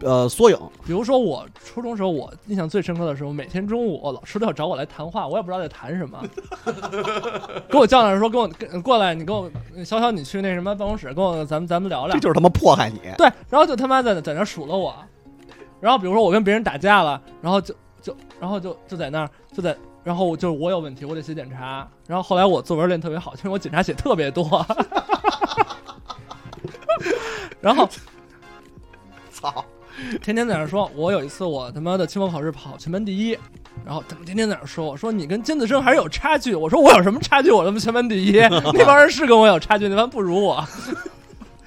D: 呃缩影，
F: 比如说我初中时候，我印象最深刻的时候，每天中午老师都要找我来谈话，我也不知道在谈什么， <laughs> 给我叫上来说，跟我跟过来，你跟我小小你去那什么办公室，跟我咱们咱们聊聊
D: 这。就是他妈迫害你。
F: 对，然后就他妈在在那数落我，然后比如说我跟别人打架了，然后就就然后就就在那儿就在，然后我就是我有问题，我得写检查，然后后来我作文练特别好，因为我检查写特别多， <laughs> 然后
D: 操！
F: 天天在那儿说，我有一次我他妈的期末考试跑全班第一，然后他们天天在那儿说，我说你跟尖子生还是有差距，我说我有什么差距，我他妈全班第一， <laughs> 那帮人是跟我有差距，那帮人不如我，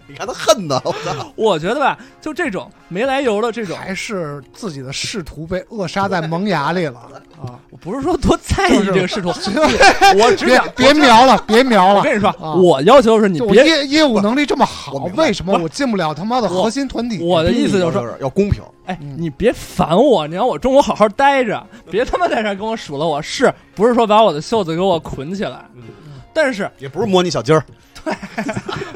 D: 你看他恨的，我操！
F: 我觉得吧，就这种没来由的这种。
E: 啊还是自己的仕途被扼杀在萌芽里了啊？
F: 我不是说多在意这个仕途，我只
E: 别
F: 想
E: 别瞄了，别瞄
F: 我
E: 了。
F: 跟你说，
E: 啊
F: 我要求是你
E: 就我
F: 别，
E: 业业务能力这么好，
D: 我明白
E: 为什么我进不了他妈的核心团体？
F: 我的意思就是说，
D: 要公平，
F: 哎，
E: 嗯
F: 你别烦我，你让我中午好好待着，别他妈在这儿跟我数落我，是不是说把我的袖子给我捆起来？但是
D: 也不是摸你小鸡儿。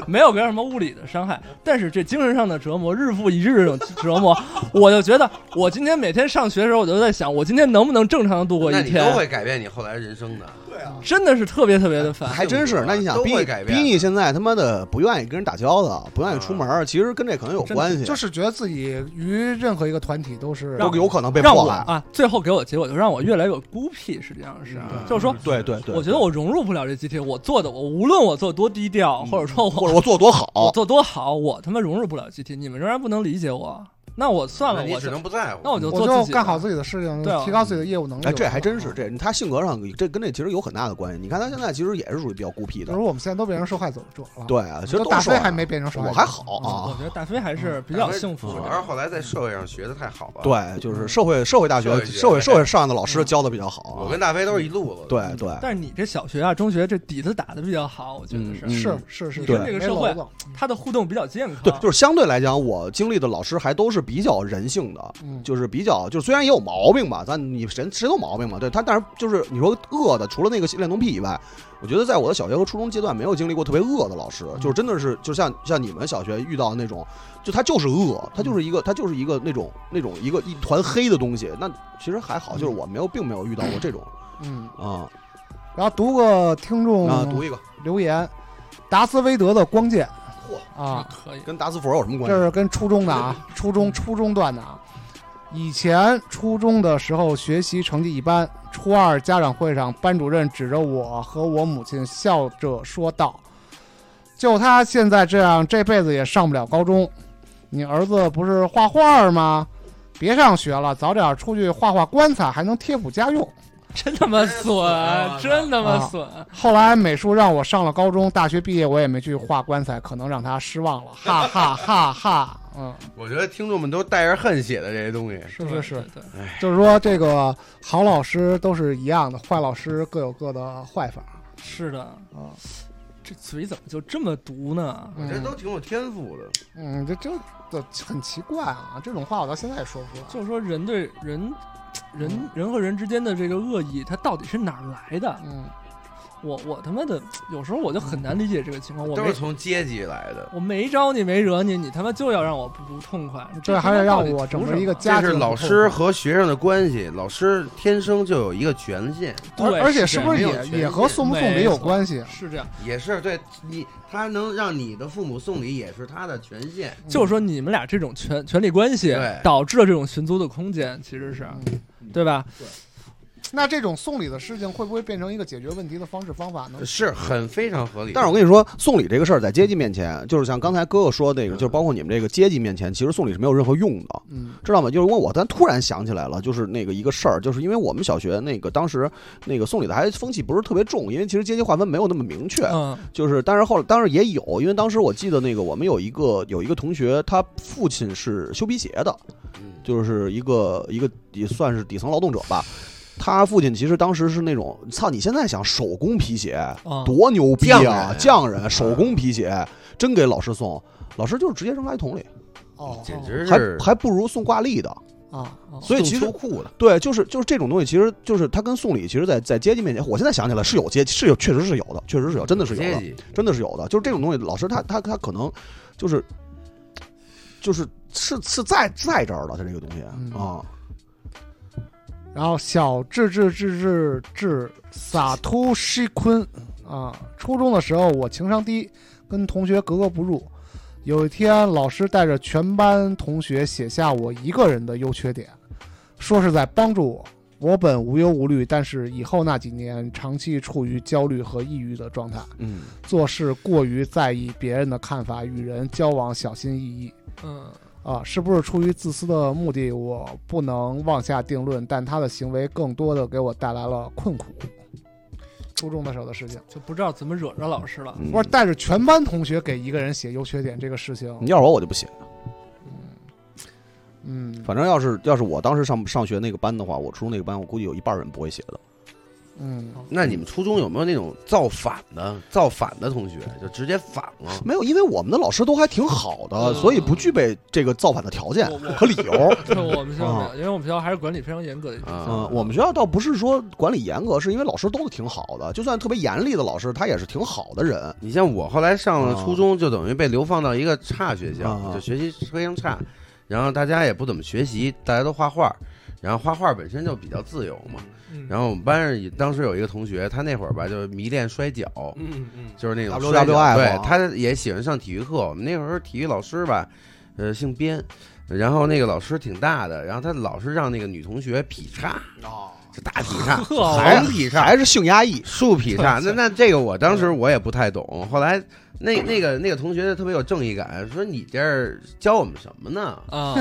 F: 没有给我什么物理的伤害，但是这精神上的折磨，日复一日的折磨，我就觉得我今天每天上学的时候，我就在想，我今天能不能正常的度过
G: 那
F: 一
G: 你都
F: 天？
G: 会改变你后来人生的。
A: 呀，
F: 真的是特别特别的烦。
D: 还真是，那你想，
G: 都
D: 逼
G: 会
D: 你
G: 改变
D: 逼你现在他妈的不愿意跟人打交道，不愿意出门儿，其实跟这可能有
F: 真的
D: 关系，
E: 就是觉得自己与任何一个团体都是
D: 都有可能被
F: 让我
D: 迫害。
F: 啊，最后给我结果就让我越来越孤僻，实际上是，啊就是说，
D: 对对对，
F: 我觉得我融入不了这集体，我做的我无论我做多低调，或者说
D: 或
F: 我
D: 者我做多
F: 我
D: 好，
F: 做多好，我他妈融入不了集体，你们仍然不能理解我，那我算了，
G: 那你
F: 我
G: 只
F: 就
G: 能不在乎。嗯
F: 那我就
E: 我
F: 做自
E: 就
F: 己，
E: 干好自己的事情
F: 对啊，
E: 提高自己的业务嗯能力。啊
D: 哎，这还真是。这他性格上这跟这其实有很大的关系。你看他现在其实也是属于比较孤僻
E: 比
D: 的
E: 如，我们现在都变成受害者者了，
D: 对啊，其实
E: 就
D: 都
E: 大
D: 是
E: 飞
D: 啊
E: 还没变成受害
D: 我
E: 者，
D: 还好
E: 嗯
F: 我
D: 啊
F: 觉。得大飞还是比较幸福
G: 主
F: 的
G: 要。是后来在社会上学的太好了。，
D: 对，就是社会社会大学
G: 社会学
D: 社会社会上的老
E: 嗯
D: 师教的比较好
G: 我
D: 啊。
G: 跟大飞都是一路子。，
D: 对对，
F: 但是你这小学啊、中学这底子打的比较好，我觉得
D: 嗯
F: 是，
E: 是是是，
F: 你
D: 对
F: 跟这个
E: 没
F: 社会啊
E: 娄子
F: 他的互动比较健康。
D: 对，就是相对来讲，我经历的老师还都是比较人性的，
E: 嗯
D: 就是比较，就是虽然也有毛病吧，咱你谁谁都毛病嘛，对他，但是就是你说恶的，除了那个恋童癖以外，我觉得在我的小学和初中阶段没有经历过特别恶的老师，就是真的是就像像你们小学遇到的那种，就他就是恶，他就是一个他就是一个那种那种一个一团黑的东西，那其实还好，就是我没有并没有遇到过这种
E: 嗯，
D: 啊
E: 然后读个听众
D: 啊，读一个
E: 留言，达斯威德的光剑
D: 嚯，
E: 啊，
F: 可以，
D: 跟达斯佛有什么关
E: 这
D: 系？
E: 是跟初中的啊，初中初中段的啊。以前初中的时候学习成绩一般，初二家长会上，班主任指着我和我母亲笑着说道：“就他现在这样，这辈子也上不了高中。你儿子不是画画吗？别上学了，早点出去画画棺材，还能贴补家用。”
F: 真他妈
G: 啊
F: 损，真他
D: 啊
F: 妈损。
E: 后来美术让我上了高中，大学毕业我也没去画棺材，可能让他失望了，哈哈哈哈。嗯，
G: 我觉得听众们都带着恨写的这些东西。
E: 是是是，
F: 对，对
E: 就是说这个好老师都是一样的，坏老师各有各的坏法
F: 是的，
D: 嗯
E: 啊。
F: 这嘴怎么就这么毒呢？
G: 我这
E: 嗯
G: 都挺有天赋的，
E: 嗯，这这这很奇怪啊，这种话我到现在也说不出来。
F: 就是说人对人，
E: 嗯
F: 人人和人之间的这个恶意，它到底是哪儿来的？
E: 嗯，
F: 我我他妈的，有时候我就很难理解这个情况。我
G: 都是
F: 没
G: 从阶级来的。
F: 我没招你，没惹你，你他妈就要让我不不痛快，
E: 这
F: 他
E: 还
F: 妈
E: 得让
F: 到底
E: 我
F: 图
E: 整
F: 什
E: 个一个
F: 么
E: 家庭
G: 这是
E: 的
G: 老
E: 痛苦
G: 师和学生的关系，老师天生就有一个权限，
F: 对，
E: 而而且是
F: 是
E: 不是
G: 没有
E: 也嗯
G: 权
E: 也
G: 利
E: 和送不送礼有关系
F: 这样？是这样，
G: 也是对你，他能让你的父母送礼，也是他的权限。
F: 就是说你们俩这种权权力关系
G: 对
F: 导致了这种寻租的空间，其实是
E: 嗯，
F: 对吧？
E: 那这种送礼的事情会不会变成一个解决问题的方式方法呢？
G: 是很非常合理。
D: 但是我跟你说，送礼这个事儿在阶级面前，就是像刚才哥哥说那个，就是包括你们这个阶级面前，其实送礼是没有任何用的。
E: 嗯
D: 知道吗？就是问我，咱突然想起来了，就是那个一个事儿，就是因为我们小学那个当时那个送礼的还风气不是特别重，因为其实阶级划分没有那么明确。
F: 嗯，
D: 就是，但是后来当然也有，因为当时我记得那个我们有一个有一个同学，他父亲是修皮鞋的，
G: 嗯
D: 就是一个一个也算是底层劳动者吧。他父亲其实当时是那种，操，你现在想手工皮鞋
F: 嗯
D: 多牛逼
G: 匠人
D: 啊
G: 啊！
D: 匠人手工皮鞋，真给老师送，老师就是直接扔垃圾桶里，
E: 哦，
G: 简直
D: 还
G: 是
D: 还不如送挂历的。
E: 啊，
F: 哦
D: 所以其实
G: 送秋裤的，
D: 对，就是就是这种东西，其实就是它跟送礼，其实在在阶级面前，我现在想起来是有阶级，是有确实是有的，确实是有，真的是有
G: 阶
D: 的，
G: 级
D: 真的是有的。就是这种东西，老师他他他可能就是就是是是在在这儿了，他这个东西
E: 嗯
D: 啊，
E: 然后小智智智智智洒突西坤啊，初中的时候我情商低，跟同学格格不入。有一天，老师带着全班同学写下我一个人的优缺点，说是在帮助我。我本无忧无虑，但是以后那几年长期处于焦虑和抑郁的状态，
D: 嗯，
E: 做事过于在意别人的看法，与人交往小心翼翼。
F: 嗯，
E: 啊，是不是出于自私的目的，我不能妄下定论，但他的行为更多的给我带来了困苦。初中的时候的事情，
F: 就不知道怎么惹着老师
E: <laughs>
F: 了。
D: 嗯
E: 我是带着全班同学给一个人写优缺点这个事情
D: 你，要是我我就不写，
E: 嗯
D: 反正要是要是我当时上上学那个班的话，我初中那个班，我估计有一半人不会写的。
E: 嗯，
D: <laughs>
G: 那你们初中有没有那种造反的、造反的同学，就直接反了？
D: 没有，因为我们的老师都还挺好的，所以不具备这个造反的条件
F: 我我
D: 和理 <laughs> 由。
F: 对我们学校没有，因为我们学校还是管理非常严格的一
E: 啊
F: 个学
G: 啊
F: 校。
D: 嗯，我们学校倒不是说管理严格，是因为老师都挺好的，就算特别严厉的老师，他也是挺好的人。
G: 你像我后来上了初中，就等于被流放到一个差学校，
D: 啊
G: 就学习非常差，然后大家也不怎么学习，大家都画画，然后画画本身就比较自由嘛。
I: 嗯
G: 然后我们班上也当时有一个同学，他那会儿吧就迷恋摔跤，
I: 嗯
E: <laughs>
I: 嗯
G: 就是那种
D: WWF
G: 摔跤
D: 啊
G: 对，他也喜欢上体育课。我们那会儿体育老师吧，呃，姓边，然后那个老师挺大的，然后他老是让那个女同学劈叉，
D: 哦
G: 就大劈叉，
F: 呵啊
G: 横劈叉，
D: 还是性压抑，
G: 竖劈叉。那那这个我当时我也不太懂，后来那那个那个同学就特别有正义感，说你这儿教我们什么呢？
F: 啊，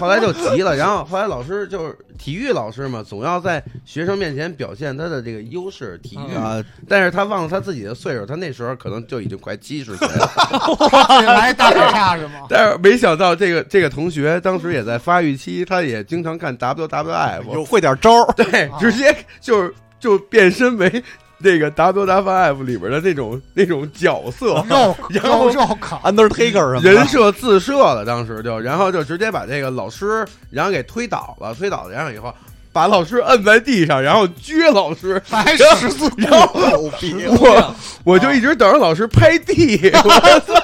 G: 后来就急了，然后后来老师就是体育老师嘛，总要在学生面前表现他的这个优势，体育。
D: 啊，
G: 但是他忘了他自己的岁数，他那时候可能就已经快七十岁了。
E: 来大差是吗？
G: 但是没想到这个这个同学当时也在发育期，他也经常看 WWF，
D: 有会点招儿，
G: 对，直接就是就变身为那个 WWF 里边的那种那种角色，
D: <laughs>
E: 肉
G: 然后
E: 肉肉烤，
D: 啊 Undertaker 什么
G: 人
D: 的，
G: 设自设了，当时就，然后就直接把这个老师，然后给推倒了，推倒了，然后以后把老师摁在地上，然后撅老师，
E: 还十
D: <laughs>
E: 字
G: 然 <laughs> 后
D: 牛逼，
G: 我我就一直等着老师拍地，我操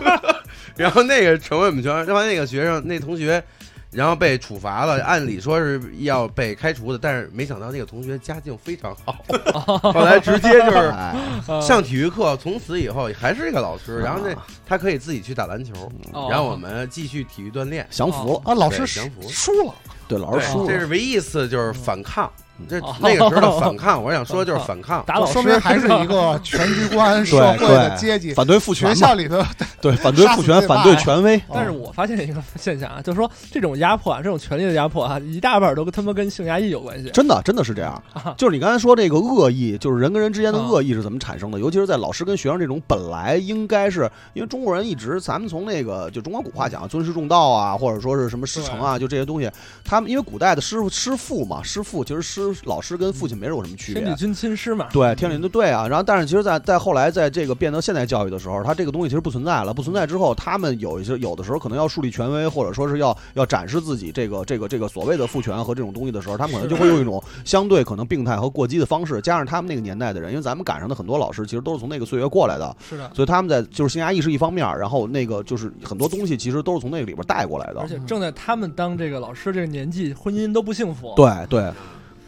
G: <laughs> 然后那个成为我们全班，然后那个学生那同学，然后被处罚了，按理说是要被开除的，但是没想到那个同学家境非常 <laughs> 好，后来直接就是
D: 哎，
G: 上体育课，从此以后还是一个老师，然后那他可以自己去打篮球，
F: 哦
G: 然后我们继续体育锻炼。
D: 降服了，
E: 啊！老师
G: 对
E: 输
G: 降服
E: 输了，
D: 对，老
G: 对
D: 师输，
G: 这
D: 了，
G: 是唯一一次就是反抗，这
F: 哦
G: 那个时候的反抗，我想说就是反抗。
F: 打老师
E: 说
F: <laughs>
E: 明还是一个全局观社会的阶级。
D: 反对父权
E: 学
D: 嘛
E: 校，里头，
D: 对，反对父权
E: 杀死，罪
D: 反
E: 犯
D: 对权威，
E: 哦
F: 但是我发现一个现象啊，就是说这种压迫啊，这种权力的压迫啊，一大半儿都跟他妈跟性压抑有关系。
D: 真的，真的是这样。
E: 啊
D: 就是你刚才说这个恶意，就是人跟人之间的
F: 啊
E: 嗯
D: 恶意是怎么产生的？尤其是在老师跟学生这种本来应该是因为中国人一直，咱们从那个就中国古话讲尊师重道啊，或者说是什么师承啊，就这些东西，他们因为古代的师傅师父嘛，师父其实师老师跟父亲没有什么区
F: 天地
D: 别。
F: 君亲师 <laughs> 嘛，
D: 对，天理都对啊。然后，但是其实在，在后来，在这个变得现代教育的时候，它这个东西其实不存在了。不存在之后，他们有一些有的时候可能要树立权威，或者说是要要展示自己这个这个这个所谓的父权和这种东西的时候，他们可能就会用一种相对可能病态和过激的方式，加上他们那个年代的人，因为咱们赶上的很多老师其实都是从那个岁月过来的，
F: 是的，
D: 所以他们在就是性压抑是一方面，然后那个就是很多东西其实都是从那个里边带过来的
F: 而。且正在他们当这个老师这个年纪，婚姻都不幸福。
D: 对对，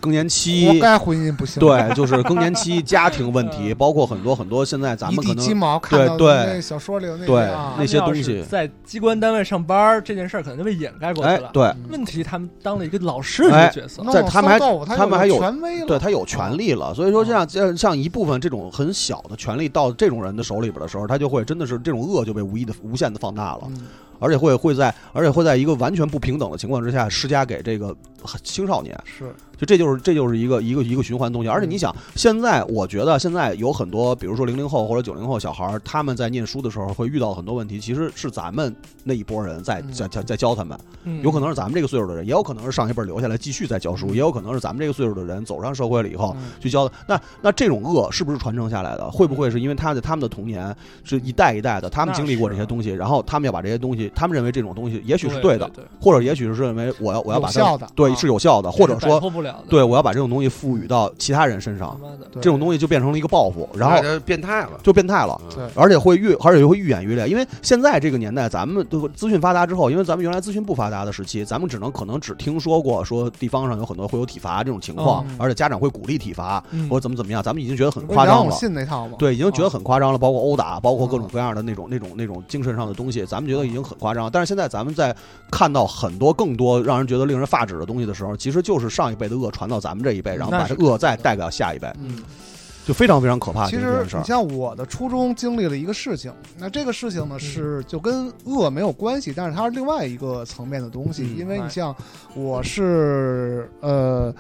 D: 更年
E: 活
D: 期。
E: 该婚姻不幸。，
D: 对，就是更年期、家庭问
E: <laughs>
D: 题，包括很多很多现在咱
E: 一
D: 们可
E: 地
D: 能
E: 鸡毛，看到
D: 对对
E: 那小说里的那
D: 对
E: 个啊
D: 那些东西
F: 他们要是在机关单位上班儿这件事儿，可能就被掩盖过去
D: 哎
F: 了。，
D: 对，哎
F: 问题他们当了一个老师这个角色，
E: 弄
D: 在
E: 了
D: 他们还
E: 骚豆腐他
D: 他们还有
E: 权威了，
D: 对他有权利了，所以说像像像一部分这种很小的权利到这种人的手里边的时候，他就会真的是这种恶就被无意的无限的放大了，
E: 嗯
D: 而且会会在而且会在一个完全不平等的情况之下施加给这个青少年，
E: 是
D: 就这就是这就是一个一个一个循环东西。而且你想，现在我觉得现在有很多，比如说零零后或者九零后小孩儿，他们在念书的时候会遇到很多问题，其实是咱们那一波人在
E: 嗯
D: 在在在教他们。
F: 嗯
D: 有可能是咱们这个岁数的人，也有可能是上一辈儿留下来继续在教书，也有可能是咱们这个岁数的人走上社会了以后
E: 嗯
D: 去教的。那那这种恶是不是传承下来的？会不会是因为他的他们的童年是一代一代的，他们
F: 那
D: 经历过
F: 是啊
D: 这些东西，然后他们要把这些东西，他们认为这种东西也许是
F: 对
D: 的，
F: 对，
D: 或者也许是认为我要我要
E: 有
D: 把它
E: 效的，
D: 对
E: 啊
D: 是有效的，或者
F: 这是摆
D: 说
F: 脱不了的。
D: 对我要把这种东西赋予到其他人身上
F: 他，妈的，
D: 这种东西就变成了一个报复，然后
G: 那就变态了。
D: 就变态了。
E: 对
D: 而且会越，而且会愈演愈烈。因为现在这个年代，咱们都资讯发达之后，因为咱们原来资讯不发达的时期，咱们只能可能只听说过说地方上有很多会有体罚这种情况，
E: 嗯
D: 而且家长会鼓励体罚、
F: 嗯
D: 或者怎么怎么样，咱们已经觉得很
E: 不是
D: 夸
E: 杨
D: 张
E: 永
D: 了。
E: 信那套吗？
D: 对，已经觉得很夸张了，包括殴打，包括各种
E: 啊嗯
D: 各样的那种、那种、那种精神上的东西，咱们觉得已经很夸张了。但是现在咱们在看到很多更多让人觉得令人发指的东西的时候，其实就是上一辈的恶传到咱们这一辈，然后把
F: 那
D: 这
F: 是
D: 恶再带给到下一辈，
E: 嗯，
D: 就非常非常可怕的
E: 其
D: 一
E: 实
D: 件事
E: 你
D: 儿。
E: 像我的初中经历了一个事情，那这个事情
D: 嗯
E: 呢是就跟恶没有关系，但是它是另外一个层面的东西。
D: 嗯
E: 因为你像我是呃，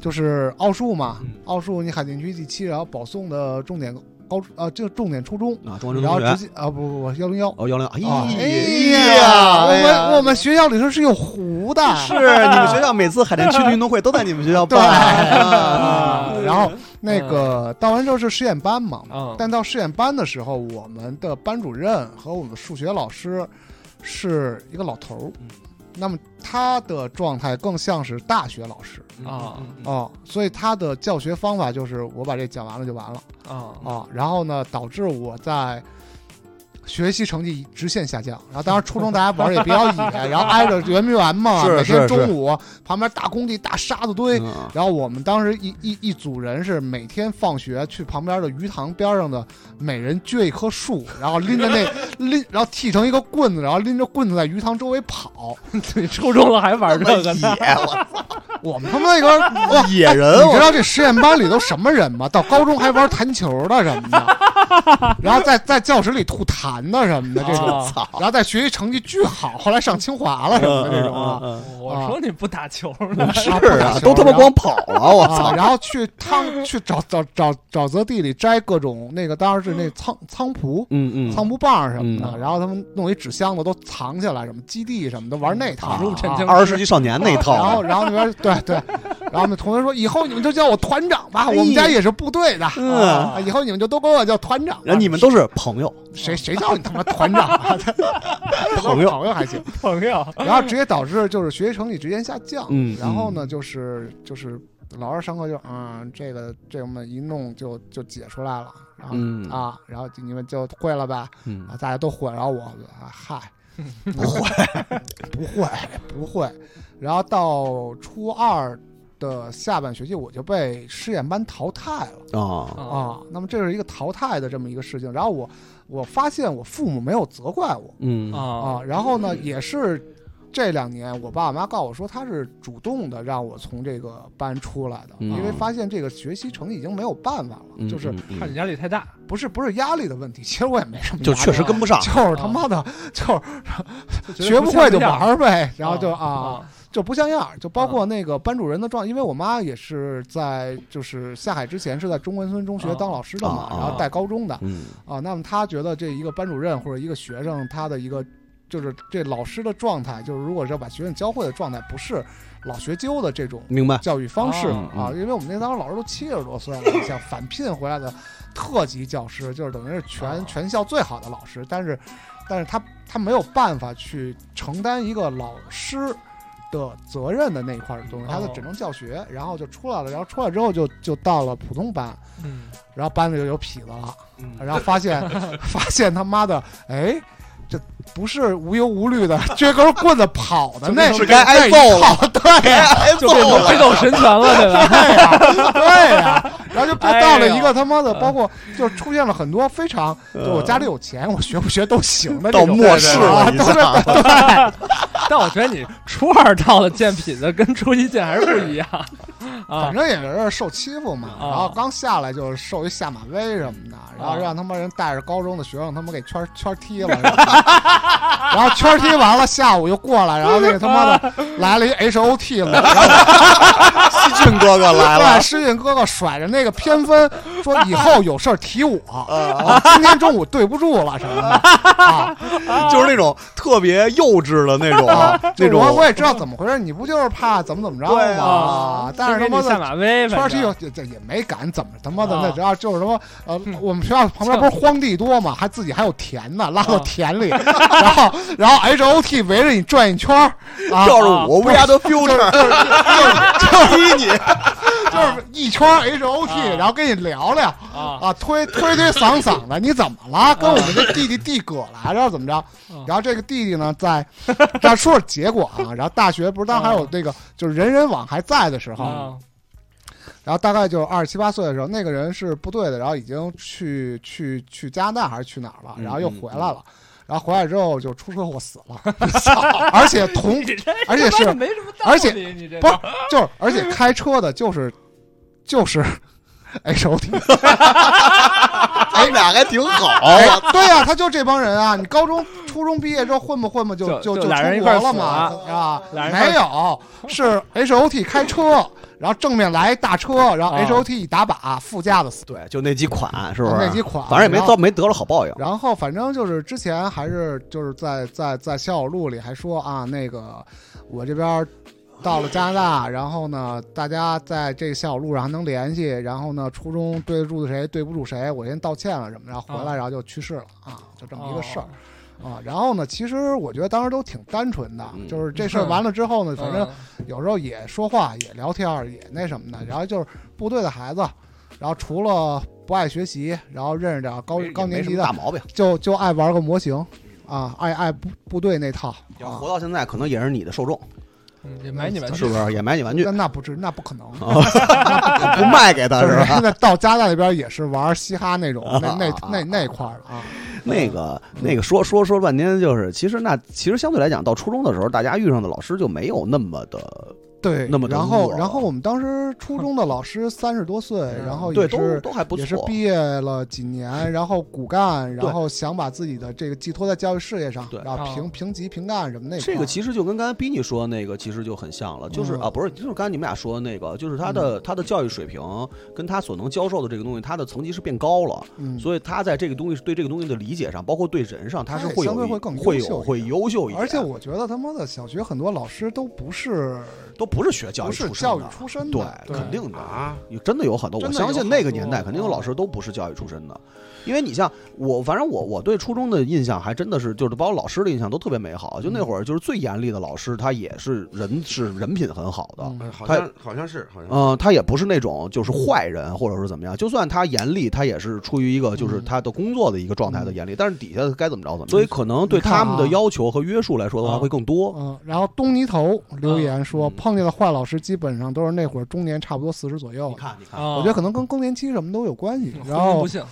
E: 就是奥数嘛，
D: 嗯
E: 奥数你海淀区第七，然后保送的重点高啊，这个重点初中，
D: 啊，中央
E: 然后
D: 中学
E: 直接啊不不不幺零幺。
D: 哦幺零，
E: 啊
D: 哎
E: 呀，我
D: 哎呀
E: 们我们学校里头是有湖的，
D: 是你们学校每次海淀区的运动会都在你们学校办，
E: 然后那
D: 嗯
E: 个到完之后是实验班嘛，
F: 嗯，
E: 但到试验班的时候，我们的班主任和我们的数学老师是一个老头儿，那么他的状态更像是大学老师
F: 啊
E: 哦，所以他的教学方法
F: 嗯
D: 哦
E: 就是我把这讲完了就完了
F: 啊
E: 啊、然后呢，导致我在学习成绩直线下降。然后当时初中大家玩儿也比较野，
H: <laughs>
E: 然后挨着圆明园嘛，
H: 是
E: 每
H: 是
E: 天中
H: 是
E: 午旁边大工地、大沙子堆，
H: 嗯
E: 然后我们当时一一一组人是每天放学去旁边的鱼塘边上的，每人撅一棵树，然后拎
H: <laughs>
E: 着那拎，然后剃成一个棍子，然后拎着棍子在鱼塘周围跑。 <laughs>
F: 你初中了还玩这个呢？
E: 我们他妈那边，哇，
H: 野
D: <laughs>
H: 人，
E: 你知道这实验班里都什么人吗？到高中还玩弹球的什么的， <laughs> 然后在在教室里吐痰的什么的这种，
F: 啊
E: 然后在学习成绩巨好，后来上清华了什么的这种啊。
F: 我说你不打球
D: <laughs>
F: 呢，
E: 啊
H: 是
E: 不打
H: 啊，
E: 球
H: 都他妈
E: 然后
H: 光跑了，我操
E: 啊，！然后去汤去找找找沼泽地里摘各种那个，当然是那菖菖蒲、
H: 嗯嗯
E: 菖蒲棒什么的，
F: 嗯
E: 然后他们弄一纸箱子都藏起来，什么基地什么的玩那套
F: 打入战
E: 啊
F: 争
H: 二十世纪少年那一
D: 啊
E: 然后
H: 套，
E: 然后那边对对，然后我们同学说以后你们就叫我团长吧，我
H: 哎
E: 们家也是部队的，
H: 嗯
E: 啊以后你们就都管我叫团长吧。
H: 然后你们都是朋友，
E: 谁谁叫你他妈团长啊？ <laughs>
H: 朋友
E: 朋友还行。
F: 朋友，
D: 啊
E: 然后直接导致就是学习成绩直线下降。
H: 嗯
E: 然后呢，就是就是老二上课就嗯，这个这么一弄就就解出来了，然后、
H: 嗯
E: 啊，然后你们就会了吧？
H: 嗯
E: 啊，大家都会，然后我啊嗨，不会，不会，不会。然后到初二的下半学期，我就被试验班淘汰了。
F: 嗯哦
H: 啊，
E: 啊，那么这是一个淘汰的这么一个事情。然后我，我发现我父母没有责怪我，
H: 嗯
F: 啊
E: 啊，然后呢，也是这两年，我爸我妈告诉我说，他是主动的让我从这个班出来的，
H: 嗯
E: 因为发现这个学习成绩已经没有办法了，就是
F: 看你压力太大，
E: 不是不是压力的问题，其实我也没什么，啊
H: 就确实跟不。上，啊
E: 就是他妈的，就是
F: 就觉得
E: 学不会就玩
F: 像啊
E: 儿呗，然后就
F: 样
E: 啊，，就不像样儿。就包括那个班主任的状，因为我妈也是在就是下海之前是在中关村中学
F: 啊
E: 当老师的嘛
H: 啊，啊
E: 然后带高中的，
H: 嗯
E: 啊，那么他觉得这一个班主任或者一个学生，他的一个就是这老师的状态，就是如果是要把学生教会的状态，不是老学究的这种
H: 明白，
E: <laughs> 教育方式
H: 哦
E: 啊，因为我们那当时老师都七十多岁了，想返聘回来的特级教师，就是等于是全全校最好的老师，但是但是他他没有办法去承担一个老师。的责任的那一块儿的东西，他的
F: 哦
E: 整成教学，然后就出来了，然后出来之后就就到了普通班，
F: 嗯，
E: 然后班里就有痞子了，然后发现发现他妈的，哎，这不是无忧无虑的 <laughs> 撅根棍子跑的那，
H: 是该挨揍了，
F: <laughs>
E: 对呀、
F: 啊就变
G: 哦
F: 成
G: 哎
F: 北斗神拳了，对吧？
E: 对呀、对呀、然后就变到了一
F: 哎嗯
E: 个他妈的，包括就出现了很多非常，就我家里有钱，我学不学都行的这
H: 到
E: 种
H: 末世了，
E: 啊
H: 你
E: 都
H: 知道吗？
F: <laughs> 但我觉得你初二到了见痞子，跟初一见还是不一样啊
E: 反。正也是受欺负嘛，
F: 啊
E: 然后刚下来就受一下马威什么的，然后让他妈人带着高中的学生他妈给圈圈踢了，然后圈踢完了，下午又过来，然后那个他妈
F: 啊
E: 的来了一 H O T
F: <laughs>
E: 嘛，然后
H: 西俊哥哥来
E: 对
H: 了，
E: 诗韵哥哥甩着那个偏分说以后有事儿
H: <laughs>
E: 提我，
H: 啊
E: 我今天中午对不住了什么的啊，
H: 就是那种特别幼稚的那种，啊那
E: <laughs> 就我我
H: 种
E: 也知道怎么回事，你不就是怕怎么怎么着
H: 对
E: 吗？
H: 啊
E: <laughs> 啊但是
F: 先
E: 他
F: 给
E: 妈
F: 你
E: 的
F: 下马威，
E: 圈
F: 反
E: 踢
F: 正
E: 有这这也没敢怎么他妈的，
F: 啊
E: 那只要就是什么呃，
F: 嗯
E: 我们学校旁边不是荒地多嘛，还自己还有田呢，拉到
F: 啊
E: 田里， <laughs> 然后然后 H O T 围着你转一圈儿
H: <laughs>
E: 啊，
H: 要是我 We Are the Future， <laughs>
E: 就是你， <laughs> 就是一圈 H O T，
F: 啊
E: 然后跟你聊聊
F: 啊
E: 啊，推推推搡搡的，你怎么了？跟我们这弟弟递葛来着，怎么
F: 啊
E: 着？然后这个弟弟呢，在 <laughs> 咱说说结果啊，然后大学不是当时还有那个就是人人网还在的时候，
F: 啊
E: 然后大概就二十七八岁的时候，那个人是部队的，然后已经去去去加拿大还是去哪儿了，然后又回来了，然后回来之后就出车祸死了， <laughs> 而且同而且是
F: 这没什么道理，
E: 而且
F: 你这
E: 不是就是而且开车的就是就是 H O T，
H: <laughs> 他们俩还挺
E: 哎
H: 好，
E: 对呀、他就这帮人啊，你高中初中毕业之后混不混不就
F: 就
E: 就
F: 就俩人一
E: 出国
F: 块儿
E: 了
F: 死
E: 嘛
F: 了
E: 啊
F: 俩人一块儿
E: 没有是 H O T 开车。然后正面来一大车，然后
F: 啊
E: H O T 一打靶，副驾的死，
H: 对，就那几款是不是？
E: 啊那几款，
H: 反正也没
E: 然后
H: 得没得了好报应。
E: 然后反正就是之前还是就是在在在校友录里还说啊，那个我这边到了加拿大，然后呢，大家在这个校友录上还能联系，然后呢，初中对得住谁对不住谁，我先道歉了什么的，然后回来
F: 啊
E: 然后就去世了
D: 哦
E: 啊，就这么一个事儿。
F: 哦
E: 啊，然后呢？其实我觉得当时都挺单纯的，
H: 嗯
E: 就是这事儿完了之后呢，反正
F: 嗯
E: 有时候也说话，也聊天儿，也那什么的。然后就是部队的孩子，然后除了不爱学习，然后认识点高
D: 也
E: 高
D: 没
E: 年
D: 什
E: 级
D: 么
E: 的
D: 大，毛病。
E: 就就爱玩个模型，啊，爱爱部部队那套
D: 要
E: 啊
D: 活，到现在，可能也是你的受众，
F: 嗯也买你玩
E: 嗯
F: 具
D: <laughs> 是不是？也买你
E: <laughs>
D: 玩具
E: 那，那不至，那不可能。
D: 不卖给他
E: 就是
D: 啊吧？
E: <laughs> 是那到加拿大那边也是玩嘻哈那种，
D: <laughs>
E: 那那
D: 啊
E: 那那块儿的啊，
D: 那个那个说说说半天，就是其实那其实相对来讲，到初中的时候，大家遇上的老师就没有那么的
E: 对。
D: 那么多
E: 然后
D: 路啊
E: 然后我们当时初中的老师三十多岁，然后
D: 嗯对，
E: 哦
D: 都
E: 也是
D: 都还不
E: 也是
D: 错。
E: 毕业了几年，然后骨
D: <laughs>
E: 干，然后想把自己的这个寄托在教育事业上
D: 对，
E: 然后
F: 啊
E: 评评级评干什么那
D: 这
E: 块
D: 个
E: 儿
D: 其实就跟刚才逼你说的那个其实就很像了，就是
E: 嗯
D: 啊，不是，就是刚才你们俩说的那个，就是他的他的教育水平跟他所能教授的这个东西，他的层级是变高了，
E: 嗯，
D: 所以他在这个东西对这个东西的理解上，包括对人上，他是
E: 他也
D: 会
E: 相
D: 有
E: 对
D: 一
E: 会更优
D: 会
E: 秀
D: 有
E: 一
D: 会
E: 点
D: 优秀一点，
E: 而且我觉得他妈的小学很多老师都不是
D: 都不是学教
E: 不
D: 育
E: 是
D: 出身
E: 教育
D: 的
E: 出身
D: 对
E: 的，，
D: 肯定的。
G: 啊，
D: 有真的有很多，我嗯
E: 真的
D: 相
E: 有
D: 信
E: 很
D: 那个年代
E: 多
D: 肯定有老师都不是教育出身的，因为你像我，反正我我对初中的印象还真的是，就是包括老师的印象都特别美好。就那会儿，就是最严厉的老师，他也是人是人品很好的，
E: 嗯
G: 呃好像好像是好像是
D: 嗯，他也不是那种就是坏人或者是怎么样，就算他严厉，他也是出于一个就是他的工作的一个状态的严厉，但是底下该怎么着怎么嗯着。所以可能对
E: 你看啊
D: 他们的要求和约束来说的话
F: 啊
D: 会更多。
E: 嗯，然后东泥头留言说，
D: 嗯
E: 碰见的坏老师基本上都是那会儿中年，差不多四十左右。
D: 看，你看
F: 啊，嗯
E: 我觉得可能跟更年期什么都有关
D: <laughs>
E: 系，然
F: 婚姻
E: 后
F: 不幸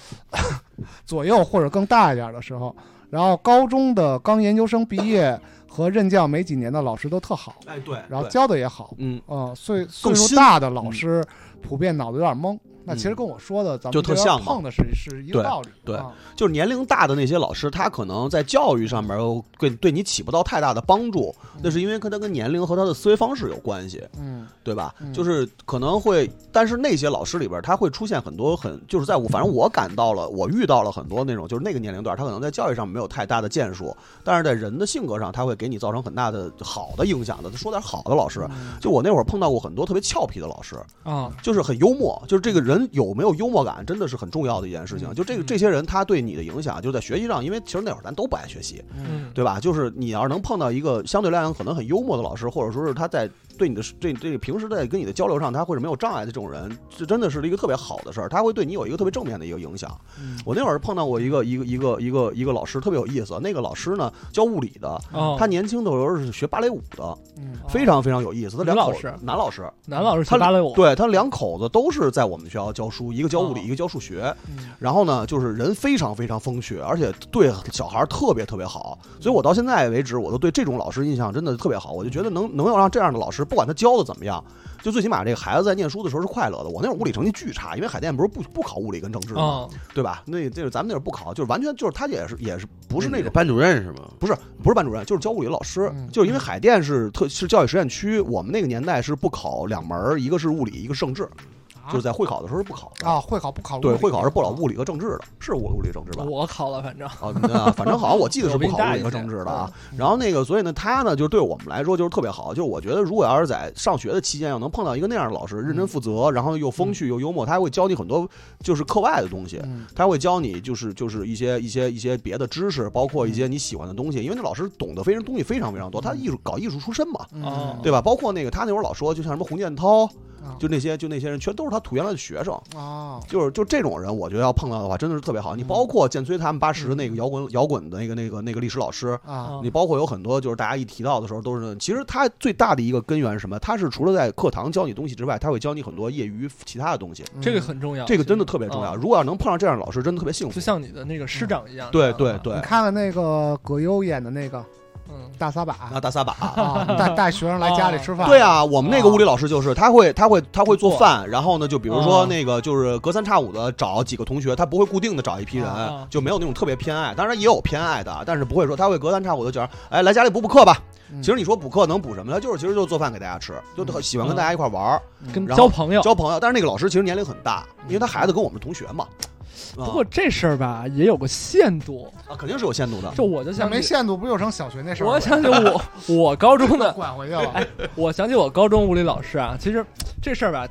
E: 左右或者更大一点的时候，然后高中的刚研究生毕业和任教没几年的老师都特好，
D: 哎，对，
E: 然后
D: 对
E: 教的也好，
D: 嗯，
E: 嗯，岁岁
D: 更
E: 数
D: 新
E: 大的老师普遍脑子有点懵。那其实
D: 嗯
E: 跟我说的咱们
D: 就特
E: 这边
D: 像嘛
E: 碰的是是一个
D: 对
E: 道理，
D: 对
E: 啊
D: 就是年龄大的那些老师，他可能在教育上面对对你起不到太大的帮助，那是因为跟他跟年龄和他的思维方式有关系，
E: 嗯，
D: 对吧
E: 嗯？
D: 就是可能会，但是那些老师里边，他会出现很多很，就是在我反正我感到了，我遇到了很多那种，就是那个年龄段，他可能在教育上没有太大的建树，但是在人的性格上，他会给你造成很大的好的影响的。说点好的老师，
E: 嗯
D: 就我那会儿碰到过很多特别俏皮的老师，
F: 啊，
D: 就是很幽默，就是这个人有没有幽默感，真的是很重要的一件
F: 嗯
D: 事情。就这个这些人，他对你的影响，就是在学习上，因为其实那会儿咱都不爱学习，
F: 嗯，
D: 对吧？就是你要是能碰到一个相对来讲可能很幽默的老师，或者说是他在对你的这这个平时在跟你的交流上，他会是没有障碍的这种人，这真的是一个特别好的事儿，他会对你有一个特别正面的一个影响。
F: 嗯
E: 嗯
D: 我那会儿碰到过一个一个一个一个一个老师特别有意思，那个老师呢教物理的，
F: 哦
D: 他年轻的时候是学芭蕾舞的，
E: 嗯
D: 非常非常有意思。他两
F: 女老
D: 口
F: 师
D: 男老师。
F: 男老师
D: 他
F: 学芭蕾舞，
D: 对他两口子都是在我们学校教书，一个教物理，
F: 哦
D: 一个教数学。
E: 嗯
D: 然后呢，就是人非常非常风趣，而且对小孩儿特别特别好。所以我到现在为止，我都对这种老师印象真的特别好。我就觉得能能要让这样的老师，不管他教的怎么样，就最起码这个孩子在念书的时候是快乐的。我那会儿物理成绩巨差，因为海淀不是不不考物理跟政治吗？
F: 啊，
D: 对吧？那这是咱们那会儿不考，就是完全就是他也是也是不是那
G: 你的
D: 种。
G: 班主任是吗？
D: 不是不是班主任，就是教物理的老师，
E: 嗯
D: 就是因为海淀是特是教育实验区，我们那个年代是不考两门儿，一个是物理，一个是政治，就是在会考的时候是不考的。
E: 啊，会考不考？
D: 对，会考是不考物理和政治的，是物物理政治吧？
F: 我考了，反正
D: 啊，那反正好像我记得是
F: 我比
D: 不
F: 你
D: 考
F: 大
D: 物
F: 一嗯
D: 理和
F: 岁
D: 政治的啊。然后那个，所以呢，他呢，就是对我们来说就是特别好。就是我觉得，如果要是在上学的期间要能碰到一个那样的老师，认
F: 嗯
D: 真负责，然后又风趣又幽默，他会教你很多就是课外的东西。
E: 嗯
D: 他会教你就是就是一些一些一些别的知识，包括一
F: 嗯
D: 些你喜欢的东西，因为那老师懂得非常东西非常非常多，他艺术搞艺术出身嘛，
E: 啊
F: 哦
D: 对吧？包括那个他那会儿老说，就像什么洪建涛
F: 嗯
E: 啊，
D: 就那些就那些人，全都是他土原来的学生。
F: 哦
E: 啊，
D: 就是就这种人，我觉得要碰到的话，真的是特别好。
F: 嗯
D: 你包括建崔他们八十那个摇滚摇滚的那个那个那个历史老师，
F: 嗯
E: 啊，
D: 你包括有很多就是大家一提到的时候都是，其实他最大的一个根源是什么？他是除了在课堂教你东西之外，他会教你很多业余其他的东西，
F: 这
E: 嗯
F: 个很重要，
D: 这个
F: 啊其实
D: 真的特别重要。
F: 啊
D: 如果要能碰上这样的老师，真的特别幸福
F: 就。像你嗯的那个师长一样，
D: 嗯对
F: 你知道
D: 对
F: 吗，
D: 对
E: 嗯你，看了那个葛优演的那个
F: 嗯，
E: 大撒把
D: 那大撒把。
E: 啊，带带学生来家里吃饭，
D: 对，啊，我们那个
F: 啊
D: 物理老师就是，他会他会他会做
F: 做
D: 饭，然后呢，就比如说
F: 啊
D: 那个就是隔三差五的找几个同学，他不会固定的找一批人
F: 啊，
D: 就没有那种特别偏爱，当然也有偏爱的，但是不会说他会隔三差五的觉得，哎，来家里补补课吧。
E: 嗯
D: 其实你说补课能补什么呢？就是其实就做饭给大家吃，
F: 嗯
D: 就特喜欢跟大家一块玩儿
F: 跟
D: 然后
F: 交朋友。
D: 交朋友。但是那个老师其实年龄很大，因为他孩子跟我们是同学嘛，啊
F: 嗯不过这事儿吧，也有个限度。
D: 啊肯定是有限度的。
F: 就我就
E: 那
F: 想
E: 啊没
F: 起，
E: 限度，不就成小学那事儿了？
F: 我想起我 <laughs> 我高中的，
E: 拐回去了，
F: 哎，我想起我高中物理老师啊。其实这事儿吧，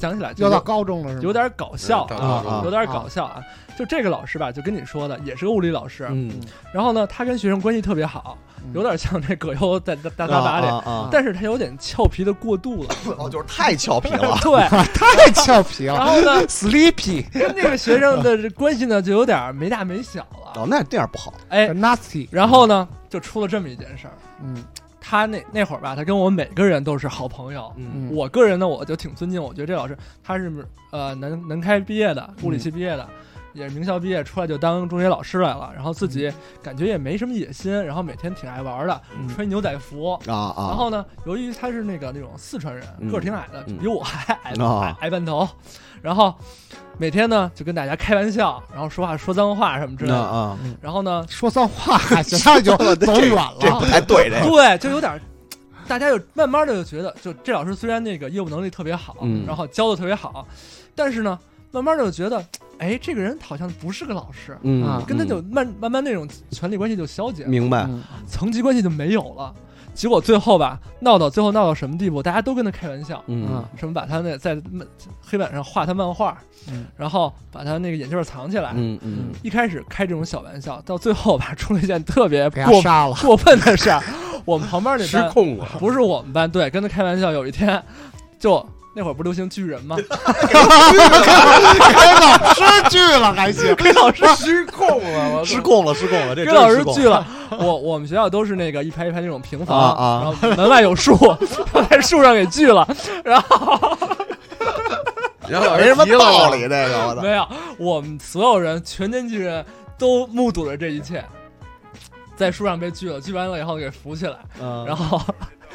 F: 想起来就
E: 要到高中了是吗？
F: 有点搞笑
G: 嗯到
D: 高中
F: 啊，有点搞笑啊。就这个老师吧，就跟你说的，也是个物理老师。
D: 嗯，
F: 然后呢，他跟学生关系特别好，
E: 嗯
F: 有点像这葛优在大大大
D: 啊
F: 巴里，
D: 啊啊
F: 但是他有点俏皮的过度了。。
D: 哦，就是太俏皮了
F: <laughs> 对，
E: 太俏皮
F: 然
E: 了
F: 后呢，
E: 啊 <laughs> ，sleepy
F: 跟这个学生的这关系呢，就有点没大没小了。
D: 哦，那那样不好。
F: 哎，
E: nasty，
F: 然后呢，就出了这么一件事儿。
E: 嗯
F: 他那那会儿吧，他跟我每个人都是好朋友。
E: 嗯，
F: 我个人呢，我就挺尊敬，我觉得这老师他是呃南南开毕业
E: 嗯
F: 的，物理系毕业的，也是名校毕业，出来就当中学老师来了。然后自
E: 嗯
F: 己感觉也没什么野心，然后每天挺爱玩的，穿牛仔服。
D: 啊啊！
F: 然后呢，由于他是那个那种四川人，
D: 嗯
F: 个儿挺矮的，
D: 嗯
F: 比我还矮，
D: 啊
F: 矮半头。然后每天呢就跟大家开玩笑，然后说话说脏话什么之类
D: 那
F: 的。
D: 啊，
F: 然后呢，
E: 说脏话，行，那就走远
D: 这
E: 了。啊
D: 不太对，这个
F: 对，就有点儿，大家就慢慢的就觉得，就这老师虽然那个业务能力特别好，
D: 嗯
F: 然后教的特别好，但是呢，慢慢的就觉得，哎，这个人好像不是个老师，
D: 嗯
E: 啊
F: 跟他就慢慢慢那种权力关系就消解了，
D: 明白。
E: 嗯
F: 层级关系就没有了。结果最后吧，闹到最后闹到什么地步？大家都跟他开玩笑，
D: 嗯
F: 什么把他那在漫黑板上画他漫画，
E: 嗯
F: 然后把他那个眼镜儿藏起来。
D: 嗯嗯，
F: 一开始开这种小玩笑，到最后吧，出了一件特别
E: 给
F: 过
E: 他杀了，
F: 过分的事儿。我们旁边那
G: 失
F: 班
G: 控了。
F: 不是我们班，对，跟他开玩笑。有一天，就那会儿不流行巨人吗？
E: 给老师拒了还行，
F: 给老师
G: 失控了，我操
D: 失控了，失控了，这
F: 给
D: 真是
F: 老师
D: 失控
F: 拒了。我我们学校都是那个一排一排那种平房，
D: 啊啊
F: 然后门外有树， <laughs> 他在树上给锯了。然后 <laughs>
G: 然后
D: 没什么
G: 急了
D: 道理，这个我操
F: 没有，我们所有人全年级人都目睹了这一切，在树上被锯了，锯完了以后给扶起来，
D: 嗯
F: 然后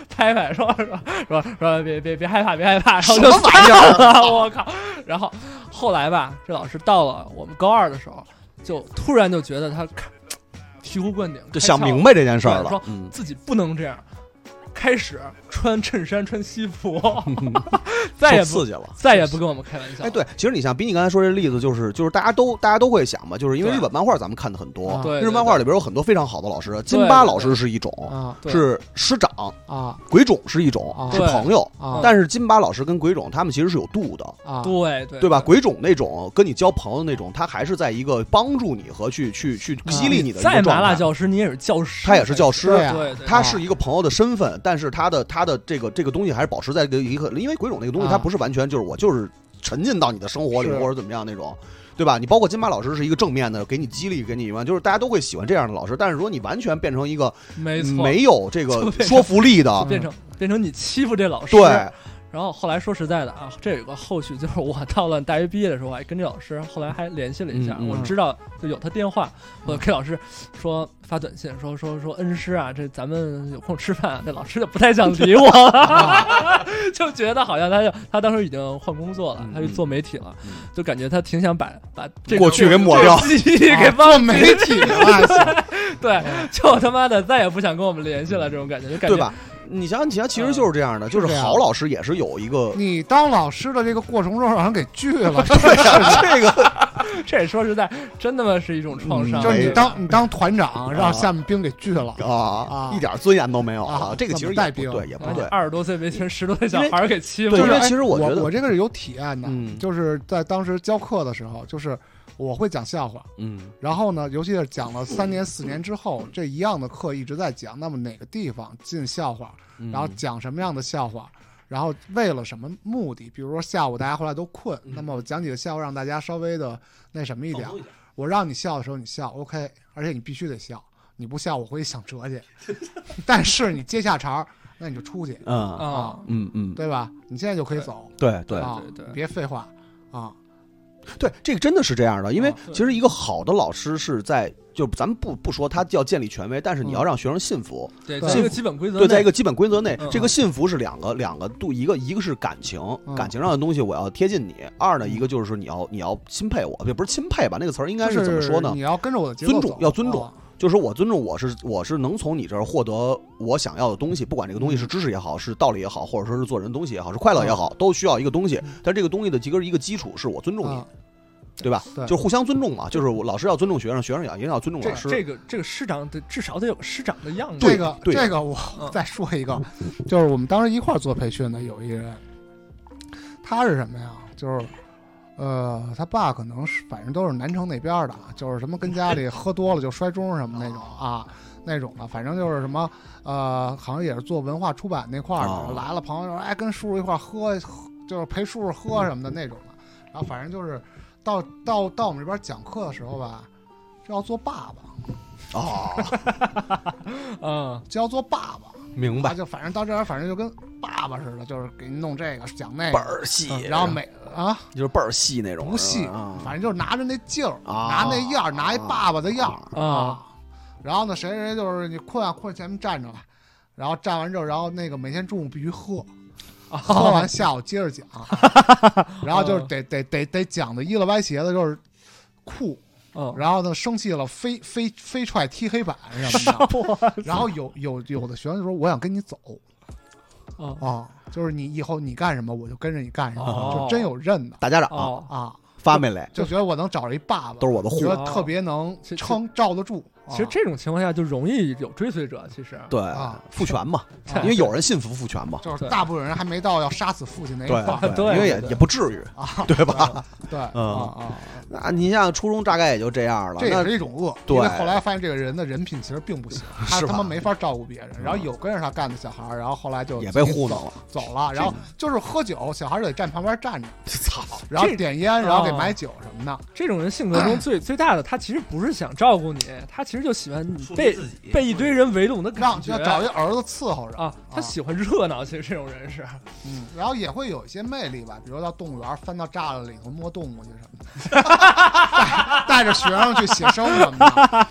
F: 拍拍说说说说别别别害怕别害怕，然后就散了，我靠！然后后来吧，这老师到了我们高二的时候，就突然就觉得他开醍醐灌顶，
D: 就想明
F: 白
D: 白这件事儿
F: 对
D: 了
F: 说。
D: <laughs> 嗯
F: 自己不能这样，开始穿衬衫穿西
D: <laughs>
F: 服，再也
D: 受
F: 不
D: 刺激了。
F: 再也不跟我们开玩笑了。
D: 哎，对，其实你像比你刚才说这例子，就是就是大家都大家都会想嘛，就是因为
F: 对
D: 日本漫画咱们看的很多
E: 啊，
F: 对
D: 日本漫画里边有很多非常好的老师，金巴老师是一种，
E: 啊
F: 对
D: 是师长，
E: 啊
D: 鬼冢是一种，
E: 啊
D: 是朋友。
E: 啊
D: 但是金巴老师跟鬼冢他们其实是有度的，
E: 啊！
F: 对对
D: 对吧？？鬼冢那种跟你交朋友那种，他还是在一个帮助你和去去去激励你的
F: 啊
D: 一
F: 再
D: 个
F: 麻
D: 状
F: 辣
D: 态。
F: 教师，你也是教师，
D: 他也是教师，
E: 对啊
F: 对对，
D: 他
E: 啊
D: 是一个朋友的身份，但是他的他的这个这个东西还是保持在一个一个，因为鬼冢那个东西，
E: 啊
D: 他不是完全就是我就是沉浸到你的生活里
E: 是
D: 或者怎么样那种，对吧？你包括金巴老师是一个正面的，给你激励，给你嘛，就是大家都会喜欢这样的老师。但是如果你完全变成一个
F: 没错，嗯
D: 没有这
F: 就
D: 个
F: 变成
D: 说服
F: <laughs>
D: 力的，
F: 变成变成你欺负这老师，
D: 对，
F: 然后后来说实在的啊，这有个后续，就是我到了大学毕业的时候，我还跟这老师后来还联系了一下，
D: 嗯嗯
F: 我知道就有他电话，我给老师说发短信说说说恩师啊，这咱们有空吃饭啊，这老师就不太想理我了， <laughs> 就觉得好像他就他当时已经换工作了，
D: 啊嗯
F: 他去做媒体了，
D: 嗯
F: 就感觉他挺想把把这个
D: 过去给抹掉。
F: 记忆给
E: 啊
F: 忘
E: 做媒体了还行，
F: <laughs> 对，就他妈的再也不想跟我们联系了，这种感觉就感觉
D: <laughs>
F: 嗯
D: 对吧？你想想，你想，其实就是这样的，就是
E: 这样
D: 好老师也是有一个，
E: 你当老师的这个过程中让人给拒了，
D: 这个
F: 这说实在，真他嗯妈是一种创伤。
E: 就是
D: 没
E: 你
F: 对吧
E: 当你当团长，
D: 啊
E: 让下面兵给拒了，
D: 啊
E: 啊，
D: 一点尊严都没有
E: 啊
D: 这个其实
E: 怎么
D: 也
E: 带
D: 不
E: 兵
D: 对，也不
F: 而且
D: 对，
F: 二十多岁被群十多岁小孩儿给欺负
D: 对因
E: 就是
D: 为
F: 了。
E: 哎
D: 其实我
E: 我
D: 觉得
E: 我这个是有体验的，
D: 嗯
E: 就是在当时教课的时候，就是我会讲笑话，
D: 嗯
E: 然后呢，尤其是讲了三年四年之后，这一样的课一直在讲，那么哪个地方进笑话，
D: 嗯
E: 然后讲什么样的笑话，然后为了什么目的？比如说下午大家回来都困，
D: 嗯
E: 那么我讲几个笑话让大家稍微的那什么一点。我让你笑的时候你笑，OK，而且你必须得笑，你不笑我回去想辙去。 <laughs> 但是你接下茬儿，那你就出去，
D: 嗯
F: 啊，
D: 嗯嗯，
E: 对吧？你现在就可以走
D: 对对
E: 啊
F: 对对，
E: 别废话啊。
D: 对，这个真的是这样的，因为
E: 啊
F: 对
D: 其实一个好的老师是在。就咱们不不说他要建立权威，但是你要
E: 嗯
D: 让学生信服，
F: 对，
E: 对
F: 这个基本规则内。
D: 对，在一个基本规则内，
F: 嗯
D: 这个信服是两个两个度，一个一个是感情，
E: 嗯
D: 感情上的东西我要贴近你；二呢，一个就是说你要你要钦佩我，也不是钦佩吧，那个词儿应该
E: 就是
D: 怎么说呢？
E: 你要跟着我的节奏
D: 尊重
E: 走
D: 要尊重
E: 啊
D: 就是我尊重，我是我是能从你这儿获得我想要的东西，不管这个东西
E: 嗯
D: 是知识也好，是道理也好，或者说是做人的东西也好，是快乐也好，都需要一个东西。但这个东西的一个一个基础是我尊重你
E: 嗯啊，
D: 对吧？
E: 对
D: 就是互相尊重嘛，就是我老师要尊重学生，学生也一定要尊重
F: 这
D: 老师。
F: 这个这个师长得至少得有个师长的样子。
D: 对
E: 这个
D: 对
E: 这个我
F: 嗯
E: 再说一个，就是我们当时一块儿做培训的有一人，他是什么呀？就是呃，他爸可能是反正都是南城那边儿的，啊就是什么跟家
D: <laughs>
E: 里喝多了就摔钟什么那种啊，那种的，反正就是什么呃，好像也是做文化出版那块儿的，
D: 哦
E: 来了朋友说哎跟叔叔一块儿喝，喝就是陪叔叔喝什么的那种的，然后反正就是到到到我们这边讲课的时候吧，这要做爸爸，
D: 哦，
F: 嗯，
E: 这要做爸爸。
D: 明
E: 啊，
D: 白。
E: 就反正到这儿，反正就跟爸爸似的，就是给你弄这个讲那
D: 倍
E: 个，嗯
D: 儿细，
E: 然后每啊
D: 就是倍儿细那种，
E: 不细
D: 是吧啊，
E: 反正就是拿着那劲儿，
D: 啊
E: 拿那样儿，拿一爸爸的样儿
F: 啊。
E: 然后呢，谁谁就是你困啊困，前面站着来，然后站完之后，然后那个每天中午必须喝，
D: 啊
E: 喝完下午接着
D: <laughs>
E: 讲，然后就是得得得得讲的一了歪斜的，就是酷。
F: 嗯
E: 然后呢，生气了，飞飞飞踹踢黑板
F: <laughs>
E: 什么的。然后有有有的学生就说：“我想跟你走。”
F: 哦
E: 啊，就是你以后你干什么，我就跟着你干什么，
F: 哦
E: 就真有认的
D: 大家长
F: 哦，
E: 啊，
D: ，family
E: 就觉得我能找着一爸爸
D: 都，是我的
E: 觉
D: 货，
E: 得特别能
F: 其实
E: 撑罩得住。啊
F: 其实这种情况下就容易有追随者，其实
D: 对
E: 啊，
D: 父权嘛，
F: 对
D: 因为有人信服父权嘛，
E: 就是大部分人还没到要杀死父亲那一
D: 对
E: 块儿，
F: 对
D: 因为也
F: 对
D: 也不至于，对吧？
E: 啊对啊
D: 嗯
E: 啊，
D: 那你像初中大概也就这样了，
E: 这也
D: 那
E: 是一种恶。
D: 对
E: 因为后来发现这个人的人品其实并不行，他
D: 是吧
E: 他妈没法照顾别人，然后有跟着他干的小孩儿，然后后来就
D: 也被糊弄了。
E: 走了，然后就是喝酒，小孩儿就得站旁边站着，
D: <laughs> 操，
E: 然后点烟，然后给
F: 哦
E: 买酒什么的。
F: 这种人性格中
D: <clears throat>
F: 最最大的，他其实不是想照顾你，他其实就喜欢你
G: 树立
F: 被
G: 自己
F: 被一堆人围拢的
E: 让
F: 感觉
E: 要找一儿子伺候着
F: 哎啊，他喜欢热闹。其实这种人是，
E: 嗯，然后也会有一些魅力吧，比如到动物园翻到栅栏里头摸动物去什么的， <laughs> 带带着学生去写生什
D: <laughs>
E: 么的，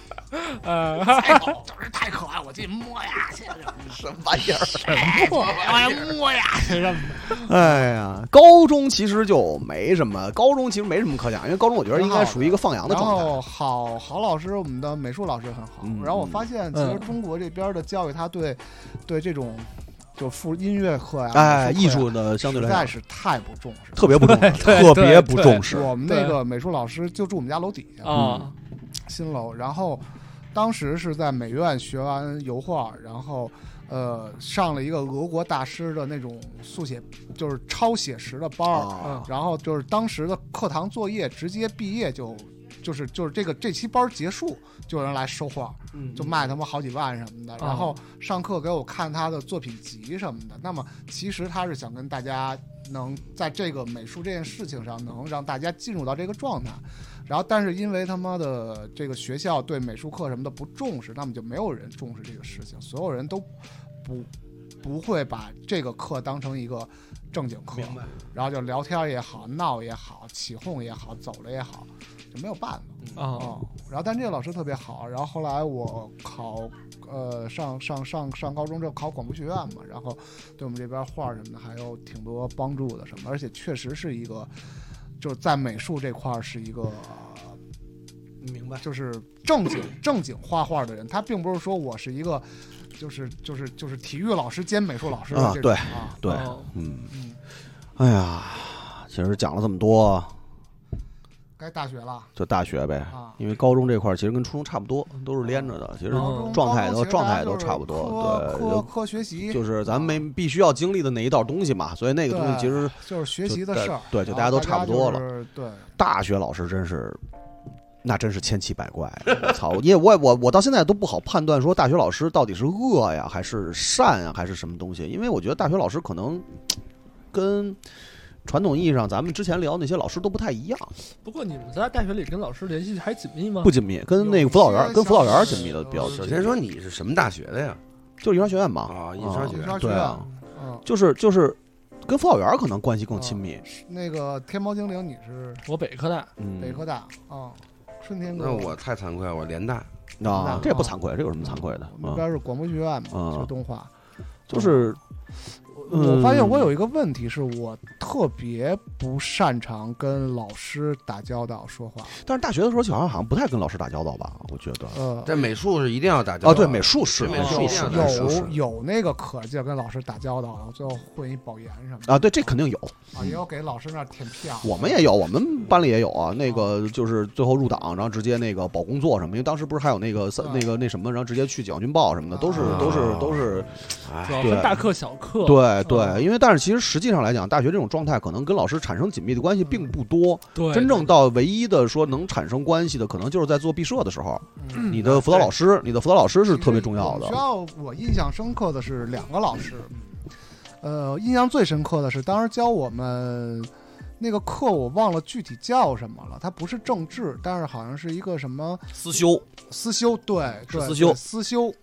F: 呃， <laughs>
E: 哎狗这人太可爱，我去摸呀，去
D: 什么玩意儿？
E: 我要摸呀，什么
D: 哎呀，高中其实就没什么，高中其实没什么可讲，因为高中我觉得应该属于一个放羊的
E: 然
D: 状态。
E: 后好好老师，我们的美术老师很好。
D: 嗯
E: 然后我发现，其实
F: 嗯
E: 中国这边的教育，他对、对这种就复音乐课呀、
D: 哎，艺
E: 美术
D: 术的
E: 课呀
D: 相对
E: 实
D: 来
E: 在
D: 讲
E: 是太不重视了。
D: 特别不重视，
F: 对
D: 特别不重视。
E: 我们那个美术老师就住我们家楼底下，
F: 啊
E: 新楼，然后当时是在美院学完油画，然后呃上了一个俄国大师的那种速写，就是超写实的班儿，嗯
D: 啊
E: 然后就是当时的课堂作业直接毕业就。就是就是这个这期班儿结束，就有人来收画，
F: 嗯
E: 就卖他妈好几万什么的。然后上课给我看他的作品集什么的。那么其实他是想跟大家能在这个美术这件事情上，能让大家进入到这个状态。然后，但是因为他妈的这个学校对美术课什么的不重视，那么就没有人重视这个事情，所有人都不不会把这个课当成一个正经课，
G: 白
E: 然后就聊天也好，闹也好，起哄也好，走了也好，就没有办法。
F: 啊
E: 哦，然后但这个老师特别好，然后后来我考，呃，上上上上高中之后考广播学院嘛，然后对我们这边画什么的还有挺多帮助的什么，而且确实是一个，就是在美术这块儿是一个，
D: 明白。
E: 就是正经正经画画的人，他并不是说我是一个，就是就是就是体育老师兼美术老师的
D: 啊
E: 这种
D: 对
E: 啊，
D: 对，
F: 哦
D: 嗯
E: 嗯，
D: 哎呀，其实讲了这么多，
E: 该大学了。
D: 就大学呗
E: 啊，
D: 因为高中这块儿其实跟初中差不多，都是连着的，其实
F: 哦
E: 高中
D: 状态都
E: 高中其实
D: 状
E: 大家
D: 态都
E: 就是
D: 差不多
E: 科
D: 对
E: 科
D: 就
E: 科学习
D: 就是咱们没必须要经历的那一道东西嘛，所以那个东西其实
E: 就是学习的
D: 就
E: 事儿，
D: 对就
E: 然
D: 大家
E: 后
D: 都差不多了
E: 就是对，
D: 大学老师真是，那真是千奇百怪。我操！因为我我我到现在都不好判断说大学老师到底是恶呀，还是善呀，还是什么东西。因为我觉得大学老师可能跟传统意义上咱们之前聊那些老师都不太一样，
F: 不过你们在大学里跟老师联系还紧密吗
D: 不？紧密，跟那个辅导员跟辅导员紧密的比较
G: 首
D: 紧。
G: 先说你是什么大学的呀？
D: 就是印刷学院嘛，
G: 啊印刷学院
E: 印刷学
D: 对
E: 院
D: 啊，
E: 嗯，
D: 就是就是跟辅导员可能关系更亲密。
E: 那个天猫精灵，你是
F: 我北科大，
D: 嗯，
E: 北科大啊、嗯顺天
G: 那
E: 哥，
G: 我太惭愧了，我联大。
D: 啊
E: 那，
D: 这不惭愧，这有什么惭愧的
E: 我？们这
D: 啊，
E: 边是广播学院嘛，
D: 嗯
E: 学动画。
D: 就是嗯
E: 我发现我有一个问题，是我特别不擅长跟老师打交道说话。
D: 但是大学的时候小孩好像不太跟老师打交道吧？我觉得
E: 呃，
G: 但美术是一定要打交道
D: 啊，对，美术是
G: 美
D: 美术
G: 术
D: 是
G: 是
D: 美术是
E: 有有那个可劲儿跟老师打交道，然后最后混一保研什么的
D: 啊，对，这肯定有，
E: 啊，也有给老师那儿舔屁眼。
D: 我们也有，我们班里也有啊。那
E: 嗯
D: 个就是最后入党，然后直接那个保工作什么，因为当时不是还有那个三
E: 啊
D: 那个那什么，然后直接去解放军报什么的，都是
G: 啊
D: 都是都是
F: 主要
D: 对
F: 分大课小课。
D: 对嗯
H: 对，因为但是其实实际上来讲，大学这种状态可能跟老师产生紧密的关系并不多，
F: 嗯对，
H: 真正到唯一的说能产生关系的，可能就是在做毕设的时候，你的辅导老师，你的辅导老师是特别重要的。
E: 学校我印象深刻的是两个老师，呃，印象最深刻的是当时教我们那个课，我忘了具体叫什么了。它不是政治，但是好像是一个什么
H: 思修，
E: 思修，对，
H: 是
E: 对
H: 思修
E: 对思修。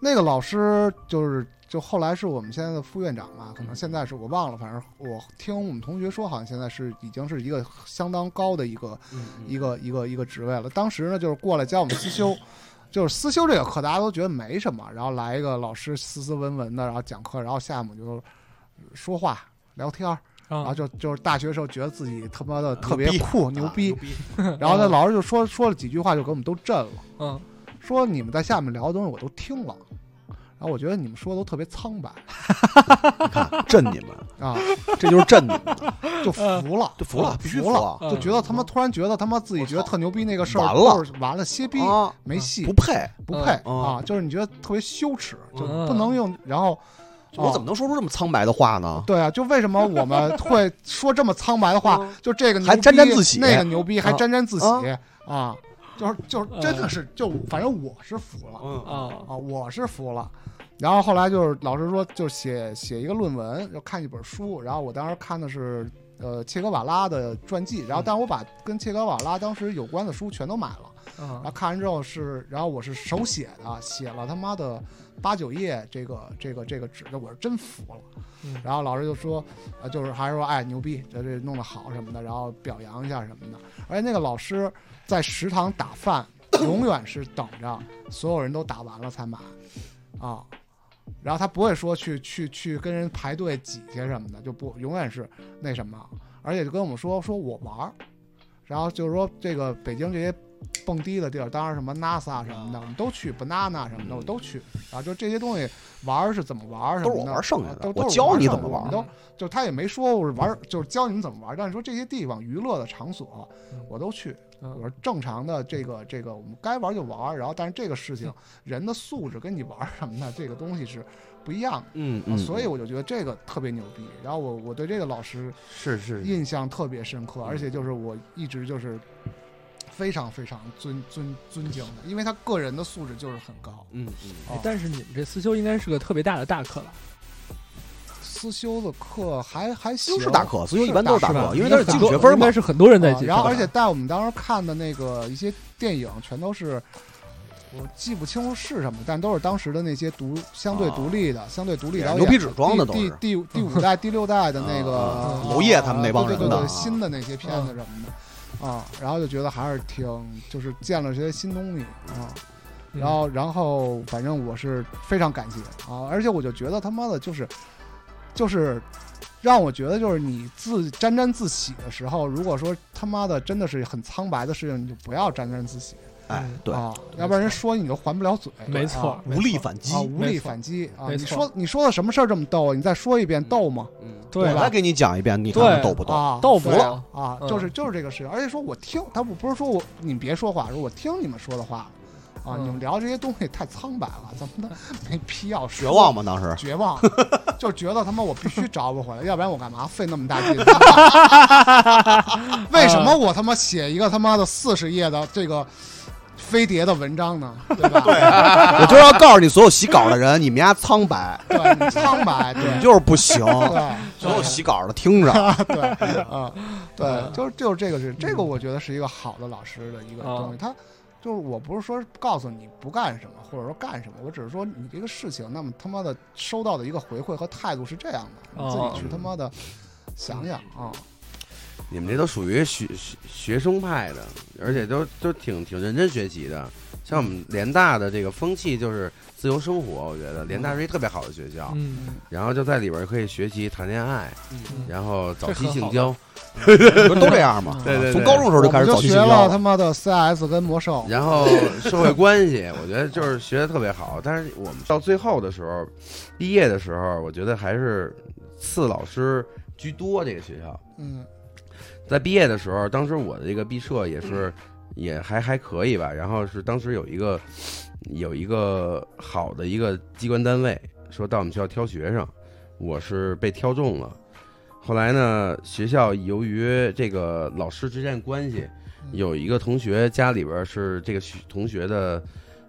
E: 那个老师就是就后来是我们现在的副院长嘛，
H: 嗯
E: 可能现在是我忘了，反正我听我们同学说，好像现在是已经是一个相当高的一个
H: 嗯
E: 一个一个一个职位了。当时呢，就是过来教我们思修，就是思修这个课大家都觉得没什么，然后来一个老师斯斯文文的，然后讲课，然后下面就说话聊天儿，然后
F: 啊，
E: 就就是大学时候觉得自己他妈的特别
H: 牛逼
E: 酷
H: <laughs>
E: 牛
H: 啊
E: 逼， <laughs> 然后呢，老师就说说了几句话，就给我们都震了。
F: 嗯，
E: 说你们在下面聊的东西我都听了，然后我觉得你们说的都特别苍白
H: 你看震你们，
E: 啊，
H: 这就是震你们，
E: 就服了，
H: 嗯
E: 啊
H: 就服了，必须服啊
E: 服
F: 嗯
E: 了，就觉得他妈突然觉得他妈自己觉得特牛逼那个事儿
H: 完了
E: 就是完了，歇逼
H: 啊！
E: 没戏
H: 不，配，
E: 不配
H: 嗯
E: 啊，就是你觉得特别羞耻，就
F: 嗯
E: 不能用，然后
H: 我怎么能说出这么苍白的话呢？
E: 对啊，就为什么
H: <laughs>
E: 我们会说这么苍白的话？就这个牛逼
H: 嗯还沾沾自喜
E: 那个牛逼还
H: 啊
E: 沾沾自喜啊！就是就是真的是就反正我是服了
G: 嗯
F: 啊，
E: 啊，我是服了。然后后来就是老师说，就写写一个论文，就看一本书。然后我当时看的是呃切格瓦拉的传记，然后但是我把跟切格瓦拉当时有关的书全都买了。然后
F: 啊，
E: 看完之后是，然后我是手写的，写了他妈的八九页这个这个这个纸，我是真服了
F: 嗯。
E: 然后老师就说，呃，就是还是说，哎，牛逼，这这弄得好什么的，然后表扬一下什么的。而且那个老师在食堂打饭， <coughs> 永远是等着所有人都打完了才买，啊，然后他不会说去去去跟人排队挤去什么的，就不永远是那什么，而且就跟我们说说我玩儿，然后就是说这个北京这些蹦迪的地儿，当然什么 NASA 什么
H: 啊
E: 的，我们都去，banana 什么的我都去，然后就这些东西玩儿是怎么玩儿
H: 嗯
E: 什
H: 都是
E: 么
H: 我
E: 的，
H: 玩剩下的
E: 都
H: 我
E: 都是
H: 教
E: 玩
H: 你
E: 剩
H: 怎么
E: 的我
H: 玩
E: 们都就他也没说我是玩儿，就是教你们怎么玩儿，但是说这些地方娱乐的场所
F: 嗯
E: 我都去，我
F: 嗯
E: 说正常的这个这个，我们该玩就玩，然后但是这个事情，人的素质跟你玩什么的这个东西是不一样的，
H: 嗯
E: 啊所以我就觉得这个特别牛逼。然后我我对这个老师
G: 是是，
E: 印象特别深刻，
H: 嗯
E: 而且就是我一直就是非常非常尊尊尊敬的，因为他个人的素质就是很高。
H: 嗯嗯，
E: 啊
F: 但是你们这思修应该是个特别大的大课了，
E: 思修的课还还行，
H: 都是大课，所以一般都是大
E: 是
F: 吧
H: 课，因为它是基础学分
F: 应
H: 嘛
F: 该。是很多人在一
E: 啊
F: 起上的，
E: 然后而且带我们当时看的那个一些电影，全都是我记不清楚是什么，但都是当时的那些独相对
H: 啊
E: 独立的、相对独立
H: 也
E: 导
H: 是
E: 演
H: 牛皮纸装的
E: 第
H: 都是
E: 第第第五代、第六代的那个
H: 啊
E: 呃
H: 娄烨他们那帮人
E: 对对
H: 的
E: 对
H: 啊
E: 对新的那些片子什么的啊，然后就觉得还是挺就是见了些新东西啊。
F: 嗯
E: 然后，然后，反正我是非常感谢啊！而且我就觉得他妈的，就是，就是让我觉得，就是你自沾沾自喜的时候，如果说他妈的真的是很苍白的事情，你就不要沾沾自喜
H: 哎，对，
E: 啊，要不然人说你就还不了嘴，
F: 没错
E: 啊，
F: 没
H: 无
F: 错
H: 力反击
E: 啊，，无
F: 没
E: 力
F: 错
E: 反击啊！
F: 没
E: 你
F: 错
E: 说你说的什么事儿这么逗啊？你再说一遍逗吗？
G: 嗯，
F: 对
H: 我
F: 吧
H: 来给你讲一遍，你看看
F: 对
H: 逗不逗？
E: 啊，
F: 逗不
E: 对
F: 了
E: 啊，
F: 嗯
E: 就是就是这个事情。而且说我听他不不是说我你别说话，说我听你们说的话了啊，
F: 嗯
E: 你们聊这些东西太苍白了，咱
F: <laughs>
E: 们没必要
H: 绝
E: 说
H: 望吗？当时
E: <laughs>
H: <laughs>
E: 绝望，就觉得他妈我必须找不回来，要不然我干嘛费那么大
H: <laughs>
E: 劲？为什么我他妈写一个他妈的四十页的这个飞碟的文章呢？对吧？
H: 我就是要告诉你，所有洗稿的人，你们家苍白，
E: 对，你苍白，对 <laughs>
H: 你，就是不
G: <laughs>
H: 行。
E: 对。
H: 所有洗稿的听着，
E: <laughs> 对啊，对，就是就是这个是这个，我觉得是一个好的老师的一个东西。他就是我不是说告诉你不干什么，或者说干什么，我只是说你这个事情，那么他妈的收到的一个回馈和态度是这样的，你自己去他妈的想想啊。
G: 你们这都属于学学学生派的，而且都都挺挺认真学习的。像我们联大的这个风气就是自由生活，我觉得联大是一特别好的学校，
F: 嗯，
G: 然后就在里边可以学习谈恋爱，
F: 嗯
G: 然后早
F: 这
G: 期
F: 很
G: 性
F: 好
G: 交，
H: 不是都这样吗？
G: 对对对
H: 从高中时候就开始
E: 我
H: 早
E: 们
H: 期
E: 就
H: 性
E: 学了他
H: 交，
E: 妈的 CS 跟魔兽，
G: 然后社会关系， <laughs> 我觉得就是学的特别好。但是我们到最后的时候，毕业的时候，我觉得还是次老师居多。这个学校
E: 嗯
G: 在毕业的时候，当时我的这个毕设也是也还还可以吧。然后是当时有一个有一个好的一个机关单位说到我们学校挑学生，我是被挑中了。后来呢，学校由于这个老师之间的关系，有一个同学家里边儿是这个学同学的，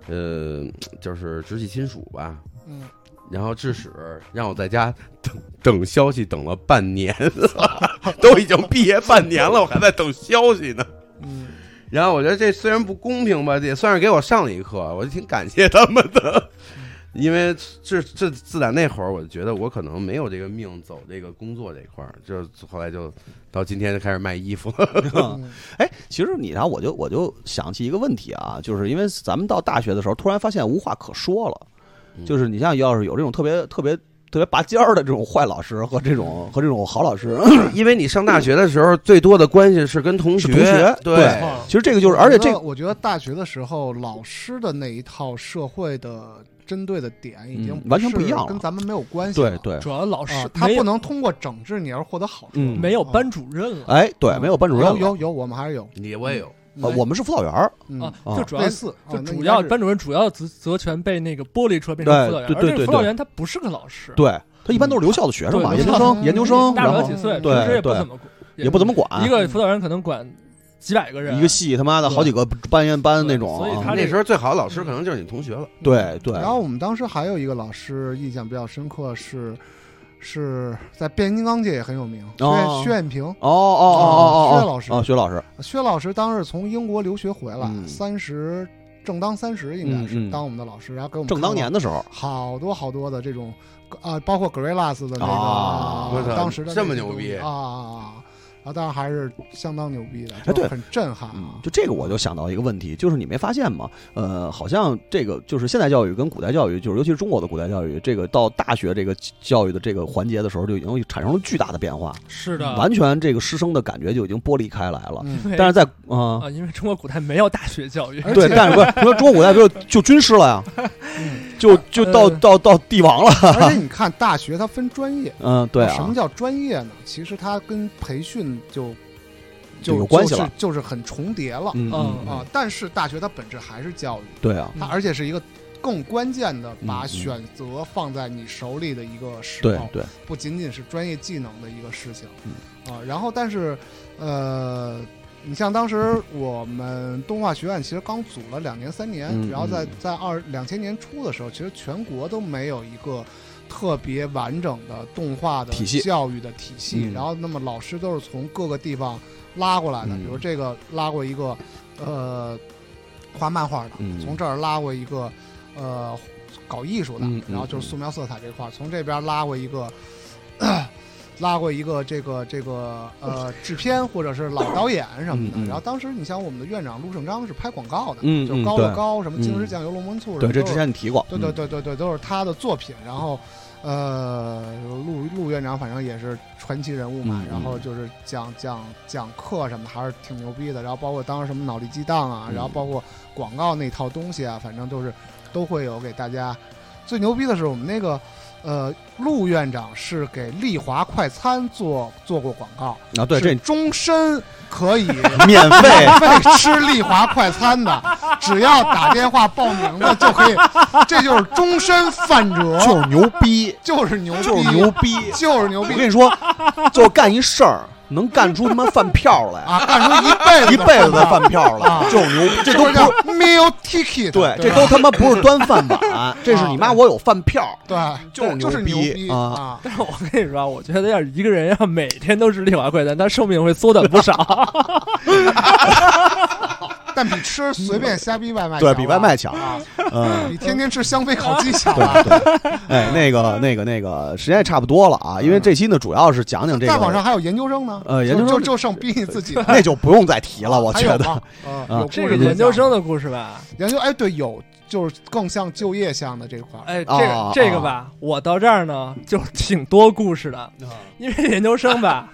G: 呃，就是直系亲属吧，
E: 嗯，
G: 然后致使让我在家等等消息，等了半年， <laughs> 都已经毕业半年了，我还在等消息呢。
E: 嗯，
G: 然后我觉得这虽然不公平吧，这也算是给我上了一课，我就挺感谢他们的。因为这这自打那会儿，我就觉得我可能没有这个命走这个工作这一块儿，就后来就到今天就开始卖衣服了。
E: 嗯
D: <laughs> 哎，其实你啊，我就我就想起一个问题啊，就是因为咱们到大学的时候，突然发现无话可说了，
G: 嗯
D: 就是你像要是有这种特别特别特别拔尖儿的这种坏老师和这种和这种好老师，
G: <laughs> 因为你上大学的时候，最多的关系是跟同
D: 是
G: 学，
D: 同学
G: 对
D: 对其实这个就是，而且这
E: 我觉得我觉得大学的时候，老师的那一套社会的针对的点已经
D: 嗯完全不
E: 是
D: 一样了
E: 跟咱们没有关系了
D: 对对，
F: 主要老
E: 啊
F: 师，
E: 他
F: 没有
E: 不能通过整治你而获得好处。
D: 嗯
F: 没有班主任了
D: 哎对，没有班主任
E: 有
D: 了，
E: 有有，我们还是有，
G: 你我也有，
D: 呃我们是辅导员儿，
E: 嗯
F: 啊，
D: 嗯
F: 就主要
E: 类似，
F: 就
E: 啊那
F: 主
E: 应
F: 要
E: 该是
F: 班主任主要责责权被那个剥离出来变成辅导员，
D: 对对
F: 而
D: 对
F: 这个
D: 对
F: 辅导
D: 对
F: 员他不是个老师，
D: 对他一般都是留校的学生嘛，
F: 对
D: 研
F: 留
D: 究
F: 校
D: 生
E: 的
D: 研究生，
F: 大
D: 然
F: 不了
D: 后
F: 几岁，
D: 对
F: 平时也不
D: 对
F: 怎么管，
D: 也不怎么管，
F: 一个辅导员可能管几百个人，
D: 一个系他妈的好几个班员班那种
F: 啊所以
D: 啊，
F: 他这
G: 那
F: 个
G: 时候最好的老师可能就是你同学了。
D: 对对，
E: 然后我们当时还有一个老师印象比较深刻是，是在变形金刚界也很有名，薛
D: 哦
E: 薛艳萍。
D: 哦哦哦哦哦，
E: 薛老师
D: 啊，薛老师，
E: 薛老师当时从英国留学回
D: 嗯
E: 来，三十正当三十应该
D: 嗯嗯
E: 是当我们的老师，然后给我们
D: 正当年的时候，
E: 好多好多的这种啊，包括 Gorillaz 的那
D: 啊
G: 我操
E: 个当时的
G: 这
E: 那
G: 么
E: 些
G: 牛
E: 东西
G: 逼
E: 啊啊啊！啊，当然还是相当牛逼的，
D: 哎对
E: 就很震撼
D: 嗯
E: 啊，。
D: 就这个我就想到一个问题，就是你没发现吗？呃，好像这个就是现代教育跟古代教育，就是尤其是中国的古代教育，这个到大学这个教育的这个环节的时候，就已经产生了巨大的变化，
F: 是的，
D: 完全这个师生的感觉就已经剥离开来了。
E: 嗯，
F: 对
D: 但是在啊。
F: 啊，因为中国古代没有大学教育，
E: 而
D: 对，
E: 且
D: 但是不是说中国古代就就军师了呀，
F: <laughs>
D: 就就到
F: 呃
D: 到到帝王了，
E: 而且你看，大学它分专
D: <laughs>
E: 业，
D: 嗯，对
E: 哦什
D: 啊
E: 么，叫专业呢？其实它跟培训就
D: 就
E: 就
D: 有关系了，
E: 就是，就是很重叠了
D: 嗯
F: 嗯
D: 嗯，
E: 啊。但是大学它本质还是教育，
D: 对啊，
E: 它
F: 嗯
E: 而且是一个更关键的把
D: 嗯嗯
E: 选择放在你手里的一个时
D: 对
E: 候，
D: 对，
E: 不仅仅是专业技能的一个事情
D: 嗯
E: 啊。然后，但是呃，你像当时我们动画学院其实刚组了两年三年，
D: 嗯
E: 然后在
D: 嗯
E: 在二两千年初的时候，其实全国都没有一个。特别完整的动画的
D: 体系
E: 教育的体系，
D: 嗯
E: 然后那么老师都是从各个地方拉过来的，
D: 嗯
E: 比如这个拉过一个，呃，画漫画的，
D: 嗯
E: 从这儿拉过一个，呃，搞艺术的，
D: 嗯嗯
E: 然后就是素描色彩这块儿，从这边拉过一个，拉过一个这个这个呃制片或者是老导演什么的。
D: 嗯嗯
E: 然后当时你像我们的院长陆胜章是拍广告的，
D: 嗯
E: 就
D: 嗯
E: 高乐
D: 对
E: 高什么
D: 嗯
E: 京师酱油龙门醋什
D: 对，
E: 么，
D: 这
E: 都
D: 之
E: 是
D: 前你提过，
E: 对对对对对，都是他的作品。然后，呃，陆陆院长反正也是传奇人物嘛
D: 嗯，嗯
E: 然后就是讲讲讲课什么的，还是挺牛逼的。然后包括当时什么脑力激荡啊，
D: 嗯
E: 然后包括广告那套东西啊，反正都是都会有给大家。最牛逼的是我们那个。呃，陆院长是给丽华快餐做做过广告，
D: 嗯啊，对，
E: 是
D: 这
E: 终身可以
D: <laughs> 免费
E: 免费吃丽华快餐的，
D: <laughs>
E: 只要打电话报名的就可以，这就是终身饭
D: 就
E: 辙，
D: 是牛逼，
E: 就是牛逼，
D: 就是牛，逼。
E: 就是牛
D: 我
E: 逼
D: 跟你说，就是干一事儿能干出他妈饭票来，
E: 啊！干出 <laughs> 一辈子
D: 一辈子的
E: 饭
D: 哎饭票来，
G: <laughs>
E: 啊
D: 就是牛逼，这都
E: 都
D: 不
E: 叫
D: 是
E: meal ticket，
D: 对，这
E: 吧
D: 都他妈不是端饭碗，这是你妈我有饭
E: <laughs>
D: 票，
E: 对，
D: 就是
E: 就是
D: 牛
E: 牛
D: 逼
E: 逼
D: 啊
E: 啊！
F: <laughs> 但是我跟你说啊，我觉得要是一个人要每天都吃丽华快餐，他寿命会缩短不
D: <laughs>
F: 少。
E: 但比吃随便瞎逼外卖
D: 对
E: 强
D: 比
E: 吧
D: 外卖强
E: 啊，
D: 嗯。
E: 比天天吃香妃烤鸡强啊吧
D: 对对，哎，那个那个那个，时间也差不多了啊，因为这期呢主要是讲讲这
E: 大网上
D: 个，
E: 还有研究生呢，
D: 呃
E: 就
D: 研究生
E: 就就剩逼你自己了，
D: 那就不用再提了，我
E: 还
D: 觉
E: 有
D: 得
E: 吗？啊，
D: 啊
E: 有
F: 这
E: 故
F: 是
E: 事可以
F: 研究
E: 讲
F: 生的故事吧？
E: 研究，哎，对，有就是更像就业项的这块儿，
F: 哎，这个、
D: 啊啊
F: 这个吧，我到这儿呢就挺多故事的，因为研究生吧，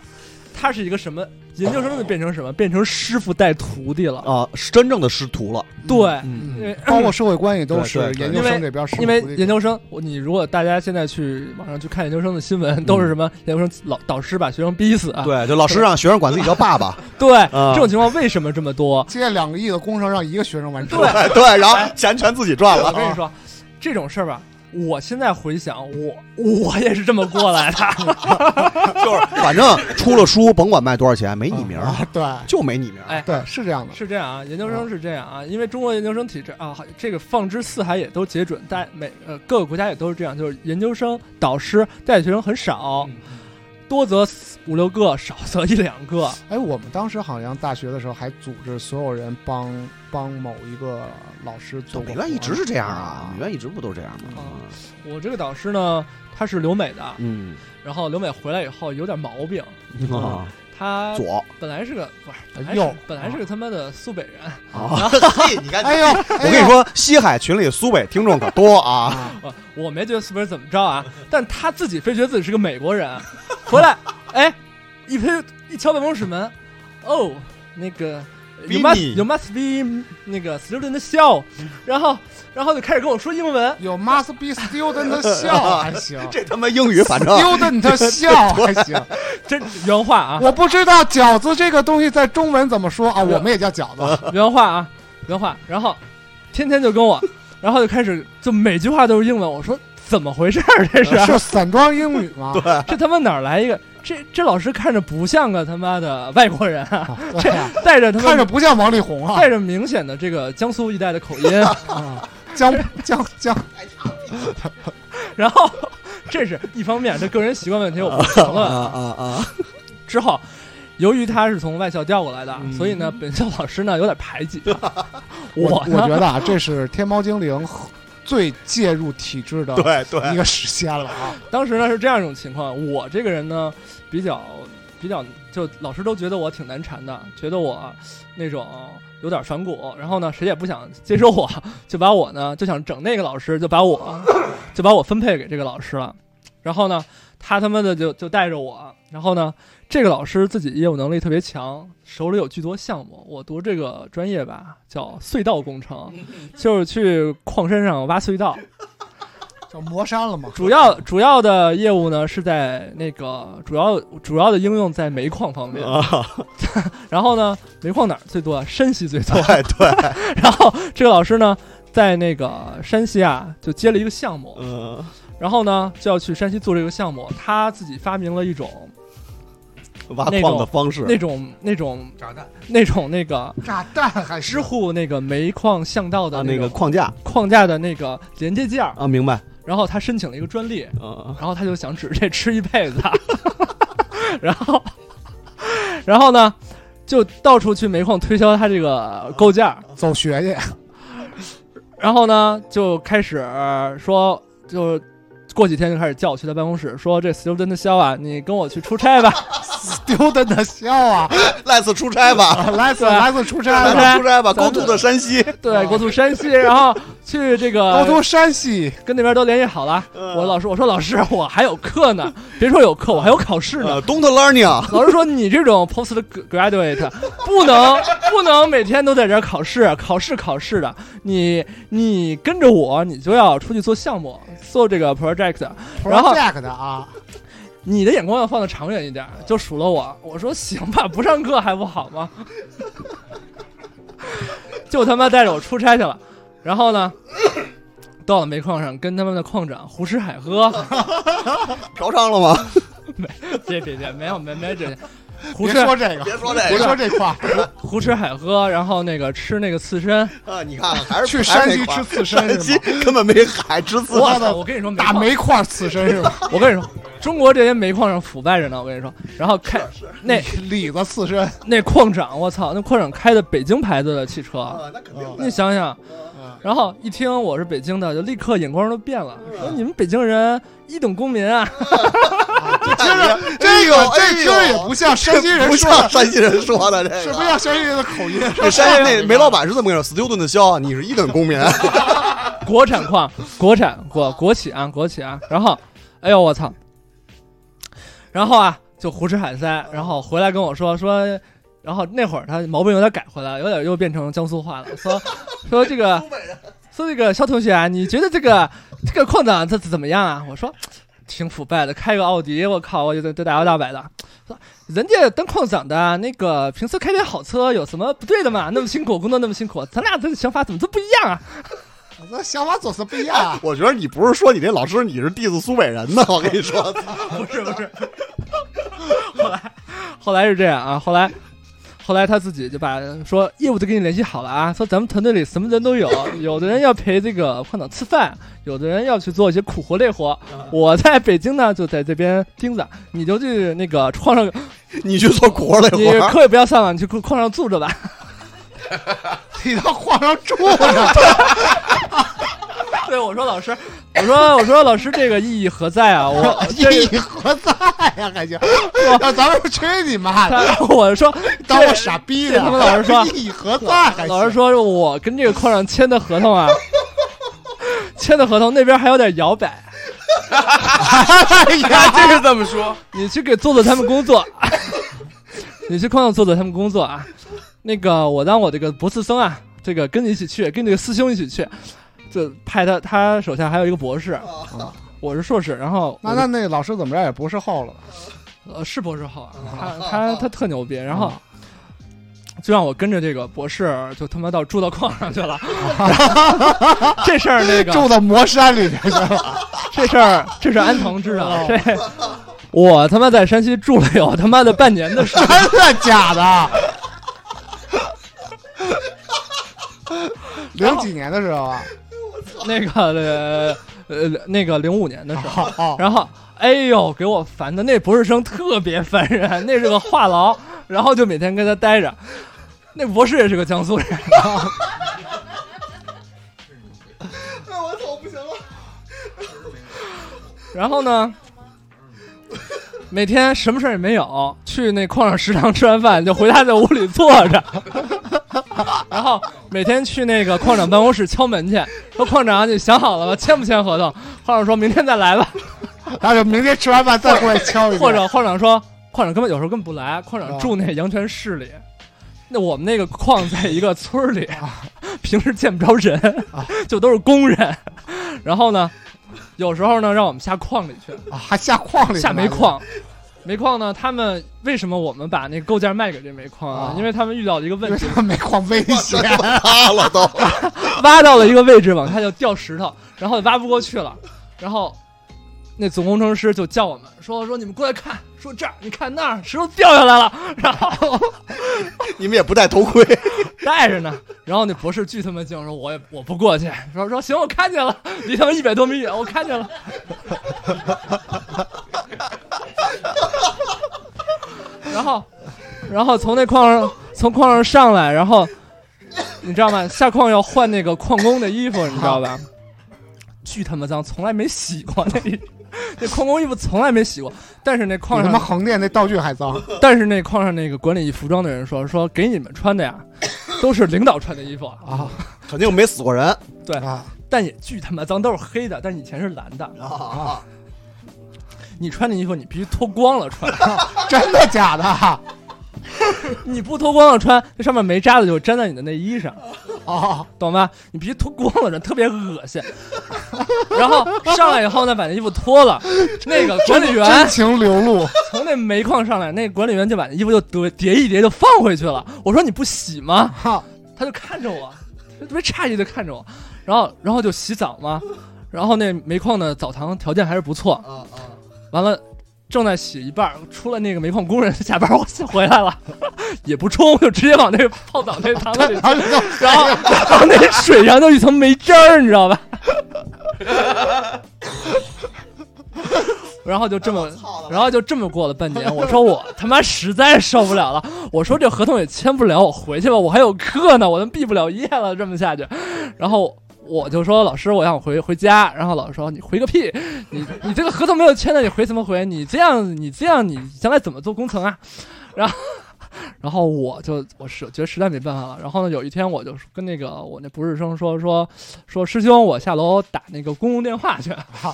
F: 他是一个什么？研究生就变成什么？变成师傅带徒弟了。
D: 啊，是真正的师徒了，
F: 对，
D: 嗯
F: 因为
E: 包括社会关系都是
D: 对对对
E: 研究生这边是
F: 因为研究生，我你如果大家现在去网上去看研究生的新闻，都是什么研究生老导师把学生逼死啊？
D: 对，就老师让学生管自己叫爸爸，
F: 对，
D: 啊
F: 这种情况为什么这么
D: <laughs>
F: 多？
E: 借两个亿的工程让一个学生完成，
F: 对
D: 哎对，然后钱全自己赚了
F: 我跟你说，这种事儿吧，我现在回想，我我也是这么过
D: <laughs>
F: 来的。
H: 就是 <laughs> 反正出了书，甭管卖多少钱，没你名儿，
E: 啊，对
H: <laughs> 就没你名儿。
F: 哎，
H: <laughs>
E: 对，是这样的。
F: 是这样啊，
D: 嗯
F: 研究生是这样啊，因为中国研究生体制啊，这个放之四海也都皆准，但每呃各个国家也都是这样，就是研究生导师带的学生很少，
D: 嗯
F: 多则五六个，少则一两个。
E: 哎，我们当时好像大学的时候还组织所有人帮帮某一个老师做
H: 总
E: 过
H: 美
E: 活。
H: 院一直是这样啊，美院一直不都这样吗？
F: 我这个导师呢，他是留美的，
H: 嗯，
F: 然后留美回来以后有点毛病，
H: 啊，
F: 他
H: 左
F: 本来是个不是本来
E: 右
F: 是本来是个他妈的苏北人，
H: 啊，嘿，你看，
E: 哎呦，
H: 我
E: 我
H: 跟你，说，西海群里苏北听众可多啊，
F: 我我没觉得苏北人怎么着啊，但他自己非觉得自己是个美国人，啊 <laughs> 回来，哎，一推一敲办公室门，哦，那个 you must you must be 那个 student show，然后然后就开始跟我说英文，
E: 有 must be
H: <laughs>
E: student 笑还行
H: 这他妈英语反正 <laughs>
E: ，student 笑还行。
F: 真原话
E: <laughs>
F: 啊，
E: 我不知道饺子这个东西在中文怎么说啊，我们也叫饺子。
H: <laughs>
F: 原话啊，原话，然后天天就跟我，然后就开始就每句话都是英文，我说怎么回事儿这是？啊
E: 是散装英语吗？ <laughs> 对啊
F: 这他妈哪儿来一个？这这老师看着不像个他妈的外国人啊，
E: 对啊，
F: 带着他妈
E: 看着不像王力宏啊
F: 带，着明显的这个江苏一带的口
E: <laughs>
F: 音，
E: 啊江江江，
F: 然后这是一方面，这个人习惯问题我不评
H: 啊
F: 论。
H: 啊啊，
F: 之后，由于他是从外校调过来的，
H: 嗯
F: 所以呢，本校老师呢有点排
E: <laughs>
F: 挤他。
E: 我
F: 我
E: 我
F: 呢
E: 觉得啊，这是天猫精灵最介入体制的
H: 对对，
E: 一个时间了啊。
F: 当时呢是这样一种情况，我这个人呢比较比较，就老师都觉得我挺难缠的，觉得我那种有点反骨，然后呢谁也不想接受我，就把我呢就想整那个老师，就把我 <laughs> 就把我分配给这个老师了，然后呢他他妈的就就带着我，然后呢这个老师自己业务能力特别强，手里有巨多项目，我读这个专业吧叫隧道工程，就是去矿山上挖隧道。
E: <laughs> 叫磨山了嘛，
F: 主要主要的业务呢是在那个主要主要的应用在煤矿方面，
H: 啊
F: <laughs> 然后呢，煤矿哪儿最多啊？山西最多。
H: 哎
F: 对对。 <laughs> 然后这个老师呢，在那个山西啊，就接了一个项目，
H: 嗯，
F: 然后呢就要去山西做这个项目，他自己发明了一种
H: 挖矿的方式，
F: 那种那种那种那个
E: 炸弹还
F: 支护那个煤矿巷道
H: 啊
F: 的，
H: 那个
F: 个
H: 框架
F: 框架的那个连接件儿，
H: 啊，明白，
F: 然后他申请了一个专利。
H: 啊，
F: 然后他就想指这吃一辈子， <laughs> 然后，然后呢，就到处去煤矿推销他这个构件儿，
E: 走学去， <laughs>
F: 然后呢，就开始呃说，就过几天就开始叫我去他办公室，说这 student 肖啊，你跟我去出差吧，
E: 丢的那笑啊！
H: 赖次出差吧，
E: 来自
F: 对
E: 来自出差
H: 赖
E: 了，
H: 次出差吧，
F: 咱
H: 高
F: 们
H: 度的山西，
F: 对，国土山西，然后去这个
E: 高都山西，
F: 跟那边都联系好了。我老师我说老师， <laughs> 我还有课呢，别说有课，我还有考试呢。
H: 呃，Don't learning，
F: <laughs> 老师说你这种 post graduate 不能 <laughs> 不能每天都在这儿考试，考试考试的。你你跟着我，你就要出去做项目，做这个 project。然后
E: project 啊，
F: 你的眼光要放得长远一点，就数落我。我说行吧， <laughs> 不上课还不好吗？ <laughs> 就他妈带着我出差去了。然后呢，到了煤矿上，跟他们的矿长胡吃海喝。
H: 嫖娼了吗？
F: 别别 <laughs> 别，没有没没这，胡
E: 别
F: 吃
E: 说这个，
H: 别说这
E: 别啊说这块儿，
F: 胡吃海喝，然后那个吃那个刺身。
H: 个啊，你看还是
E: 去山西
H: 还
E: 吃
H: 是
E: 刺
H: 那块儿
E: 身是吗？
H: 山西根本没海吃刺
F: 我
H: 身，
F: 操！我跟你说，煤
E: 打
F: 矿，
E: 煤块刺身是吗？
F: <laughs> 我跟你说，中国这些煤矿上腐败着呢。我跟你说，然后开
E: <laughs>
F: 那
E: <laughs> 李子刺身， <laughs>
F: 那矿长，我操，那矿长开的北京牌子的汽车，
H: 啊那肯定的
F: 你想想
E: 嗯，
F: 然后一听我是北京的，就立刻眼光都变了，
H: 啊
F: 说你们北京人一等公民啊，
E: 听着这
H: 哎
E: 个
H: 呦
E: 这听着也不像山西人
H: 不
E: 说
H: 像
E: 的，
H: 山西人说 <laughs> 的这个，
E: 是不像山西人的口音。
H: 这山西那煤老板是这么跟你说，student 的肖，你是一等公民，
F: 国产矿，国产国国企啊，国企啊。然后，哎呦我操，然后啊就胡吃海塞，然后回来跟我说说，然后那会儿他毛病有点改回来，有点又变成江苏话了，说 <laughs> 说这个说这个肖同学啊，你觉得这个这个矿长这次怎么样啊？我说。挺腐败的，开个奥迪，我靠，我就得得大摇大摆的。说人家当矿长的那个，平时开点好车，有什么不对的嘛？那么辛苦，工作那么辛苦，咱俩这个想法怎么都不一样啊？
E: 那想法总是不一样。啊
H: 我觉得你不是说你这老师你是 diss 苏北人呢，我跟你说，
F: 不是不是。 <laughs> 后来后来是这样啊，后来后来他自己就把说业务都给你联系好了啊，说咱们团队里什么人都有，有的人要陪这个胖长吃饭，有的人要去做一些苦活累活。我在北京呢，就在这边盯着，你就去那个矿上，
H: 你去做苦活累
F: 你
H: 活，
F: 课也不要上了，你去矿上住着吧。
E: 你到皇上住了，
F: 对，我说老师，我说我说老师，这个意义何在啊？ <laughs>
E: <laughs>
F: 我这
E: 意义何在呀？还行，让咱们去你妈的！
F: 他我说
E: <laughs> 当我傻逼
F: 这
E: 呢？
F: 他妈老师
E: <laughs>
F: 说
E: 意义何在？还
F: 老师
E: 行，
F: 说，我跟这个矿上签的合
G: <laughs>
F: 同啊，签的合同那边还有点摇摆，
G: 还真哎是这么说。
F: 你去给做做他们工作，你去矿上做做他们工作啊。那个，我让我这个博士生啊，这个跟你一起去，跟这个师兄一起去，就派他，他手下还有一个博士，
G: 哦
F: 我是硕士，然后
E: 那那那老师怎么着也博士后了吧？
F: 呃，是博士后啊，他他他特牛逼，然后就让我跟着这个博士，就他妈到住到矿上去了。 <laughs> 然后这事儿那个
E: <laughs> 住到魔山里
F: <laughs>
E: 面去了。
F: 这事儿这事儿安藤知道，这我他妈在山西住了有他妈的半年的时
E: <laughs>
F: 间，
E: 真的假
F: <laughs>
E: 的？零几年的时候啊，
F: 那个呃呃那个零五年的时候，
E: 好好，
F: 然后哎呦给我烦的那博士生特别烦人，那是个话痨，然后就每天跟他待着。那博士也是个江苏人，
A: 我操，不行了！
F: 然后呢，每天什么事儿也没有，去那矿上食堂吃完饭就回他在屋里坐
A: <laughs>
F: 着，然后每天去那个矿长办公室敲门去，说矿长你想好了吗？签不签合同？矿长说明天再来吧，
E: 然后就明天吃完饭再过来敲一遍，
F: 或者矿长说矿长根本有时候根本不来，矿
E: 啊
F: 长住那阳泉市里。那我们那个矿在一个村儿里，
E: 啊
F: <laughs> 平时见不着人， <laughs> 就都是工人。然后呢，有时候呢让我们下矿里去，
E: 啊还下矿里，
F: 下煤，
E: <laughs>
F: 矿，煤矿呢？他们为什么我们把那个构件卖给这煤矿啊
E: 啊？
F: 因为他们遇到了一个
E: 因
F: 问
E: 为
F: 题
E: 他，们煤矿危
F: <laughs>
E: 险，
H: 塌了都。
F: 挖到了一个位置，往下就掉石头，然后挖不过去了，然后那总工程师就叫我们说说你们过来看，说这儿你看那儿石头掉下来了，然后
H: 你们也不戴头盔，
F: 带着呢，然后那博士巨他妈精，说我也我不过去，说说行我看见了，离他们一百多米远我看见了。然后，然后从那矿上从矿上上来，然后你知道吗？下矿要换那个矿工的衣服，你知道吧？巨他妈脏，从来没洗过那衣那矿工衣服从来没洗过。但是那
E: 比
F: 矿
E: 他妈
F: 上，
E: 横店那道具还脏，
F: 但是那矿上那个管理服装的人说说给你们穿的呀，都是领导穿的衣服啊，
H: 肯定没死过人
F: <laughs> 对
E: 啊，
F: 但也巨他妈脏，都是黑的，但以前是蓝的。
H: 啊！
F: 你穿的衣服你必须脱光了穿， <laughs>
E: 真的假的？
F: 你不脱光了穿，那上面没渣子就粘在你的内衣
H: 啊
F: 上，
E: 哦，
F: 懂吗？你必须脱光了穿，特别恶心。然后上来以后呢，把那衣服
H: <laughs>
F: 脱了，那个管理员
E: 真情流露，
F: <laughs> 从那煤矿上来，那管理员就把那衣服就叠叠一叠就放回去了。我说你不洗吗？
E: 哈，
F: 他就看着我，就特别诧异的看着我，然后然后就洗澡嘛，然后那煤矿的澡堂条件还是不错，
H: 啊啊！
F: 完了，正在洗一半儿，出了那个煤矿工人下班，我先回来了， <laughs> 也不冲，就直接往那个泡澡
H: <laughs>
F: 那堂子里，
E: 然后就
F: 然后然后那水上就一层煤渣儿，你知道吧？然后就这么，然后就这么过了半年。我说我他妈实在受不了了，我说这合同也签不了，我回去吧，我还有课呢，我都毕不了业了，这么下去。然后我就说老师，我想回回家。然后老师说你回个屁，你你这个合同没有签的，你回什么回？你这样你这样你将来怎么做工程啊？然后。然后我就我是觉得实在没办法了。然后呢，有一天我就跟那个我那博士生说说说师兄，我下楼打那个公共电话去。
E: 跑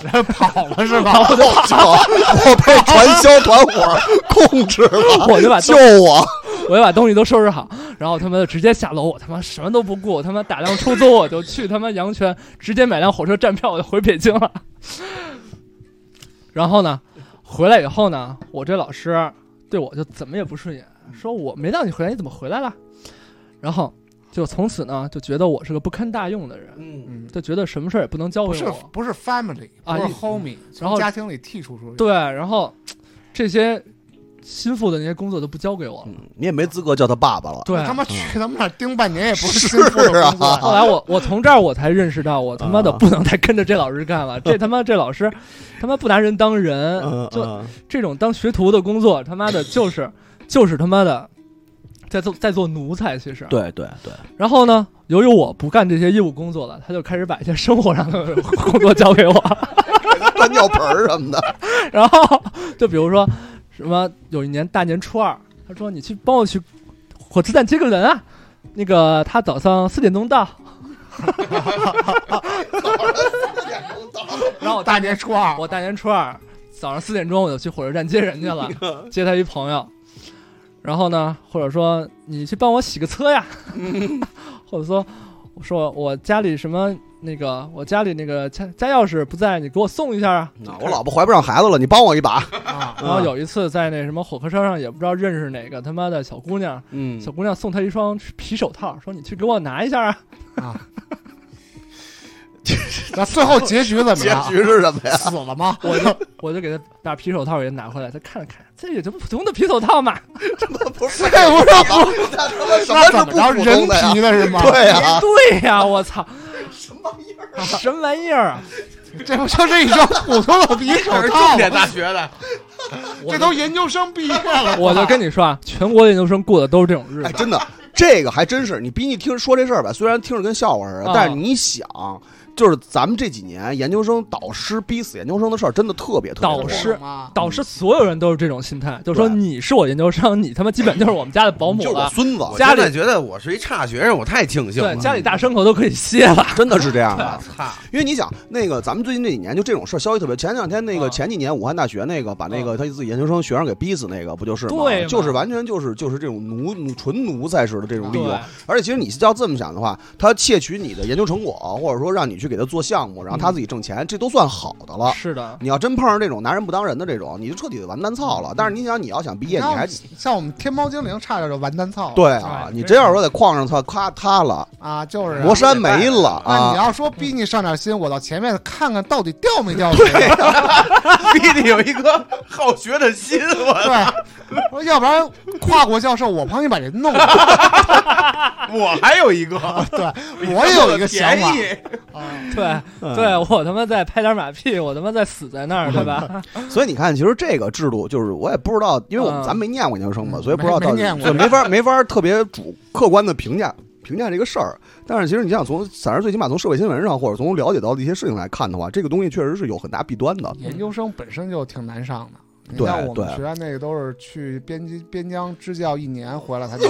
F: <laughs>
E: 了是吧？
H: 我操！我被传 <laughs> 销团伙控制了，
F: <laughs> 我就把
H: 救
F: 东
H: 我！
F: 我就把东西都收拾好，然后他妈就直接下楼，我他妈什么都不顾，我他妈打辆出租我就去他妈阳泉，直接买辆火车站票我就回北京了。然后呢，回来以后呢，我这老师对我就怎么也不顺眼，说我没让你回来，你怎么回来了？然后就从此呢就觉得我是个不堪大用的人，
J: 嗯，
E: 嗯，
F: 就觉得什么事儿也不能交
E: 不
F: 给
E: 哦是
F: 我。
E: 不是 family，不
F: 啊
E: 是
F: 一
E: homie，
F: 然
E: 从
F: 后
E: 家庭里剔除出去。
F: 对，然后这些心腹的那些工作都不交给我了。
D: 嗯你也没资格叫他爸爸了。
F: 对，
E: 他妈去他们那儿盯半年也不
D: 是
E: 辛苦的工作
D: 啊
E: 呀。
F: <laughs> 后来我我从这儿我才认识到，我他妈的
D: 啊
F: 不能再跟着这老师干了。这他妈这老师，他妈不拿人当人，就
D: 嗯
F: 这种当学徒的工作，他妈的就是就是他妈的在做在做奴才。其实，
D: 对对对，
F: 然后呢，由于我不干这些义务工作了，他就开始把一些生活上的工作交给我。
D: 给他端尿盆儿什
H: <laughs>
D: 么的。
F: 然后就比如说什么，有一年大年初二，他说你去帮我去火车站接个人啊，那个他早上四点钟到。 <laughs> 然后我
E: 大年初二，
F: 我大年初二早上四点钟我就去火车站接人去了，接他一朋友。然后呢，或者说你去帮我洗个车呀， <laughs> 或者说我说我家里什么那个我家里那个家家钥匙不在，你给我送一下啊。
D: 那我老婆怀不上孩子了，你帮我一把。
E: 啊，
D: 嗯
F: 然后有一次在那什么火车车上也不知道认识哪个他妈的小姑娘，
D: 嗯
F: 小姑娘送他一双皮手套，说你去给我拿一下啊。 <laughs>
E: 那最后 <laughs> 结局怎么
D: 结
E: 样？
D: 局是什么呀？
E: 死了吗？
F: 我就我就给他把皮手套给他拿回来，他看了看，这也就普通的皮手套
D: <laughs>
F: 嘛。
D: 不是
E: 这不是不
H: <laughs>
D: 那他妈什么是
E: 那怎
D: 不
E: 么着？
D: 普通
E: 人
D: 的呀？
E: 皮的是吗？
D: 对哎呀，
F: 对哎呀、我操， <laughs> 什么玩意儿啊？
E: 这不就是一双普通的皮
D: <laughs>
E: 手
G: 是重
E: 套
G: 点
E: 吗？
G: 大学的，
F: 什么玩意儿？
E: 这都研究生毕业
F: <laughs>
E: 了，
F: 我就跟你说啊，全国的研究生过的都是这种日
D: 哎，
F: 子。
D: 真的，这个还真是。你逼你听说这事儿吧，虽然听着跟笑话似的
F: 啊，
D: 但是你想，就是咱们这几年研究生导师逼死研究生的事儿，真的特别特别多。
F: 导师
E: 吗？
F: 导师所有人都是这种心态，就说
D: 对
F: 你是我研究生，你他妈基本就是我们家的保
D: 你
F: 姆
D: 就是我
F: 了。
D: 孙子，
G: 我
F: 家
G: 真
F: 里
G: 的觉得我是一差学生，我太庆幸了
F: 对，。家里大牲口都可以歇了。
D: 真的是这样的。
G: 操！
D: 因为你想，那个咱们最近这几年就这种事儿消息特别。前两天那个
F: 啊
D: 前几年武汉大学那个把那个他自己研究生学生给逼死那个，不就是吗？
F: 对嘛
D: 就是完全就是就是这种奴奴纯奴才式的这种利
F: 对
D: 用。而且其实你要这么想的话，他窃取你的研究成果，或者说让你去给他做项目，然后他自己挣钱，这都算好的了。
F: 是的，
D: 你要真碰上这种拿人不当人的这种，你就彻底的完蛋操了。但是你想，你要想毕业，你还
E: 像我们天猫精灵差点就完蛋操了。
D: 对啊，你真要说在矿上操，咔塌了，
E: 啊，就是啊
D: 磨山没了
E: 那你
D: 啊，
E: 要说逼你上点心，我到前面看看到底掉没掉水。对，
G: 逼 <laughs> 你有一颗好学的心，
E: <laughs>
G: 我
E: 我说要不然跨国教授，我帮你把人弄了。
G: 我还有一个，
E: 对，我也有一个想法
G: 便宜
E: 啊，
F: <laughs> 对对，我他妈再拍点马屁，我他妈再死在那儿，对吧？
D: 所以你看，其实这个制度就是我也不知道，因为我们
F: 嗯
D: 咱没念过研究生嘛，
E: 嗯
D: 所以不知道
E: 没
D: 到底
E: 没念过
D: 所以没法没 <laughs> 法特别主客观的评价评价这个事儿。但是其实你想从，反正最起码从社会新闻上，或者从了解到的一些事情来看的话，这个东西确实是有很大弊端的。
E: 研究生本身就挺难上的。你
D: 对
E: 像我们
D: 对
E: 学院那个都是去边疆边疆支教一年回来才
D: <laughs>
E: 能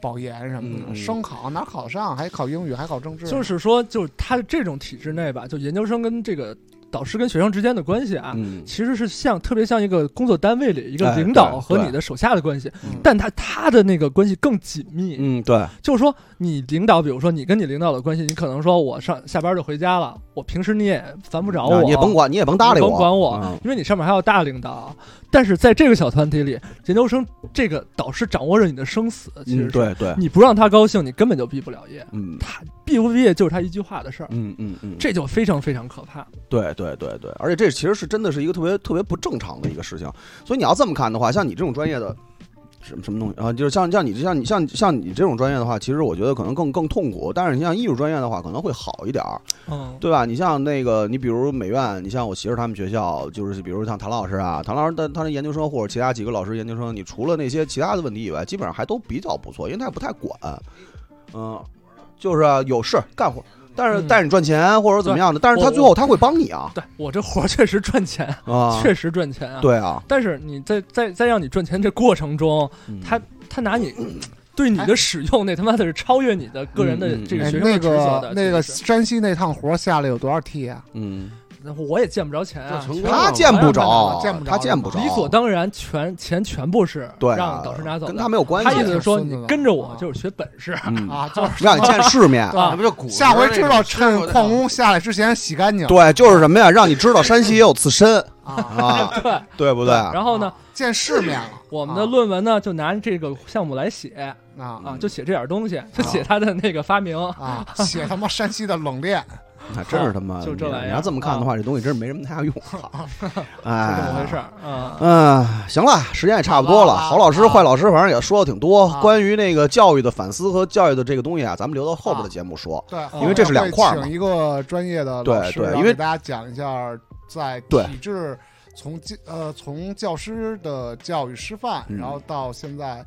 E: 保研什么
D: 嗯
E: 的，升考哪考上还考英语还考政治，
F: 就是说，就是他这种体制内吧，就研究生跟这个导师跟学生之间的关系啊，
D: 嗯，
F: 其实是像特别像一个工作单位里一个
D: 哎
F: 领导
D: 对
F: 和
D: 对
F: 你的手下的关系
E: 嗯，
F: 但他他的那个关系更紧密。
D: 嗯，对，
F: 就是说，你领导，比如说你跟你领导的关系，你可能说我上下班就回家了，我平时你也烦不着我，
D: 你也甭管，你也甭搭
F: 啊你
D: 理我，
F: 甭管我，
D: 嗯
F: 因为你上面还有大领导。但是在这个小团体里，研究生这个导师掌握着你的生死，其实
D: 嗯，
F: 是
D: 对 <laughs> 对，
F: 你不让他高兴，你根本就毕不了业。
D: 嗯
F: 他毕不毕业就是他一句话的事儿，
D: 嗯嗯嗯，
F: 这就非常非常可怕。
D: 对对对对，而且这其实是真的是一个特别特别不正常的一个事情，所以你要这么看的话，像你这种专业的。什么什么东西啊？就是像像你像你像像你这种专业的话，其实我觉得可能更更痛苦。但是你像艺术专业的话，可能会好一点儿，
F: 嗯，
D: 对吧？你像那个，你比如美院，你像我媳妇儿他们学校，就是比如像谭老师啊，谭老师的他的研究生或者其他几个老师研究生，你除了那些其他的问题以外，基本上还都比较不错，因为他也不太管，嗯，就是啊有事儿干活，但是
F: 嗯
D: 带着你赚钱或者怎么样的，但是他
F: 我
D: 最后他会帮你啊，
F: 对我这活儿确实赚钱，
D: 啊，
F: 确实赚钱啊。，
D: 对啊，
F: 但是你在在在让你赚钱这过程中，
D: 嗯
F: 他他拿你 <clears throat> 对你的使用，那他妈的是超越你的个人的
D: 嗯嗯
F: 这个
E: 哎
F: 学生的
E: 那
F: 职责的
E: 个。那个
F: 其实是
E: 山西那趟活下来有多少 T 啊？
D: 嗯，
F: 那我也见不着钱啊，
G: 就成
F: 全
G: 功
D: 他
G: 了
D: 见不着，
E: 见不着
D: 他见不着，
F: 理所当然，全钱全部是
D: 对啊，
F: 让导师拿走
D: 跟
F: 的
D: 他。没有关
F: 他意思
D: 系，
F: 是说，
E: 孙子
F: 你
E: 吧
F: 跟着我
E: 啊
F: 就是学本事，
D: 嗯，
E: 啊，
F: <laughs>
E: 就是
D: 让你见世面。
E: 啊
G: 那不就古
E: 下回
G: 时候那
E: 知
G: 种
E: 道
G: 吃
E: 趁
G: 过的
E: 矿工下来之前洗干净
D: 对，就是什么呀？让你知道山西也有刺身
E: 啊，
D: 啊，
F: <laughs> 对。
D: 对不对？
F: 然后呢，
E: 见世面了。
F: 我们的
E: 啊
F: 论文呢就拿这个项目来写， <laughs>
E: 啊
D: 嗯
F: 啊，就写这点东西，就写他的那个发明，
E: 啊，写他妈山西的冷链，
D: 还哎真是他妈，
F: 就这玩意儿
D: 你要这么看的话，这东西真是没什么太大用。
F: <laughs> 是这么
D: 哎
F: 回，事儿啊。
D: 嗯，行了，时间也差不多了。好老师、坏老师，反正也说的挺多。
E: 啊
D: 关于那个教育的反思和教育的这个东西啊，咱们留到后边的节目说。
E: 对，
F: 因为
D: 这是两块儿嘛
E: 会请一个专业的老师，
D: 对对
E: 然后
D: 因为
E: 给大家讲一下在
D: 对
E: 体制从教呃从教师的教育师范，
D: 嗯
E: 然后到现在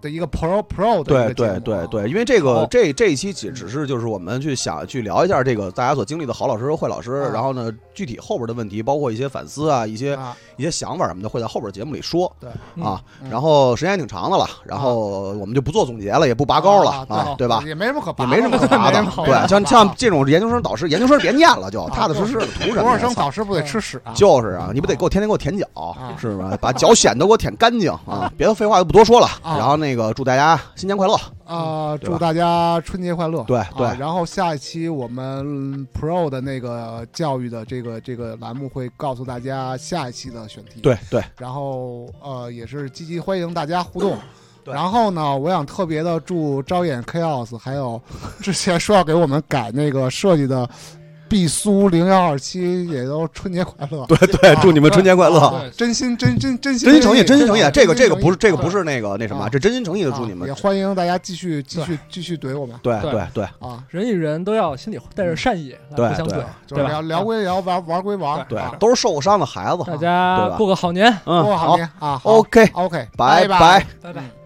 E: 的一个 pro pro 的
D: 对
E: 一个节目
D: 对
E: 啊
D: 对对，因为这
F: 好
D: 个这这一期只只是就是我们去想去聊一下这个大家所经历的好老师和坏老师
E: 啊，
D: 然后呢，具体后边的问题，包括一些反思啊，一些
E: 啊，
D: 一些想法什么的，会在后边节目里说
E: 对
D: 啊
E: 嗯。啊
D: 然后时间也挺长的了，然后我们就不做总结了，也不拔高了啊，对吧？
E: 也没什么可拔
D: 也
E: 的，
D: 没什么可拔
E: 没
D: 的
E: 什么好。
D: 对，像
E: 拔
D: 像
E: 的啊
D: 这种研究生导师，研究生别念了，就踏踏实实的图什
E: 博
D: 么呀
E: 士生？导师不得吃屎啊？
D: 就是啊，你不得给我天天给我舔脚
E: 啊，
D: 是吧？把脚癣都给我舔干净啊！别的废话就不多说了。
E: 啊
D: 然后那个祝大家新年快乐，
E: 啊，
D: 对吧
E: 祝大家春节快乐！
D: 对对
E: 啊，然后下一期我们 Pro 的那个教育的这个这个栏目会告诉大家下一期的选题。
D: 对对，
E: 然后呃也是积极欢迎大家互动。
D: 对
E: 然后呢，我想特别的祝招眼 Chaos，还有
D: <laughs>
E: 之前说要给我们改那个设计的必苏零幺二七，也都春节快乐。对
D: <laughs> 对，祝你们春节快乐。
F: 对
E: 真心真真真心
D: 真心诚意，真心诚意
E: 啊，
D: 这个
E: 真
D: 这
E: 心
D: 个
E: 诚意
D: 不是这个
E: 啊
D: 不是那个那什么，
E: 啊
D: 这真心诚意的祝
E: 啊
D: 你们
E: 也。欢迎大家继续继续继续怼我们
D: 对
F: 对
D: 对对
E: 啊！
F: 人与人都要心里带着善意来
D: 对
F: 互相
D: 对 <laughs>
F: 怼，
E: 就是
F: 吧
E: 聊聊归聊，玩玩归玩，
D: 对
E: 啊，
D: 都是受过伤的孩子。
F: 大
D: 对
F: 家
D: 吧
F: 过个好年，
D: 嗯，
E: 过
D: 好
E: 好年啊好
D: ，OK，
E: ，OK，
D: 拜
E: 拜。
F: 拜拜。
E: 嗯